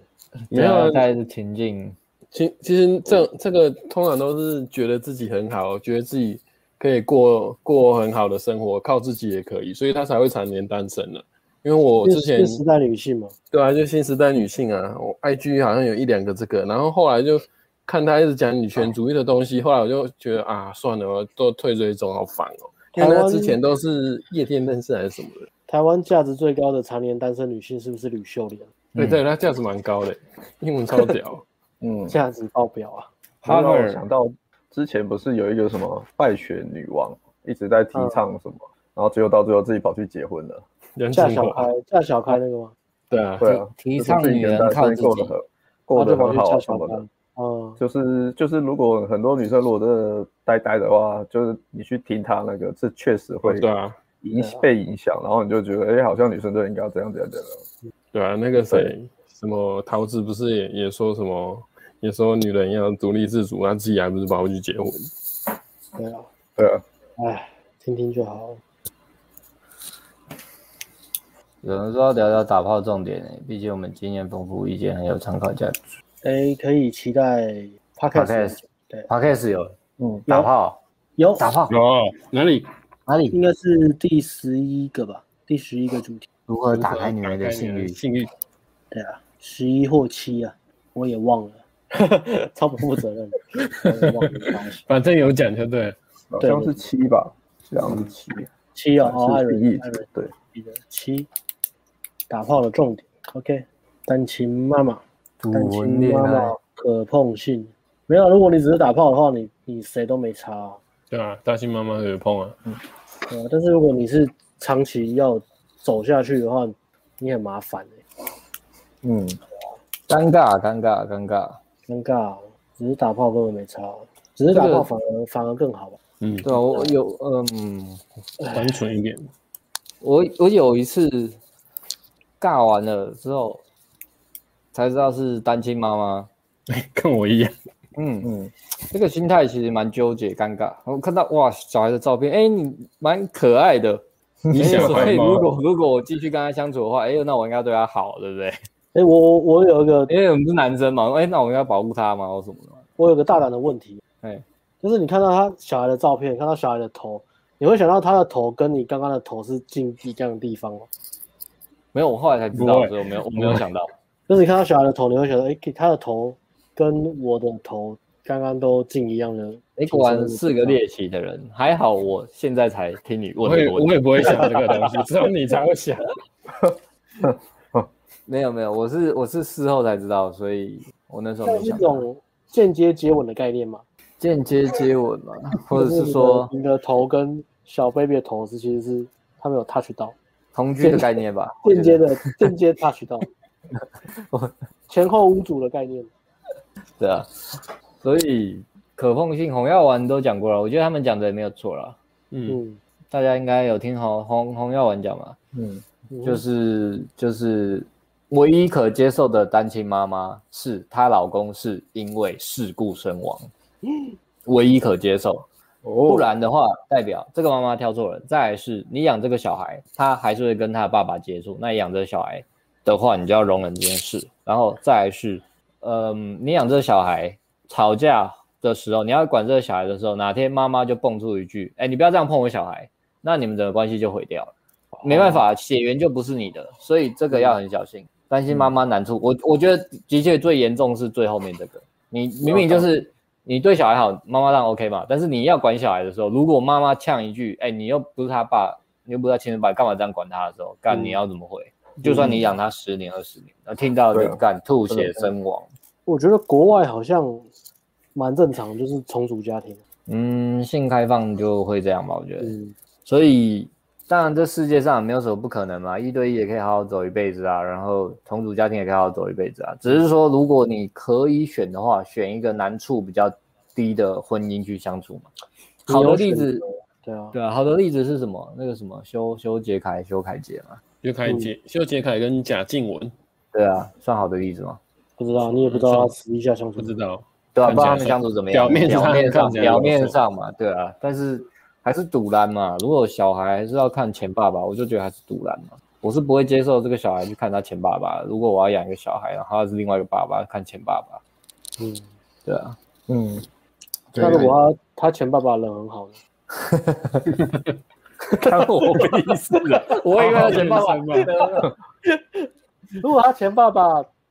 S3: 没有啊
S1: 大概是情境，
S3: 其其实这这个通常都是觉得自己很好，觉得自己可以过过很好的生活，靠自己也可以，所以她才会缠绵单身呢。因为我之前
S2: 是是时代女性嘛，
S3: 对啊，就新时代女性啊，我 IG 好像有一两个这个，然后后来就看她一直讲女权主义的东西，后来我就觉得啊，算了，我都退追踪，好烦哦。因为
S2: 台
S3: 她
S2: 湾
S3: 之前都是夜店认识还是什么的，
S2: 台湾价值最高的常年单身女性是不是吕秀莲？
S1: 嗯
S3: 对哎对，她价值蛮高的，英文 超屌。
S4: 嗯，
S2: 价值爆表啊！
S4: 哈让我
S3: Harvard
S4: 想到之前不是有一个什么败血女王一直在提
S1: 嗯
S4: 倡什么，然后结果到最后自己跑去结婚了。
S3: 人
S2: 嫁
S3: 情
S2: 小
S3: 寡
S4: 啊
S2: 开，嫁小开那个吗？
S3: 对啊，
S4: 对啊，
S1: 提
S4: 就是
S1: 倡
S4: 自己
S1: 女
S4: 跟
S1: 人
S4: 单
S1: 靠
S4: 身
S1: 自
S4: 过得
S1: 己
S4: 很过
S2: 他就
S4: 得
S2: 跑
S4: 很
S2: 去嫁
S4: 好什
S2: 小
S4: 么
S2: 开
S4: 的。。
S2: 嗯，
S4: 就是就是，如果很多女生如果真的呆呆的话，就是你去听她那个，这确实会
S1: 哦
S3: 对啊，
S4: 影
S2: 对啊
S4: 被影响，然后你就觉得，哎，好像女生就应该要这样这样这样。
S3: 对啊，那个谁，什么桃子不是也也说什么，也说女人要独立自主，那自己还不是跑去结婚？
S2: 对啊，
S4: 对啊，
S2: 哎，听听就好。
S1: 有人说要聊聊打炮重点、欸，毕竟我们经验丰富，意见很有参考价值。
S2: 哎，可以期待 podcast
S1: Podcast。
S2: 对，
S1: Podcast 有
S4: 嗯，
S1: 打炮，
S2: 有
S1: 打炮
S3: 哦，哪里？
S1: 哪里
S2: 应该是第十一个吧，第十一个主题。
S1: 如何打开女人的性欲？
S3: 性欲，
S2: 对啊，十一或七啊，我也忘了， 超不负责任的，我也忘了当时。
S3: 反正有讲就对了。
S4: 好
S2: 对
S4: 像是七吧，好像是七，
S2: 七哦，哦，艾
S4: 是第一
S2: 伦，艾
S4: 集
S2: 伦，
S4: 对，
S2: 记得七，打炮的重点。OK，单亲妈妈，
S1: 主
S2: 单
S1: 文啊
S2: 亲
S1: 恋
S2: 妈
S1: 爱
S2: 妈，可碰性没有。啊如果你只是打炮的话，你你谁都没差、啊。
S3: 对啊，大新妈妈有碰 啊，
S2: 对啊，但是如果你是长期要走下去的话，你很麻烦、欸、
S4: 嗯，
S1: 尴尬，尴尬，尴尬。
S2: 尴尬啊、只是打炮根本没差啊、只是打
S1: 这
S2: 炮
S1: 个
S2: 反而反而更好吧。
S3: 嗯，
S1: 对啊，我有，嗯，
S3: 单纯一点。
S1: 我我有一次尬完了之后，才知道是单亲妈妈。
S3: 跟我一样，
S1: 嗯，
S4: 嗯
S1: 这个心态其实蛮纠结、尴尬。我看到哇，小孩的照片，哎、你蛮可爱的。
S3: 你
S1: 哎
S3: 想啊
S1: 所
S3: 坏
S1: 以
S3: 吗？
S1: 如果如果我继续跟他相处的话，哎、那我应该对他好，对不对？
S2: 哎、我我我有一个
S1: 因为我们是男生嘛，哎、那我应该保护他嘛，或什么的嘛。
S2: 我有个大胆的问题，
S1: 哎，
S2: 就是你看到他小孩的照片，看到小孩的头，你会想到他的头跟你刚刚的头是近一样的地方吗？
S1: 没有，我后来才知
S3: 不
S1: 道，
S3: 会
S1: 所以我没有我
S3: 不会
S1: 没有想到。
S2: 就是你看到小孩的头，你会想到，哎、他的头跟我的头刚刚都近一样的。
S1: 哎、果然是个猎奇的人，还好我现在才听你问
S3: 我
S1: 这
S3: 也
S1: 个问
S3: 我
S1: 题。
S3: 也不会想这个 东西，只有你才会想。
S1: 没有没有，我是我是事后才知道，所以我那时候
S2: 像
S1: 没
S2: 一
S1: 想到。
S2: 种间接接吻的概念嘛，
S1: 间接接吻嘛，或者
S2: 就是
S1: 说
S2: 你的你的头跟小 baby 的头是其实是他们有 touch 到，
S1: 同居的概念吧？我觉
S2: 间
S1: 得
S2: 接的间接 touch 到，前后屋主的概念。
S1: 对啊，所以可碰性红药丸都讲过了，我觉得他们讲的也没有错啦。
S3: 嗯，
S2: 嗯，
S1: 大家应该有听红红红药丸讲嘛？
S4: 嗯，
S1: 就是就是唯一可接受的单亲妈妈是她老公是因为事故身亡，唯一可接受。
S4: 哦
S1: 不然的话，代表这个妈妈挑错人。再来是你养这个小孩，他还是会跟他爸爸接触。那你养这个小孩的话，你就要容忍这件事。然后再来是，嗯，你养这个小孩吵架的时候，你要管这个小孩的时候，哪天妈妈就蹦出一句：“哎，你不要这样碰我小孩。”那你们整个关系就毁掉了。
S4: 哦
S1: 没办法，血缘就不是你的，所以这
S4: 嗯
S1: 个要很小心，担心妈妈难处。我我觉得的确最严重是最后面这个，你明明就是你对小孩好，妈妈让 OK 嘛，但是你要管小孩的时候，如果妈妈呛一句，哎、你又不是他爸，你又不是他亲生爸，干嘛这样管他的时候，干
S2: 嗯
S1: 你要怎么回？就算你养它十年二十年，那听到
S4: 对
S1: 就
S4: 啊
S1: 敢吐
S4: 真的
S1: 血身亡。
S2: 我觉得国外好像蛮正常，就是重组家庭。
S1: 嗯，性开放就会这样吧，我觉得。
S2: 嗯，
S1: 所以，当然这世界上也没有什么不可能嘛，一对一也可以好好走一辈子啊，然后同组家庭也可以好好走一辈子啊。只是说，如果你可以选的话，选一个难处比较低的婚姻去相处嘛。
S2: 你
S1: 好的
S2: 有
S1: 例
S2: 选
S1: 子，
S2: 对啊，
S1: 对啊，好的例子是什么？那个什么修修杰楷、修凯杰嘛，
S3: 就凯
S1: 嗯
S3: 杰、修杰楷跟贾静雯，
S1: 对啊，算好的例子吗？
S2: 不知道你也不知道他私底下相处
S3: 不。知道
S1: 对啊，不
S3: 看
S1: 知道他
S3: 起来
S1: 们相处怎么样，
S3: 表面上
S1: 表面上
S3: 看起来不错
S1: 表面上嘛，对啊，但是还是堵拦嘛。如果小孩还是要看钱爸爸，我就觉得还是堵拦嘛。我是不会接受这个小孩去看他钱爸爸。如果我要养一个小孩，然后他是另外一个爸爸看钱爸爸，
S2: 嗯，
S1: 对啊，
S4: 嗯，对
S2: 那如果他他前爸爸人很好呢？
S1: 看我屁事啊！我以为他钱爸爸
S3: 好好人
S2: 如果他前爸爸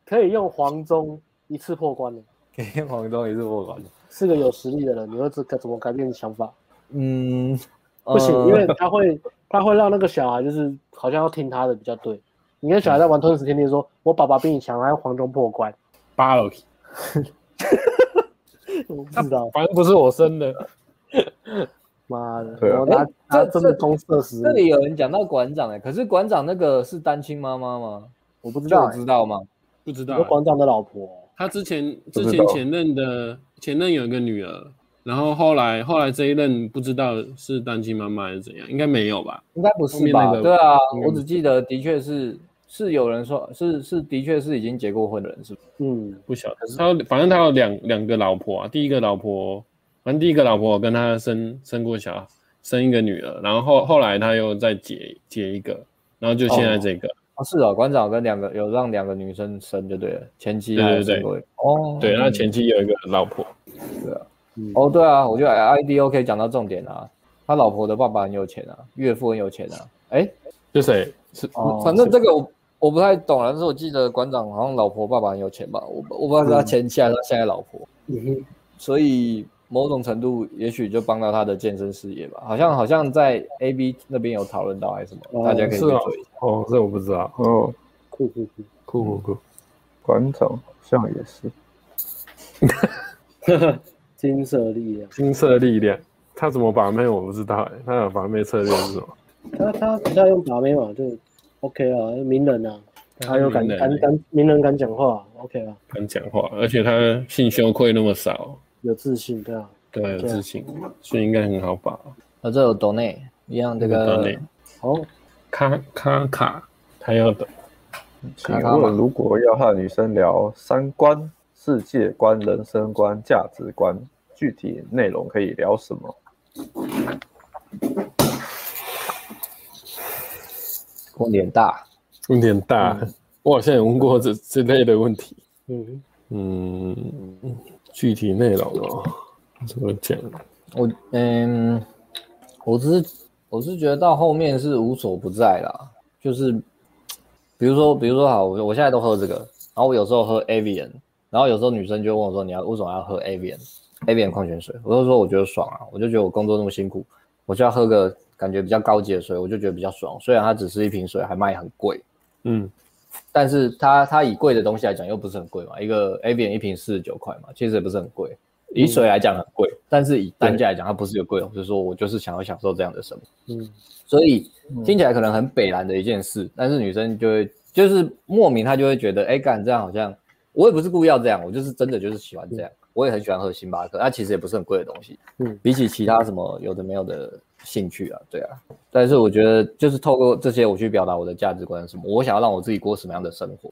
S2: 可以用黄忠一次破关的，
S1: 给黄忠也是我管的。
S2: 是个有实力的人，你会怎怎么改变想法？
S1: 嗯，
S2: 不行，
S1: 呃
S2: 因为他会他会让那个小孩就是好像要听他的比较对。你跟小孩在玩吞食天地，说我爸爸比你强，还黄忠破关，
S3: 八楼，
S2: 我不知道，
S3: 反正不是我生的，
S2: 妈的，
S4: 对啊
S2: 我拿
S1: 哎
S2: 拿
S1: 这
S2: 真的
S1: 这
S2: 公社死
S1: 这
S2: 你，
S1: 里有人讲到馆长哎、可是馆长那个是单亲妈妈吗？
S2: 我不知道
S1: 就
S2: 欸，
S1: 知道吗？
S3: 不知
S2: 你
S3: 道
S2: 说馆长的老婆，
S3: 他之前
S4: 不
S3: 之
S4: 知道
S3: 前前任的前任有一个女儿，然后后来后来这一任不知道是单亲妈妈还是怎样，应该没有吧？
S1: 应该不
S3: 后
S1: 是
S3: 面
S1: 吧？
S3: 那个
S1: 对啊，
S3: 嗯
S1: 我只记得的确是是有人说，是是的确是已经结过婚的人，是吧？
S2: 嗯，
S3: 不晓得，他有反正他有两两个老婆啊，第一个老婆，反正第一个老婆跟他生生过小生一个女儿，然后后后来他又再结结一个，然后就现在这个，
S1: 啊，是哦，馆长跟两个有让两个女生生就对了，前妻
S3: 对
S1: 还有
S3: 对对
S1: 生过一个哦，
S3: 对，他
S1: 那
S3: 前期有一个老婆，
S2: 嗯
S1: 哦对啊，我觉得 I D O K 讲到重点啊，他老婆的爸爸很有钱啊，岳父很有钱啊，哎，
S3: 是谁？哦是
S1: 嗯反正这个我我不太懂啊，但是我记得馆长好像老婆爸爸很有钱吧，我不我不知道
S3: 嗯
S1: 是他前妻还是他现在老婆，
S2: 嗯哼，
S1: 所以某种程度也许就帮到他的健身事业吧。好像好像在 A B 那边有讨论到还是什么，
S2: 哦
S1: 大家可以
S6: 是
S1: 去
S6: 哦
S1: 做一下。
S6: 哦，这我不知道，
S4: 哦，
S2: 酷酷酷，
S6: 酷酷酷，
S4: 馆长好像也是，
S2: 金色力量，
S6: 金色力量，他怎么把妹我不知道、欸，他的把妹策略是什么？
S2: 他他他用把妹嘛，就 OK 啊，名人啊，他又敢
S3: 名人
S2: 敢
S3: 欸
S2: 敢名人敢讲话，OK 啊，
S3: 敢讲话，而且他性羞愧那么少，
S2: 有自信，对啊，
S3: 对，有
S2: 对啊
S3: 自信，所以应该很好把。
S1: 啊，这有 d o n a 一样这
S3: 有
S1: 个
S3: donate
S2: 好，
S3: 卡卡卡，他要的
S2: 嗯
S4: 请
S1: 看看吧
S4: 问如果要和女生聊三观、世界观、人生观、价值观，具体内容可以聊什么？
S1: 问点大，
S6: 问题很大，我好像也问过这这类的问题。
S2: 嗯，
S6: 嗯，具体内容哦，怎么讲？
S1: 我嗯，我只是我是觉得到后面是无所不在啦，就是比如说比如说好，我我现在都喝这个，然后我有时候喝 Avian，然后有时候女生就会问我说你要为什么要喝 Avian Avian 矿泉水，我就说我觉得爽啊，我就觉得我工作那么辛苦，我就要喝个感觉比较高级的水，我就觉得比较爽，虽然它只是一瓶水还卖很贵，
S6: 嗯，
S1: 但是它它以贵的东西来讲又不是很贵嘛，一个 A biển一瓶四十九块嘛，其实也不是很贵，以水来讲很贵，但是以单价来讲它不是一个贵，我就说我就是想要享受这样的生活，
S2: 嗯，
S1: 所以听起来可能很北然的一件事，但是女生就会就是莫名她就会觉得，哎、干这样好像我也不是故意要这样，我就是真的就是喜欢这样，我也很喜欢喝星巴克，那其实也不是很贵的东西，
S2: 嗯
S1: 比起其他什么有的没有的兴趣啊，对啊，但是我觉得就是透过这些我去表达我的价值观是什么，我想要让我自己过什么样的生活，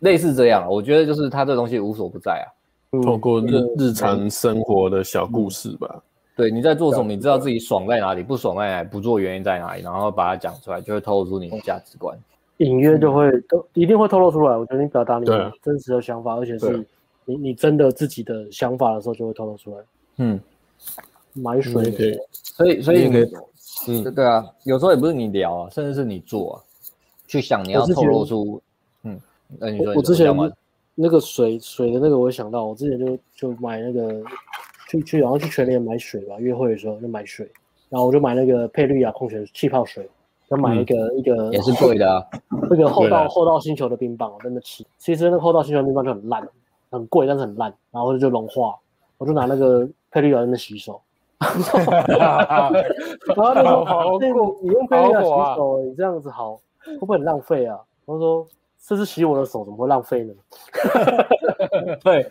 S1: 类似这样啊，我觉得就是它这东西无所不在啊，
S6: 嗯透过日日常生活的小故事吧。
S1: 对，你在做什么，你知道自己爽在哪里，不爽在哪里，不做原因在哪里，然后把它讲出来，就会透露出你的价值观。
S2: 隐约
S1: 嗯
S2: 就会都一定会透露出来。我觉得你表达你
S6: 对啊
S2: 真实的想法，而且
S4: 对
S1: 啊
S2: 是你你真的自己的想法的时候，就会透露出来。
S1: 嗯，
S2: 买水
S6: 你也可以
S2: 的，
S1: 所以所以
S6: 你也
S1: 你
S6: 可，
S1: 嗯，
S6: 嗯
S1: 对对啊，有时候也不是你聊啊，甚至是你做啊，去想你要
S2: 我是觉
S1: 透
S2: 得
S1: 露出，嗯，那你说
S2: 我
S1: 你说
S2: 我之
S1: 你
S2: 前
S1: 干嘛
S2: 那个水水的那个，我想到，我之前就就买那个去去然后去全联买水吧，约会的时候就买水，然后我就买那个佩绿雅矿泉水气泡水，要买一个、一个
S1: 嗯也是贵的 啊。
S2: 那个厚
S3: 对
S2: 道
S3: 啦
S2: 厚道星球的冰棒，我真的吃。其实那个厚道星球的冰棒就很烂，很贵，但是很烂，然后就融化。我就拿那个配绿油在那边 洗手，然后他就说：“
S6: 好
S2: 这个你用配绿
S6: 好
S2: 油
S6: 火啊
S2: 洗手，你这样子好，会不会很浪费啊？”我说：“这是洗我的手，怎么会浪费呢
S3: 对，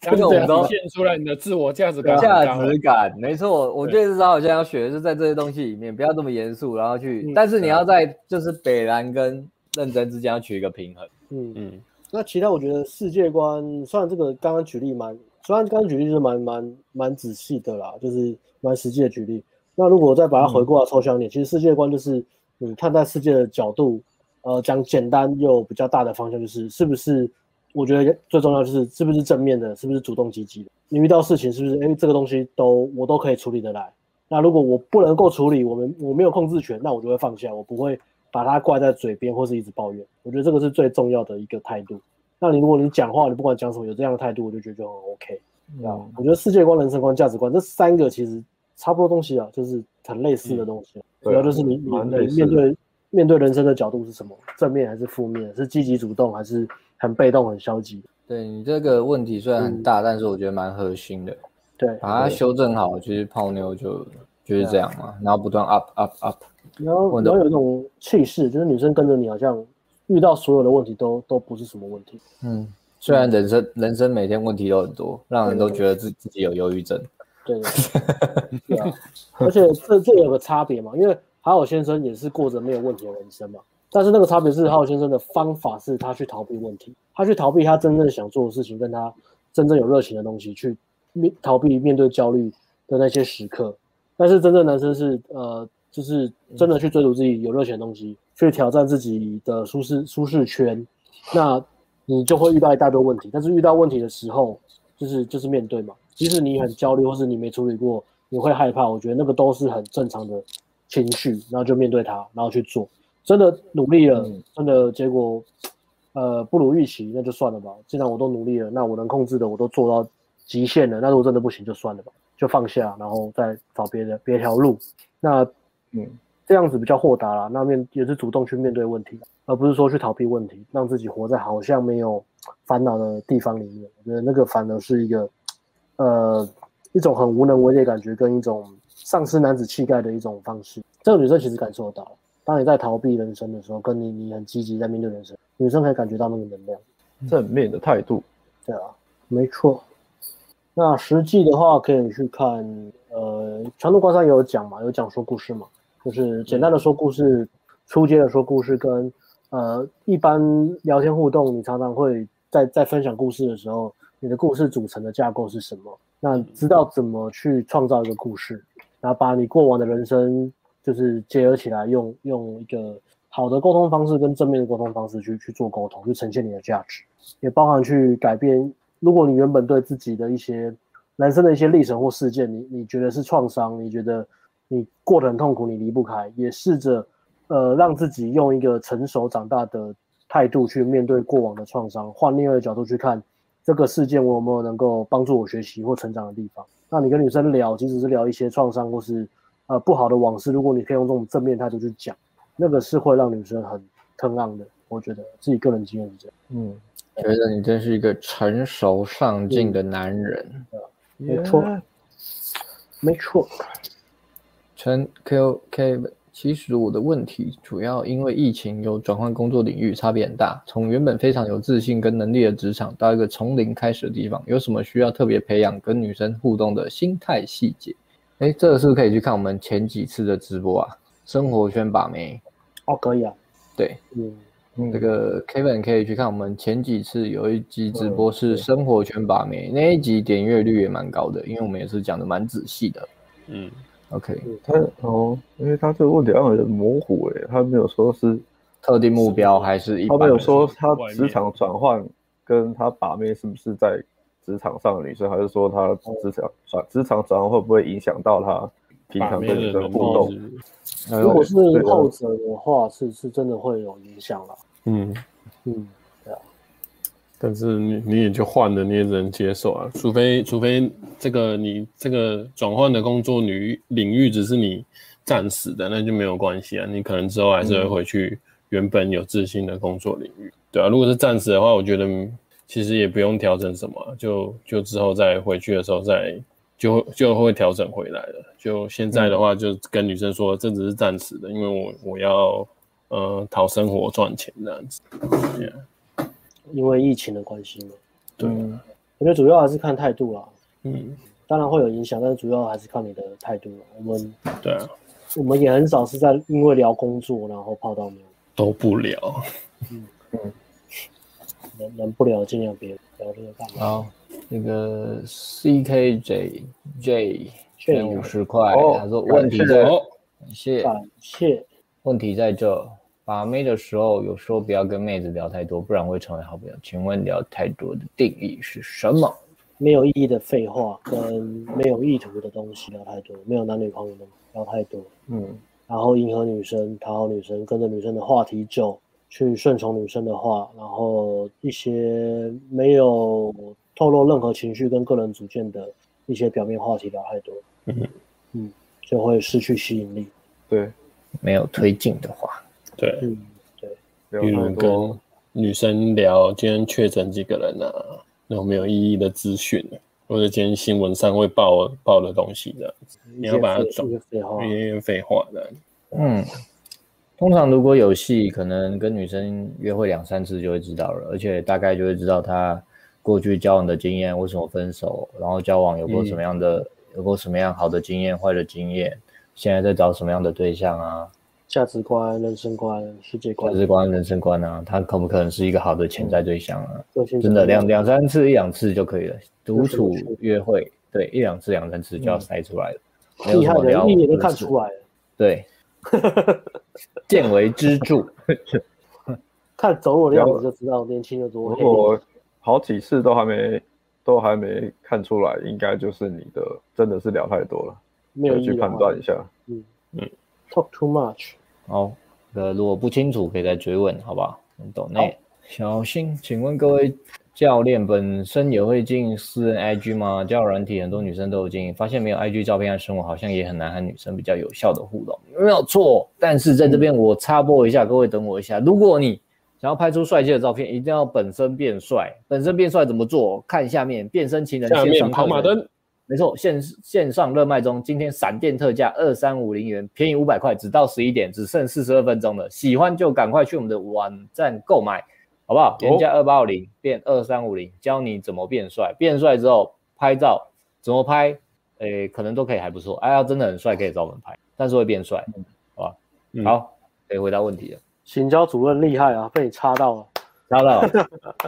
S1: 这个我
S6: 啊
S1: 们都
S3: 体现出来你的自我价值
S2: 啊
S3: 感很
S1: 价
S3: 高，啊
S1: 值感，没错，我觉得至少好像要学的是在这些东西里面，不要这么严肃，然后去，
S2: 嗯
S1: 但是你要在就是北蓝跟认真之间要取一个平衡。？”
S2: 嗯，
S3: 嗯，
S2: 那其他我觉得世界观，虽然这个刚刚举例蛮，虽然刚刚举例是蛮蛮蛮仔细的啦，就是蛮实际的举例。那如果再把它回过来抽象一点，其实世界观就是你看待世界的角度，呃，讲简单又比较大的方向，就是是不是？我觉得最重要就是是不是正面的，是不是主动积极的？你遇到事情是不是？哎，这个东西都我都可以处理得来。那如果我不能够处理，我们我没有控制权，那我就会放下，我不会把它挂在嘴边或是一直抱怨。我觉得这个是最重要的一个态度。那你如果你讲话，你不管讲什么，有这样的态度，我就觉得就很 OK。对
S4: 嗯
S2: 啊，我觉得世界观、人生观、价值观这三个其实差不多东西啊，就是很类似的东西啊。主
S4: 对啊
S2: 要就是你你
S4: 蛮类
S2: 你
S4: 似的
S2: 面对面对人生的角度是什么，正面还是负面，是积极主动还是很被动、很消极？
S1: 对你这个问题虽然很大，但是我觉得蛮核心的，
S2: 嗯对，啊
S1: 把它修正好，其实泡妞就就是这样嘛，然后不断 up up up。
S2: 然后
S1: 我
S2: 然
S1: 懂
S2: 后有一种气势，就是女生跟着你，好像遇到所有的问题都都不是什么问题。
S1: 嗯，虽然人生人生每天问题都很多，让人都觉得自自己有忧郁症。
S2: 对对对对啊！而且这这有个差别嘛，因为海尔先生也是过着没有问题的人生嘛，但是那个差别是海尔先生的方法是他去逃避问题，他去逃避他真正想做的事情，跟他真正有热情的东西，去面逃避面对焦虑的那些时刻。但是真正男生是呃，就是真的去追逐自己有热情的东西，去挑战自己的舒适舒适圈，那你就会遇到一大堆问题。但是遇到问题的时候，就是就是面对嘛。即使你很焦虑，或是你没处理过，你会害怕，我觉得那个都是很正常的情绪，然后就面对它，然后去做。真的努力了，真的结果，呃，不如预期，那就算了吧。既然我都努力了，那我能控制的我都做到极限了，那如果真的不行就算了吧，就放下，然后再找别的别条路。那
S4: 嗯，
S2: 这样子比较豁达啦，那面也是主动去面对问题，而不是说去逃避问题，让自己活在好像没有烦恼的地方里面。我觉得那个反而是一个，呃，一种很无能为力的感觉，跟一种丧失男子气概的一种方式。这个女生其实感受得到，当你在逃避人生的时候，跟你你很积极在面对人生，女生可以感觉到那个能量。
S4: 正面的态度，
S2: 对啊，没错。那实际的话，可以去看，呃，传统观上也有讲嘛，有讲说故事嘛，就是简单的说故事，初阶的说故事跟呃一般聊天互动，你常常会在在分享故事的时候，你的故事组成的架构是什么？那知道怎么去创造一个故事，然后把你过往的人生就是结合起来用，用一个好的沟通方式跟正面的沟通方式去去做沟通，去呈现你的价值。也包含去改变。如果你原本对自己的一些人生的一些历程或事件，你你觉得是创伤，你觉得你过得很痛苦，你离不开，也试着呃让自己用一个成熟长大的态度去面对过往的创伤，换另外一个角度去看这个事件，我有没有能够帮助我学习或成长的地方。那你跟女生聊，即使是聊一些创伤或是呃不好的往事，如果你可以用这种正面态度去讲，那个是会让女生很疼爱的。我觉得自己个人经验是这样。
S4: 嗯，
S1: 觉得你真是一个成熟上进的男人。
S4: 哎
S2: 没错，没错，
S1: 陈 Q K，其实我的问题主要因为疫情有转换工作领域，差别很大。从原本非常有自信跟能力的职场，到一个从零开始的地方，有什么需要特别培养跟女生互动的心态细节？哎，这个是不是可以去看我们前几次的直播啊？生活圈把妹，
S2: 哦，可以啊，
S1: 对，
S2: 嗯，
S4: 嗯
S1: 这个 Kevin 可以去看我们前几次有一集直播是生活圈把妹，那一集点阅率也蛮高的，因为我们也是讲的蛮仔细的。
S3: 嗯，
S1: OK，
S4: 他哦，因为他这个问题好像有点模糊诶，他没有说是，
S1: 特定目标还是一
S4: 他
S1: 般
S4: 没有
S1: 的
S4: 说他
S3: 外面
S4: 职场转换跟他把妹是不是在职场上的女生，还是说他职场转职场转换会不会影响到他平
S3: 把
S4: 常
S3: 妹
S4: 跟
S3: 的
S4: 女
S3: 能
S4: 生
S3: 力
S4: 互动？
S3: 是，
S1: 哎
S2: 如
S1: 呦
S2: 果是后者的话，是是真的会有影响了，
S6: 嗯，
S2: 嗯，
S3: 嗯但是你你也就换了，你也只能接受啊，除非除非这个你这个转换的工作领域领域只是你暂时的，那就没有关系啊，你可能之后还是
S4: 嗯
S3: 会回去原本有自信的工作领域，对啊，如果是暂时的话，我觉得其实也不用调整什么啊，就就之后再回去的时候再就就会调整回来了。就现在
S4: 嗯
S3: 的话，就跟女生说这只是暂时的，因为我我要呃讨生活赚钱这样子。对啊
S2: 因为疫情的关系嘛。
S3: 对啊，
S2: 我觉得主要还是看态度啦，
S3: 嗯，
S2: 当然会有影响，但是主要还是看你的态度啦。我们
S3: 对啊，
S2: 我们也很少是在因为聊工作然后泡到妞，
S3: 都不聊。
S2: 能能不聊尽量别聊这个干嘛？
S1: 好，那个 C K J J
S2: 确
S1: 捐五十块
S4: 哦，
S1: 他说问题
S4: 感谢
S1: 在
S3: 哦，
S1: 感谢
S2: 感谢
S1: 问题在这，把妹的时候有说不要跟妹子聊太多，不然会成为好朋友。请问聊太多的定义是什么？
S2: 没有意义的废话跟没有意图的东西聊太多，没有男女朋友的聊太多，
S4: 嗯，
S2: 然后迎合女生、讨好女生，跟着女生的话题走，去顺从女生的话，然后一些没有透露任何情绪跟个人主见的一些表面话题聊太多，
S3: 嗯
S2: 嗯，就会失去吸引力。
S4: 对，
S1: 没有推进的话，
S3: 对，
S2: 嗯，对，
S4: 聊
S3: 比
S4: 太
S3: 如
S4: 多
S3: 跟女生聊今天确诊几个人啊，那种没有意义的资讯，或者今天新闻上会报报的东西的，你要把它
S2: 一些
S3: 转
S2: 废一些废
S1: 哦
S2: 话，
S3: 一些废话的。
S1: 嗯，通常如果有戏，可能跟女生约会两三次就会知道了，而且大概就会知道她过去交往的经验，为什么分手，然后交往有过什么嗯样的，有过什么样好的经验、坏的经验，现在在找什么样的对象啊，
S2: 价值观、人生观、世界
S1: 价
S2: 观，
S1: 值观、人生观啊，他可不可能是一个好的潜在对象啊？
S2: 个性
S1: 真的两两三次一两次就可以了，独处
S2: 就是
S1: 约会，对，一两次两三次就要筛出来了。没有
S2: 厉
S1: 什
S2: 害
S1: 么
S2: 的
S1: 聊
S2: 人一眼就
S1: 无
S2: 看
S1: 数
S2: 出来了，
S1: 对，见微知著。
S2: 看走我的样子就知道年轻有多
S4: 如
S2: 黑。
S4: 果好几次都还没都还没看出来，应该就是你的真的是聊太多了，
S2: 没有
S4: 要
S2: 意义
S4: 去
S2: 的话
S4: 判断一下。
S2: 嗯
S3: 嗯
S2: 嗯，talk too much。
S1: 好，呃，如果不清楚可以再追问，好不好？很懂内小新，请问各位教练本身也会经营私人 IG 吗？交友软体很多女生都有经营，发现没有 IG 照片和生活，好像也很难和女生比较有效的互动，没有错。但是在这边我插播一下，各位等我一下，如果你想要拍出帅气的照片，一定要本身变帅。本身变帅怎么做？看下面变身情人
S3: 下
S1: 线
S3: 面
S1: 上
S3: 跑
S1: 课
S3: 马
S1: 程
S3: 灯，
S1: 没错，线线上热卖中，今天闪电特价二三五零元，便宜五百块，只到十一点，只剩四十二分钟了。喜欢就赶快去我们的网站购买，好不
S3: 哦
S1: 好？原价二八五零变二三五零，教你怎么变帅。变帅之后拍照怎么拍，诶、可能都可以还不错。哎、呀，真的很帅，可以找我们拍，但是会变帅，好吧？
S3: 嗯
S1: 好，可以回答问题了。
S2: 行销主任厉害啊，被你插到了。
S1: 查到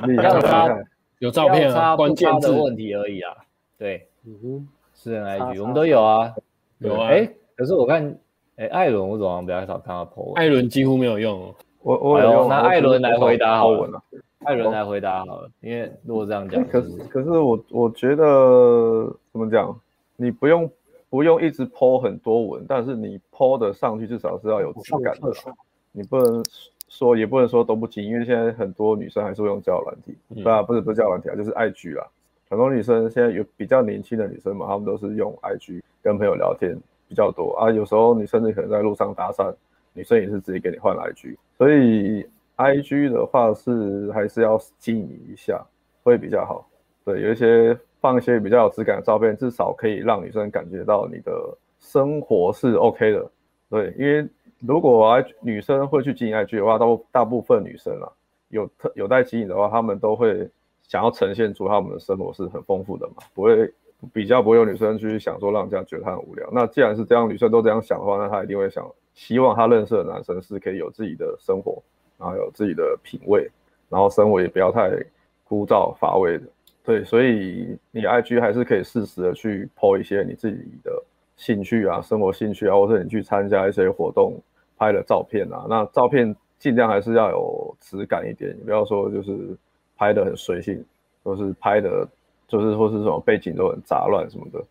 S4: 厉害
S1: 要
S4: 厉
S1: 他
S4: 害，
S3: 有 照片
S1: 要插
S3: 啊，
S1: 不
S3: 关键
S1: 插
S3: 字
S1: 的问题而已啊。对，
S2: 嗯哼，
S1: 私人
S2: 插
S1: IG 我
S2: 插
S1: 们都有啊，
S3: 有啊。
S1: 哎、可是我看，哎、艾伦，我怎么好像比较少看到 po 文？
S3: 艾伦几乎没有用哦，
S4: 我我
S1: 哎
S4: 有
S1: 呦
S4: 用
S1: 那
S4: 我
S1: 艾伦
S4: 就是
S1: 来回答好了
S4: 欧文啊
S1: 艾伦来回答好了，因为如果这样
S3: 哎
S1: 讲，
S4: 可
S1: 就是
S4: 可是我我觉得怎么讲，你不用不用一直抛很多文，但是你抛的上去至少是要有
S2: 哦我
S4: 质
S2: 上
S4: 感的
S2: 厕所。
S4: 啦，你不能说也不能说都不听，因为现在很多女生还是会用交友软体，
S3: 嗯
S4: 对啊，不是不是交友软体啊，就是 IG 啦。很多女生现在有比较年轻的女生嘛，她们都是用 IG 跟朋友聊天比较多啊。有时候你甚至可能在路上搭讪，女生也是直接给你换 IG，所以 IG 的话是还是要经营一下会比较好。对，有一些放一些比较有质感的照片，至少可以让女生感觉到你的生活是 OK 的。对，因为如果 I 女生会去经营 IG 的话，大部大部分女生啊，有特有在经营的话，她们都会想要呈现出她们的生活是很丰富的嘛，不会比较不会有女生去想说让人家觉得她很无聊。那既然是这样，女生都这样想的话，那她一定会想，希望她认识的男生是可以有自己的生活，然后有自己的品味，然后生活也不要太枯燥乏味的。对，所以你 IG 还是可以适时的去 po 一些你自己的兴趣啊、生活兴趣啊，或者你去参加一些活动拍的照片啊。那照片尽量还是要有质感一点，你不要说就是拍的很随性，或是拍的，就是或是什么背景都很杂乱什么的，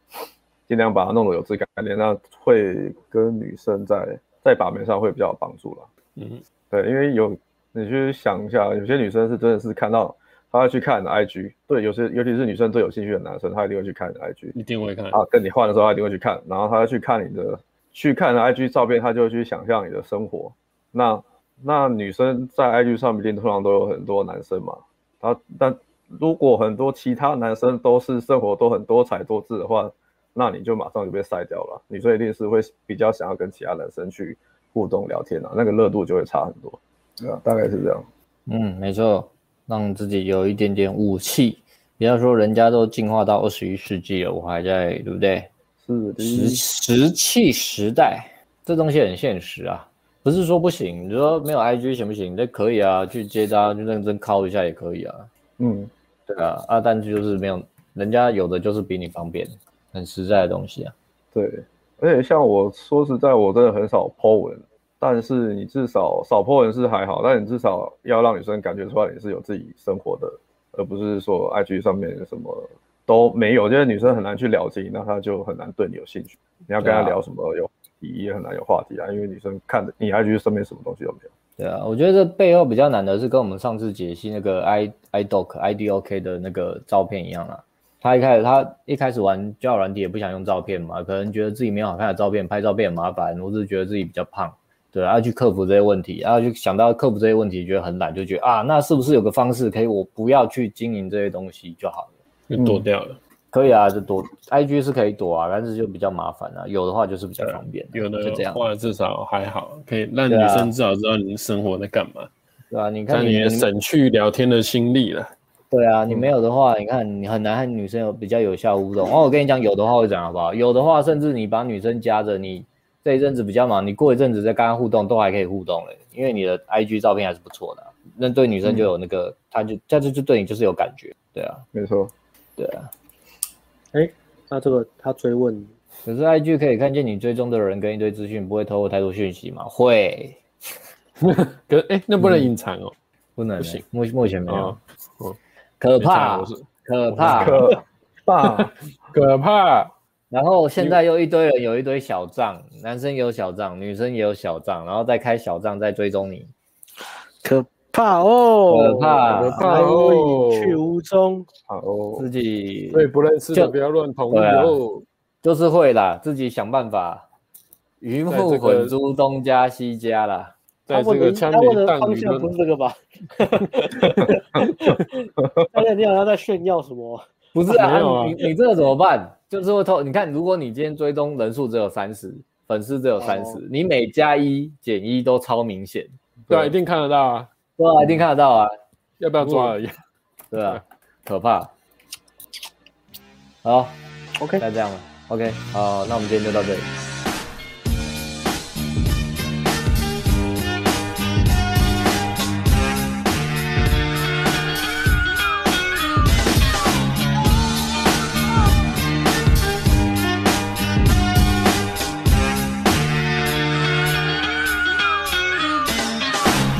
S4: 尽量把它弄得有质感一点，那会跟女生在在把妹上会比较有帮助啦。
S3: 嗯，
S4: 对，因为有你去想一下，有些女生是真的是看到他会去看你的 IG，对，有些尤其是女生对有兴趣的男生，他一定会去看你的 IG
S3: 一定会看。
S4: 啊，跟你换的时候他一定会去看，然后他会去看你的，去看你的 IG 照片，他就会去想象你的生活。那那女生在 IG 上面一定通常都有很多男生嘛，他但如果很多其他男生都是生活都很多彩多姿的话，那你就马上就被筛掉了。女生一定是会比较想要跟其他男生去互动聊天啊，那个热度就会差很多。对啊，大概是这样。
S1: 嗯，没错，让自己有一点点武器。不要说人家都进化到二十一世纪了，我还在，对不对？
S4: 是的，
S1: 石石器时代，这东西很现实啊，不是说不行。你说没有 IG 行不行？这可以啊，去接单去认真敲一下也可以啊。
S4: 嗯，
S1: 对啊，啊，但就是没有人家有的就是比你方便，很实在的东西啊。
S4: 对。而且像我说实在，我真的很少 po 文，但是你至少少 po 文是还好，但你至少要让女生感觉出来你是有自己生活的，而不是说 IG 上面什么都没有。因为女生很难去了解你，那她就很难对你有兴趣。你要跟她
S1: 对啊
S4: 聊什么有，也很难有话题啊，因为女生看的你 IG 上面什么东西都没有。
S1: 对啊，我觉得这背后比较难的是跟我们上次解析那个 i i doc i d o k 的那个照片一样啦。他一开始他一开始玩交友软体也不想用照片嘛，可能觉得自己没有好看的照片，拍照片很麻烦，或是觉得自己比较胖，对啊，要去克服这些问题，然后就想到克服这些问题，觉得很懒，就觉得啊，那是不是有个方式可以我不要去经营这些东西就好了？
S3: 就
S1: 嗯
S3: 躲掉了。
S1: 可以啊，就躲 IG 是可以躲啊，但是就比较麻烦啊。有的话就是比较方便啊、
S3: 有
S1: 就这
S3: 的
S1: 样，
S3: 话至少还好，可以让
S1: 对啊
S3: 女生至少知道你生活在干嘛，
S1: 对啊，你看
S3: 让
S1: 你
S3: 你也
S1: 你
S3: 省去聊天的心力了。
S1: 对啊，你没有的话，你看你很难和女生有比较有效互动。哦，我跟你讲，有的话会怎样好不好？有的话，甚至你把女生夹着，你这一阵子比较忙，你过一阵子再跟她互动，都还可以互动嘞，因为你的 IG 照片还是不错的啊、那对女生就有那个，她就她就就对你就是有感觉，对啊，
S4: 没错，
S1: 对啊。
S2: 那这个他追问，
S1: 可是 IG 可以看见你追踪的人跟一堆资讯，不会透露太多讯息吗？会，
S3: 可哎、那
S1: 嗯
S3: 不能隐藏哦，
S1: 不能、欸，
S3: 不行，
S1: 目目前没有，
S3: 哦哦
S1: 可
S3: 没差
S1: 怕，
S3: 我是
S1: 可怕，
S4: 可爸，
S3: 可怕。
S1: 然后现在又一堆人有一堆小账，男生也有小账，女生也有小账，然后再开小账再追踪你，
S2: 可怕哦，
S1: 可怕
S2: 可怕哦，来无影去无踪，
S4: 好哦
S1: 自，己
S6: 所以不认识
S1: 就
S6: 的不要乱同意
S1: 对啊
S6: 哦。
S1: 就是会啦，自己想办法，鱼
S6: 在这
S1: 目
S6: 个啊
S1: 混珠，东家西家啦。
S6: 在
S2: 他
S6: 这
S2: 问的
S6: 个枪
S2: 他问
S6: 林
S2: 的
S6: 弹
S2: 方
S6: 雨
S2: 向不
S6: 论
S2: 是这个 吧？ 大家你好像在炫耀什么？
S1: 不是啊，
S6: 没有啊
S1: 你你这个怎么办？就是会透，你看，如果你今天追踪人数只有三十，粉丝只有三十、
S2: 哦
S1: 你每加一减一都超明显，
S6: 对啊，一定看得到啊，
S1: 对啊，一定看得到啊，
S6: 要不要抓而已。
S1: 对啊，可怕。好，
S2: OK
S1: 那这样了，OK，好，那我们今天就到这里，